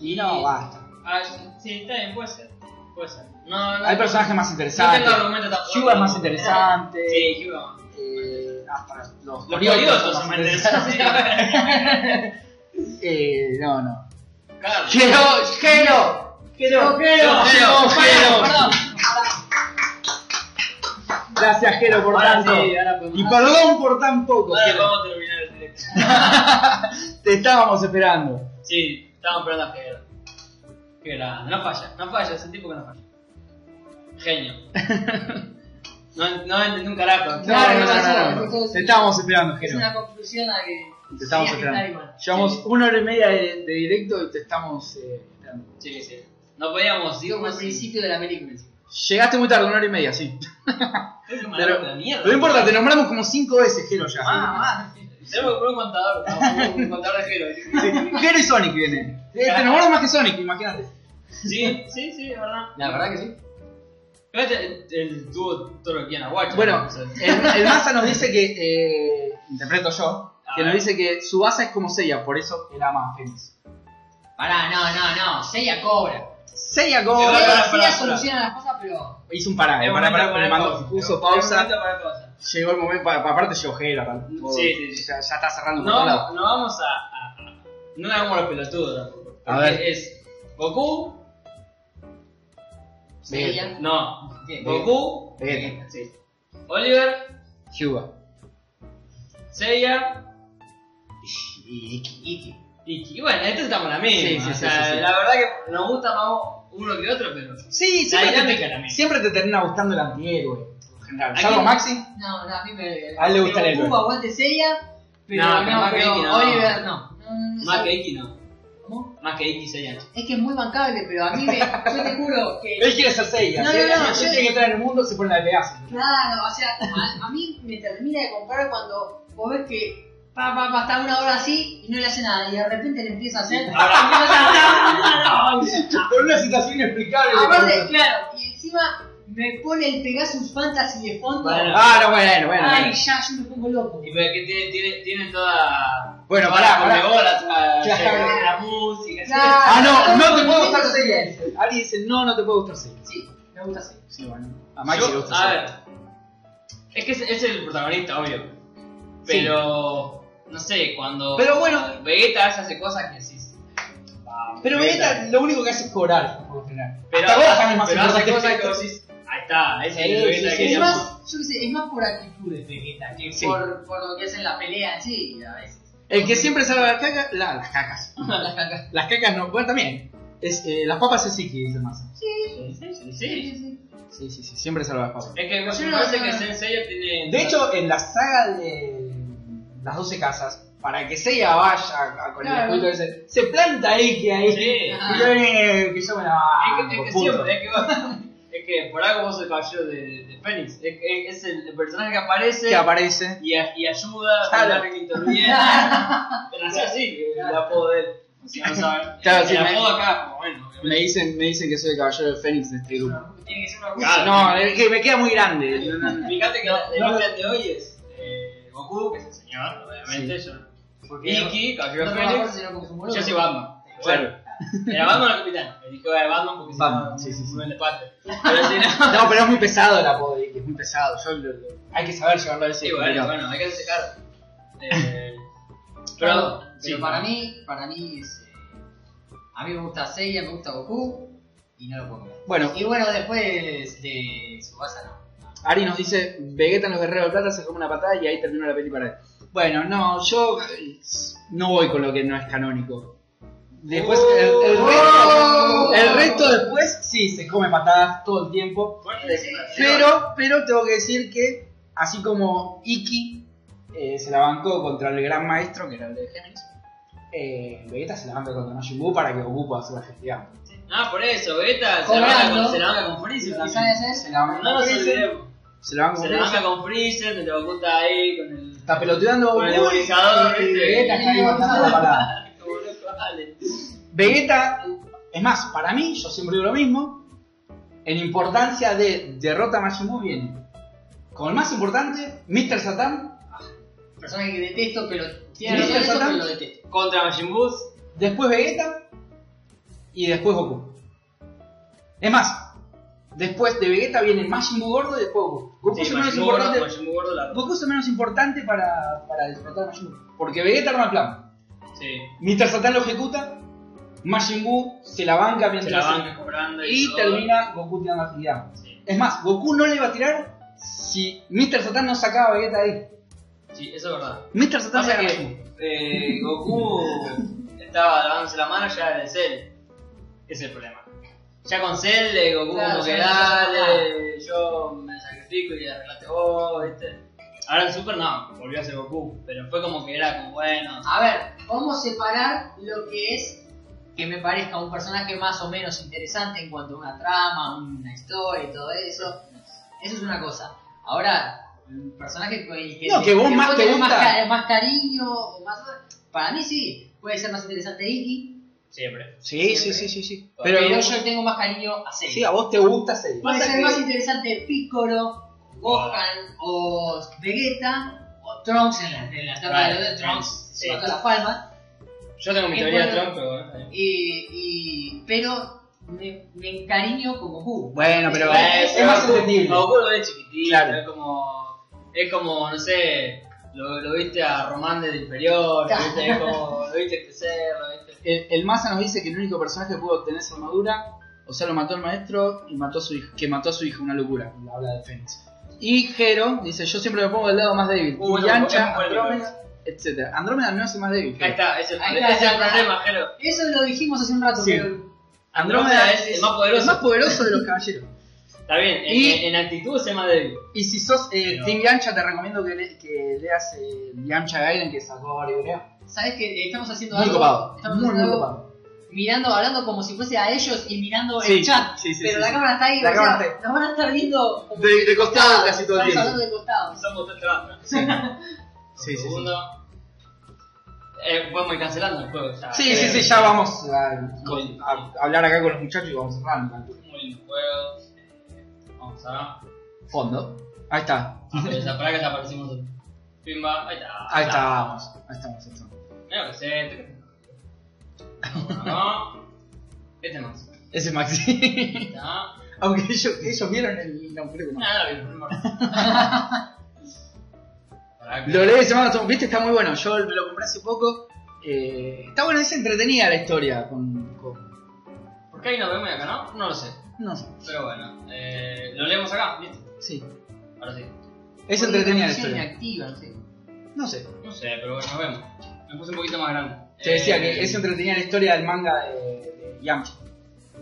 Y no, basta. Ah, sí, está bien, puede ser. Puede ser. No, no. Hay personajes más No tengo interesantes. argumento tampoco. Yuga es más interesante. Sí, Yuga. eh, hasta los Los Coriotos curiosos son más más interesantes. interesantes. Eh, no, no. <laughs> Claro. Gero, Gero, Gero, Gero, Gero, Gero. Perdón. Gracias, Gero, por Ahora tanto. sí, ahora podemos- y perdón por tan poco. Ahora Jero. vamos a terminar el directo. Te estábamos esperando. Sí, estábamos esperando a Figueroa. Qué grande, no falla, no falla, es un tipo que no falla. <laughs> Genio. No, no entendí un carajo. No, Claro, no, no, pasó, no, no. pasó, sí. Te estábamos esperando, Es Gero. una conclusión a que. Te estábamos Sí, es que esperando. está igual. Llevamos una hora y media de, de directo y te estamos eh, esperando. Sí, sí. No podíamos, Digo, digamos como el así. principio de la película. encima. Llegaste muy tarde, una hora y media, sí. Creo que me Pero- agarro la mierda. Pero no importa, te nombramos como cinco veces Gero ya. Ah, ah. Tenemos que poner un contador, ¿no? un contador de Gero. Sí, Gero y Sonic viene. Eh, Te enamoras más que Sonic, imagínate. <laughs> Sí, sí, sí, es verdad. La verdad que sí. Pero este, el tuvo todo lo que en Aguacho. Bueno, eh, ¿no? O sea, el, el Massa nos dice que, eh, interpreto yo, que Ah. nos dice que su base es como Seiya, por eso era más feliz. Pará, no, no, no. Seiya cobra. Seiya Pero cobra. pará, Seiya pará, Seiya pará. soluciona las cosas, pero. Hizo un pará, es eh, un pará, momento pará, para le mandó, pausa. puso Es un pausa. momento para pausa. Llegó el momento, pa- aparte llegó Gero, pa- todo- sí, sí. Ya, ya está cerrando por No, todos lados. vamos- no vamos a, a- a- No le hagamos los pelotudos tampoco. A Porque ver. Es Goku. Seiya. No. Eh, Bien. Goku. Vegeta, Sí. Oliver. Hyuga Seiya. y Iki. Y, y bueno, esto estamos en la misma. Sí, sí, o sí, sea, sí, sí. La verdad que nos gusta, vamos. uno que otro, pero. Sí, La siempre te, dinámica también. siempre te termina gustando el antihéroe. En general. Aquí- Salvo Maxi. No, no, a mí me. A él le gusta me el héroe. ocupa, aguante Seiya, pero No, no, pero más que pero Iki no. Oliver no. No, no, no, Más sí. que X no. ¿Cómo? Más que X serían. Es que es muy bancable, pero a mí me. Yo te juro que. Él quiere ser Seiya. No, si no, no, si yo- tiene que entrar en el mundo, se pone la de Pegaso. <laughs> Claro, o sea, a, a mí me termina de comprar cuando vos ves que pa, pa, pa, está una hora así y no le hace nada y de repente le <laughs> empieza a hacer. Por una situación inexplicable. Aparte, claro, y encima me pone el Pegasus Fantasy de fondo. Bueno. Ah, no, bueno, bueno. Ay, bueno. ya, yo me pongo loco. Y pero que tiene, tiene, tienen toda. Bueno, toda pará, la pará. bola, toda- Claro. toda eh, la música. así. Claro. Ah, no, no te puede Sí, gustar sí, Seiya. Alguien dice, no, no te puede gustar Seiya. Sí, me gusta así. Sí, bueno. A Yo- Maxi le gusta a Seiya. ver. Es que es, es el protagonista, obvio. Pero. No sé, cuando. Pero bueno. Vegeta hace hace cosas que decís. "Wow, Pero Vegeta lo único que hace es cobrar. por lo general. Pero, Hasta Gohan es más pero hace importante cosas que que vos decís. Ahí está, ese es el Sí, Vegeta que sí, sí, Es sí. queríamos". más, yo qué sé, es más por actitudes Vegeta que Sí. por, por lo que hacen la pelea en sí, a veces. El que siempre salva las cacas, la- las <laughs> cacas. Las cacas. Las cacas no, bueno también. Es, eh, las papas es Iki, dice Massa. sí, Sí, sí, sí. sí. Sí, sí, sí, siempre salva las papas. Es que Yo me no- parece no- que Sensei tiene. De hecho, en la saga de las 12 casas, para que Seiya vaya a- con Claro. el escudo ese, se planta Iki ahí. Sí. Y yo, eh, que yo me la Es que, es que banco, puto. siempre, eh. es que, va- <laughs> es que por algo vos sos el caballero de, de Fénix. Es, que es el, el personaje que aparece Que aparece. y, a- y ayuda, Claro. claro. que <laughs> interviene. Pero así, así, el apodo de él. Si no saben. Claro, el sí, me- apodo acá, como bueno, Me obviamente. dicen, me dicen que soy el caballero de Fénix de este grupo. Tiene que ser una Claro. No, es que me queda muy <laughs> grande. eh. Fíjate que la- No, la lista de hoy es eh, Goku, que es el señor, obviamente. Yo, Iki, caballero No de me acuerdo Fénix. si lo consumo. Yo soy Batman. Claro. Era Batman o el capitán. Me dijo era Batman porque si Batman, no, sí, sí, sí. me despate. Pero si no. No, pero es muy pesado el apodo de Iki, es muy pesado. Yo lo- lo- hay que saber llevarlo a ese. Sí, bueno, nivel. bueno, hay que hacerse <laughs> cargo. Eh, Pero, pero, pero para mí, para mí es. eh, a mí me gusta Seiya, me gusta Goku y no lo puedo comer. Bueno. Y bueno, después de Subasa no. Ari nos dice, Vegeta en los Guerreros de Plata se come una patada y ahí terminó la peli para él. Bueno, no, yo eh, no voy con lo que no es canónico. Después, el, el resto, Oh. el resto después, sí, se come patadas todo el tiempo. Pero, pero tengo que decir que, así como Iki eh, se la bancó contra el gran maestro, que era el de Géminis, eh, Vegeta se la banca contra Majin Buu para que Goku pueda hacer la gestión. Ah, por eso, Vegeta se la Cobrando. banca con- se la banca con Freezer. ¿Y también. sabes eso? Se la banca No con nos Freezer, olvidemos. se la banca Se con la Freezer, banca con Freezer, te lo gusta ahí con el. está peloteando a Con el Goku y- nebulizador, y ¿viste? Vegeta está ahí aguantando la parada. Como loco, dale. Vegeta, es más, para mí, yo siempre digo lo mismo, en importancia de derrota a Majin Buu viene, como el más importante, Mr. Satan, Personaje que detesto, pero tiene ¿Sí? razón eso, ¿Satán? pero lo detesto. Contra Majin Buu. después Vegeta y después Goku. Es más, después de Vegeta viene Majin Buu gordo y después Goku. Goku Sí, es el menos Majin Buu gordo, pues. importante, Majin Buu gordo, la- Goku es el menos importante para, para derrotar a Majin Buu, porque Vegeta arma el plan. Sí, Mr. Satan lo ejecuta, Majin Buu se la banca se mientras... la banca cobrando y Y todo. termina Goku tirando actividad. Sí. Es más, Goku no le iba a tirar si Mr. Satan no sacaba a Vegeta ahí. Sí, eso es verdad. Mr. Satan Pasa saca que eh, Goku estaba lavándose la mano ya de Cell. Ese es el problema. Ya con Cell, eh, Goku Claro, como ya que no se dale, yo me sacrifico y arreglaste vos, ¿viste? Ahora en Super no, volvió a ser Goku, pero fue como que era como bueno. A ver, podemos separar lo que es que me parezca un personaje más o menos interesante en cuanto a una trama, una historia y todo eso. Eso es una cosa. Ahora, un personaje con el que, No, que vos más te tenés gusta. ca- más cariño o más para mí sí, puede ser más interesante Iki, Siempre. Sí, sí, siempre. sí, sí, sí. pero, Pero, yo le tengo más cariño a Seiya. sí, a vos te gusta ese. puede pasa ser que- más interesante Piccolo, Gohan o Vegeta o Trunks en la, en la etapa Claro, de los de Trunks, Trunks, se sí. mató las palmas. Yo tengo mi Es teoría de bueno. Trump, pero. eh. y, y- pero me, me encariño con Goku. Bueno, pero Eh, es más Goku- entendible. Goku lo ves chiquitito, Claro. es como. Es como, no sé. Lo, lo viste a Román desde el inferior, lo viste, es como, lo viste crecer, lo viste. El, el Massa nos dice que el único personaje que pudo obtener esa armadura, o sea, lo mató el maestro y mató a su hija, que mató a su hija, una locura. Habla de Fénix. Y Jero dice, yo siempre me pongo del lado más débil. Uh, y no, Ancha, es muy bueno. Andrómeda, etc. Andrómeda no es el más débil. Ahí Jero. está, ese es el, Ahí está, ese es el ya está. problema, Jero. Eso lo dijimos hace un rato, Sí. pero Andrómeda es el más poderoso. El más poderoso de los caballeros. Está bien, en, Y- en actitud es el más débil. Y si sos eh, Pero- Team Yamcha, te recomiendo que, le- que leas eh, Yamcha Gaiden que sacó ahora Ibrea. ¿Sabes que estamos haciendo Muy algo? copado. Estamos Muy, muy haciendo algo copado. mirando, hablando como si fuese a ellos y mirando Sí, el chat. sí, sí, pero sí, la sí. cámara está ahí, La o cámara sea, está nos van a estar viendo como De, de costado casi todo el Estamos tiempo. hablando de costado. Somos tres trabajos. <laughs> Sí. Sí, sí, sí. Segundo. Eh, podemos ir cancelando el juego. Ya, Sí, sí, Eh, sí, ya vamos a, Con- a hablar acá con los muchachos y vamos cerrando. Muy lindo juego. Eh, Vamos a Fondo. Ahí está. <laughs> ver. Para que desaparecimos. Pimba, ahí está. Ahí estamos. Ahí estamos. Ahí estamos. Mira que se. No. Este no. Ahí Ese es Maxi. <laughs> está. Aunque ellos, ellos vieron el. No, creo que no. Nada, que no. <laughs> Pará que- Lo leí semana pasada, viste, está muy bueno. Yo me lo compré hace poco. Eh, está bueno, es entretenida la historia. Con, con- ¿Por qué ahí nos vemos y acá no? No lo sé. No sé, Pero bueno, eh, lo leemos acá, listo. sí. Ahora sí. Es Porque entretenida la conexión historia. inactiva, no sé. No sé. No sé, pero bueno, nos vemos. Me puse un poquito más grande. Te decía Eh, que es entretenida la historia del manga de, de Yamcha.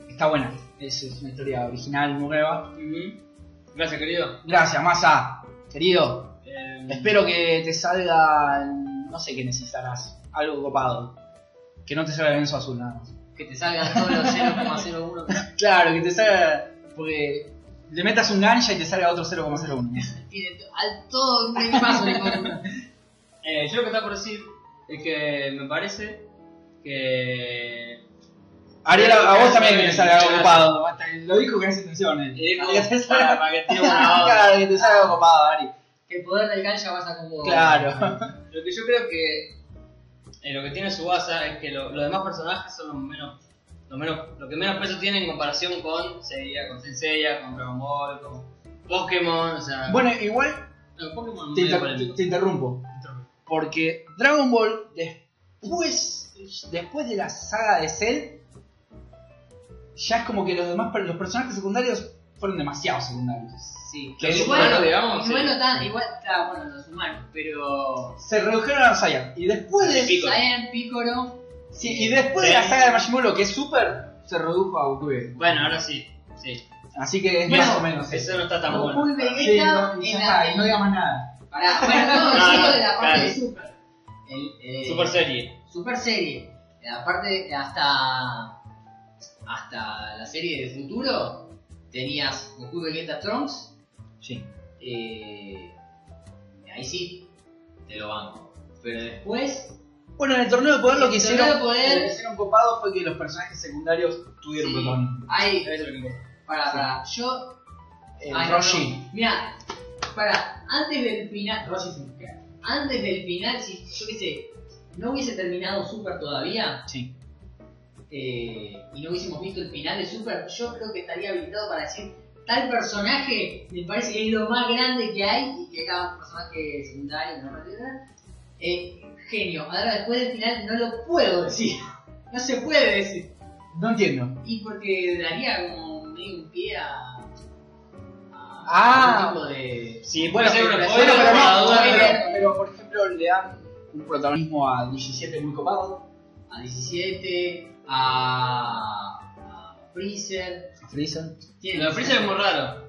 Está buena. Es, es una historia original, nueva. ujú. Gracias, querido. Gracias, Masa. Querido, Eh, espero que te salga. No sé qué necesitarás. Algo copado. Que no te salga el benzo azul, nada más. Que te salgan todos los 0,01. que Claro, que te salga. Porque le metas un gancha y te salga otro 0,01. Tiene to- al todo un paso de columna. eh, yo lo que está por decir es que me parece que. <laughs> Ariel, a vos también que te salga algo Claro. copado. Eh, Basta, Lo dijo con esa intención. Y él. <laughs> digo, Que para, te salga- para que tire <laughs> una onda. Claro, que te salga algo copado, Ari. Que el poder del gancha pasa con vos. Claro. Lo que yo creo que eh, lo que tiene Subasa es que lo- los demás personajes son los menos, los menos, lo que menos peso tienen en comparación con Seiya, con Senseiya, con Dragon Ball, con Pokémon, o sea, Bueno, igual no, Pokémon te, medio inter- polémico. te interrumpo. Porque Dragon Ball, después, después de la saga de Cell, ya es como que los demás los personajes secundarios fueron demasiado secundarios. Sí. Que es igual, humano, digamos, Igual sí. no tan, igual, claro, bueno, los humanos, pero. Se redujeron a Saiyan. Y después de Piccolo. Saiyan, Piccolo. Sí, y después de la saga de Majin Buu, lo que es Super, se redujo a Goku. Bebé. Bueno, ahora sí, sí. Así que es Bueno, más o menos eso. Eso no está tan Goku bueno. y Vegeta. Sí, no, en ya la- está, y no digas más nada. Pará, <laughs> bueno, no, No, yo no, digo de la parte claro. de Super. El, eh, Super serie. Super serie. La parte hasta. Hasta la serie de futuro. Tenías Goku Vegeta Trunks. Sí. eh, ahí sí. Te lo banco. Pero después. Bueno, en el torneo de poder lo que El torneo hicieron, de poder- lo que hicieron copado fue que los personajes secundarios tuvieron sí, protagonismo. Ahí. Eso es lo que importa. Para, para. Yo. Eh, ay, no, Roshi. no. Mirá. Para. Antes del final. Roshi es un crack. Antes del final, si yo qué sé. No hubiese terminado Super todavía. Sí. eh, y no hubiésemos visto el final de Super, yo creo que estaría habilitado para decir tal personaje me parece que es lo más grande que hay y que era un personaje secundario, no recuerdo. Eh, genio, ahora después del final no lo puedo decir, <laughs> no se puede decir. No entiendo. Y porque daría como medio un pie a, a Ah. algún tipo de... Sí, puede Bueno, ser pero, una bueno, spoiler, pero, una no, duda, pero- pero- pero, por ejemplo le dan un protagonismo a 17 muy copado, a 17, a, a Freezer. a Freezer. Tiene- Lo de Freezer es muy raro.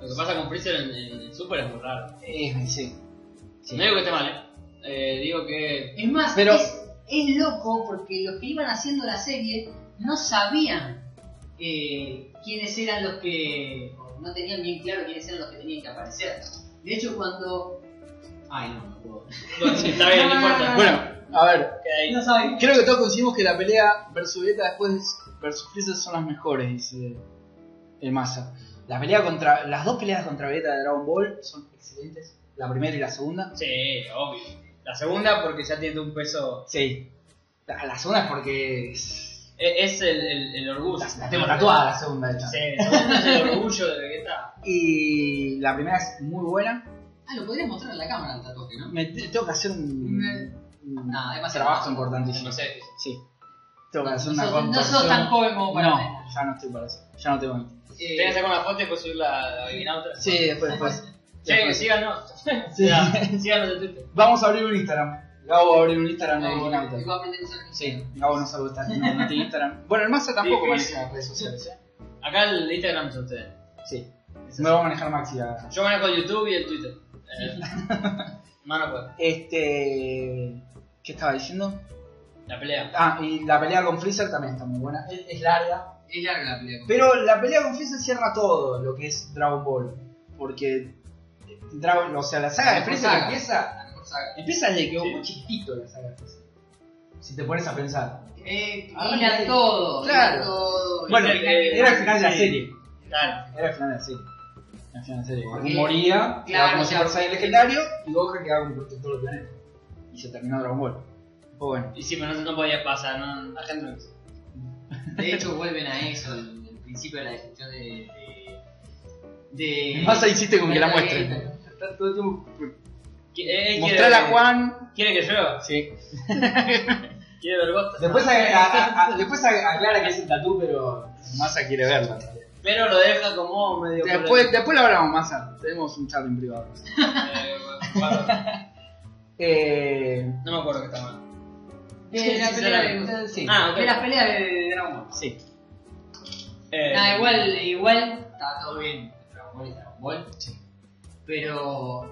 Lo que pasa con Freezer en, en- en Super es muy raro. Eh, sí. Sí. No digo que esté mal, ¿eh? Eh, digo <laughs> que. Es más, Pero- es, es loco porque los que iban haciendo la serie no sabían eh, quiénes eran los que. o no tenían bien claro quiénes eran los que tenían que aparecer. De hecho, cuando. Ay, no, no puedo. Bueno, sí, está bien, no importa. <laughs> Bueno, a ver, Queda ahí. No saben. creo que todos coincidimos que la pelea versus Vegeta después versus Freezer son las mejores, dice el Masa. La pelea contra, las dos peleas contra Vegeta de Dragon Ball son excelentes, la primera y la segunda. Sí, obvio. La segunda porque ya tiene un peso. Sí. La, la segunda es porque es- e- Es el, el, el orgullo. la, la tengo tatuada la segunda, de hecho. Sí, la segunda es el orgullo de Vegeta. Y la primera es muy buena. Ah, lo podrías mostrar en la cámara el tatuaje, ¿no? Me te- tengo que hacer un, Me- un No, demasiado. trabajo No importantísimo. sé. Sí. Tengo que hacer no, una sos, no sos contorsión. tan joven como para. No, ya no estoy para eso. Ya no tengo. Eh, Tenés que sacar una foto y después subirla a Vinauta. Sí, después, después. Che, Después. <laughs> síganos. Sí. Ya, Síganos de Twitter. Vamos a abrir un Instagram. Gabo va a abrir un Instagram de No, Dinamita. igualmente no sé. Sí, Gabo no sabe usar, no, no tiene Instagram. <laughs> Bueno, el Massa tampoco maneja redes sociales, ¿eh? Acá el Instagram es ustedes. Sí, Es me va a manejar Maxi ahora. así. Yo manejo el YouTube y el Twitter. Eh, Mano pues, Este. ¿Qué estaba diciendo? la pelea. Ah, y la pelea con Freezer también está muy buena. Es, es larga. Es larga la pelea. Pero la pelea con Freezer cierra todo lo que es Dragon Ball. Porque. Dragon, o sea, la saga de Por Freezer saga. empieza. La mejor saga. Empieza desde que Sí. muy chiquitito la saga de Freezer. Si te pones a pensar. Eh, Arranca hila ahí. todo. Claro. hila todo. Bueno, el que- era el eh, final de la sí. serie. Claro. Era el final de la serie. Era el final de la serie. Porque- Goku moría, Claro, quedaba como o sea, Super Saiyan legendario y Gohan quedaba como protector del planeta. Y se terminó Dragon Ball. Pues bueno. Y sí, pero no, no podía pasar, no, la gente no. De hecho, vuelven a eso, el, el principio de la destrucción de. de. de- Massa insiste con que la de muestren. Vegeta. Está todo el tiempo- Qui- eh, Mostrar a quiere- Juan. ¿Quiere que yo? Sí. ¿Quiere ver vos? Después, ag- a- <laughs> a- después ag- aclara que es el tatú, pero Massa quiere verla. Pero lo deja como medio. Después, después lo hablamos, Massa. Tenemos un chat en privado. Eh, bueno, bueno, Eh, no me acuerdo que está mal. De la Sí, pelea sí, de. sí. Ah, ok. De las peleas de Dragon Ball. sí. Eh, Nah, igual, igual está todo bien. Dragon Ball es Dragon Ball. Pero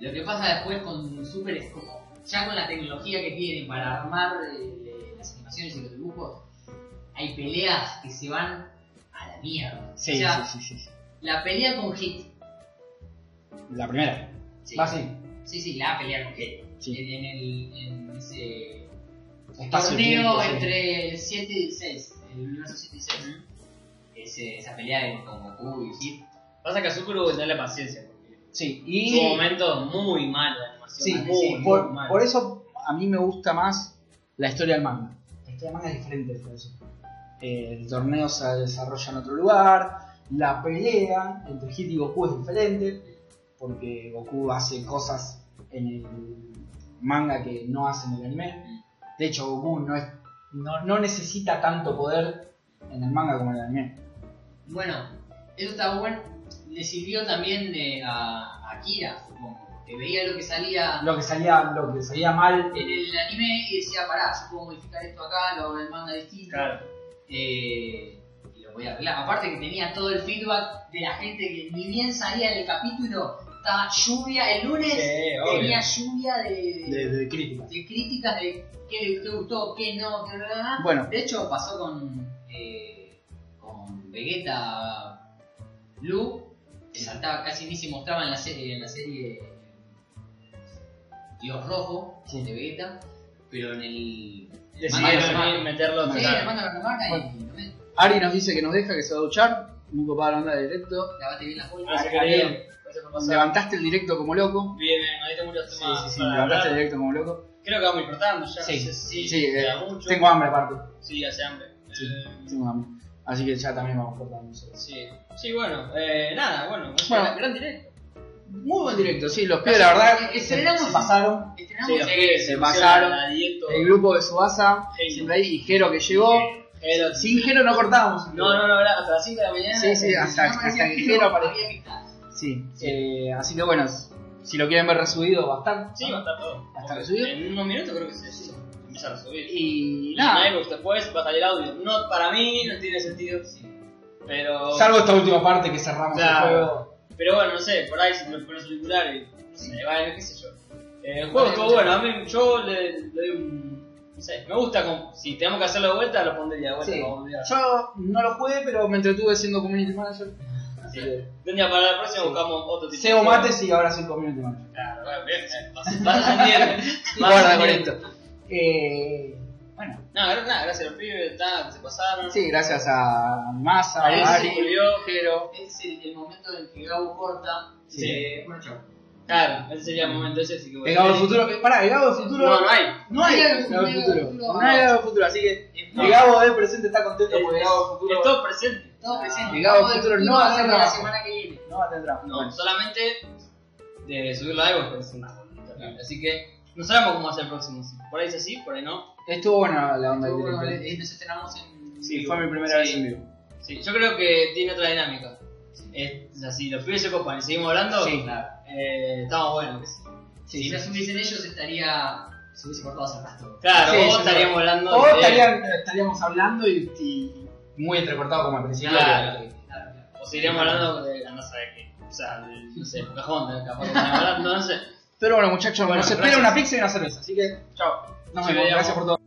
lo que pasa después con Super es como, ya con la tecnología que tienen para armar eh, las animaciones y los dibujos, hay peleas que se van a la mierda. Sí, o sea, Ah, sí, sí, sí. la pelea con Hit. La primera. Sí, Va así. sí, sí, la pelea con Hit. Ah, Sí. En, en el en ese Espacio torneo tiempo, sí. entre el 7 y el 6, el universo 7 y 6. Ese- esa pelea de- con Goku y Hit. Pasa que a Sukuru tenerle paciencia. porque Sí. Tuvo Y momentos muy malos de animación. Sí, muy, sí, muy por, mal. por eso a mí me gusta más la historia del manga. La historia del manga es diferente por eso. Eh, El torneo se desarrolla en otro lugar, la pelea entre Hit y Goku es diferente, porque Goku hace cosas en el manga que no hace en el anime. De hecho, Goku no, es, no, no necesita tanto poder en el manga como en el anime. Bueno, eso está bueno. Le sirvió también eh, a, a Kira, supongo, que veía lo que salía Lo que salía, lo que salía mal, en el anime y decía, pará, yo puedo modificar esto acá, lo hago en manga distinto. Claro. eh, y lo voy a arreglar. Aparte que tenía todo el feedback de la gente que ni bien salía del capítulo, estaba lluvia, el lunes Sí, obvio. tenía lluvia de, de, de- de crítica. de críticas de qué te gustó, qué no, qué bla, bla, bla. Bueno, De hecho, pasó con, eh, con Vegeta Blue, que saltaba, casi ni se mostraba en la serie, en la serie Dios Rojo Sí. de Vegeta, pero en el. Decidieron Manga ahí meterlo Sí, claro. le manda la remarca y no me- Ari nos dice que nos deja, que se va a duchar, muy copada la onda de directo. lavate bien las Ah, bolas. Gracias, querido. Gracias por pasar. Levantaste el directo como loco. Bien, ahorita muchos Sí, temas. sí, sí, para levantaste el hablar. directo como loco. Creo que vamos importando ya. Sí, no sé si sí, queda eh, mucho. Tengo hambre aparte, Sí, hace hambre. Sí. Eh, tengo hambre. Así que ya también vamos cortando. sí. sí. Sí, bueno, eh, nada, bueno, Bueno. gran- gran directo. Muy buen directo, sí, los pibes Así la que verdad estrenamos- se pasaron. Estrenamos Sí, el- los pibes se pusieron pasaron. a dieta, El grupo de Subasa, Genio. siempre ahí, y Jero que llegó. Pero- Sin Jero no cortábamos. Eh, No, no, no, era hasta las 5 de la mañana. Sí, sí, el- hasta, el- hasta el- que Jero apareció. había que estar. Sí, Sí. eh, así que bueno, si lo quieren ver resubido, bastante. Sí, va a estar todo. Va a estar Porque subido. En unos minutos creo que se sí, empieza a subir. Y Y en nada, iVoox después va a salir audio. No, para mí no tiene sentido. Pero. salvo esta última parte que cerramos Claro. el juego. Pero bueno, no sé, por ahí si me pones auricular y se me va, qué sé yo. Eh, el juego estuvo bueno, a mí yo le, le doy un. No sé, me gusta, como, si tenemos que hacerlo de vuelta, lo pondría de vuelta. Sí. como un día. Yo no lo jugué, pero me entretuve siendo community manager. Así que, De un día para la próxima Sí. buscamos otro tipo. Seo de- Mates y ahora soy community manager. Claro, bueno, bien, <laughs> eh, vas, vas <laughs> ascendiendo. Vas Guarda con ascendiendo. esto. Eh, bueno, No, gra- nada, gracias a los pibes, ta, se pasaron. sí, Ah, gracias a Massa, Ahí a se Ari, volvió. Jero. Es el, el momento en que Gabo corta. Sí. eh, bueno, chao. Claro, ese sería el momento ese, así que El Gabo del Futuro. eh, Pará, el Gabo del Futuro. No, no hay. No hay Gabo del Gabo del Futuro. Futuro. No. No hay Gabo del Futuro, así que No. el Gabo del presente está contento Es- porque el Gabo del Futuro Es todo presente. Todo presente. El Gabo Todo Futuro el no futuro va a va a hacer ser de la trabajo. semana que viene. no va a tener trabajo. No, solamente de subirlo a iVoox, pero es una boludez terrible. Así que no sabemos cómo hacer el próximo. Si Por ahí es así, por ahí no. Estuvo buena la onda Pero del bueno, directo. eh, Nos estrenamos en. Sí, fue mi primera Sí. vez en vivo. Sí, yo creo que tiene otra dinámica. Es, o sea, si los pibes se copan y seguimos hablando, Sí. eh, estamos buenos. qué sé yo. Si lo subiesen ellos estaría. se hubiese cortado hace rato. Claro, Sí, o sí, sí. estaríamos hablando O de... estarían- estaríamos hablando y, y muy entrecortado como al principio. Claro. que- Claro, claro. O seguiríamos hablando de la no sé de qué. O sea, de, no sé, cajón, de capaz que estaríamos hablando, no sé. Pero bueno, muchachos, Bueno, nos espera gracias. una pizza y una cerveza. Así que, chao. Nos Sí, vemos. veamos. Gracias por todo.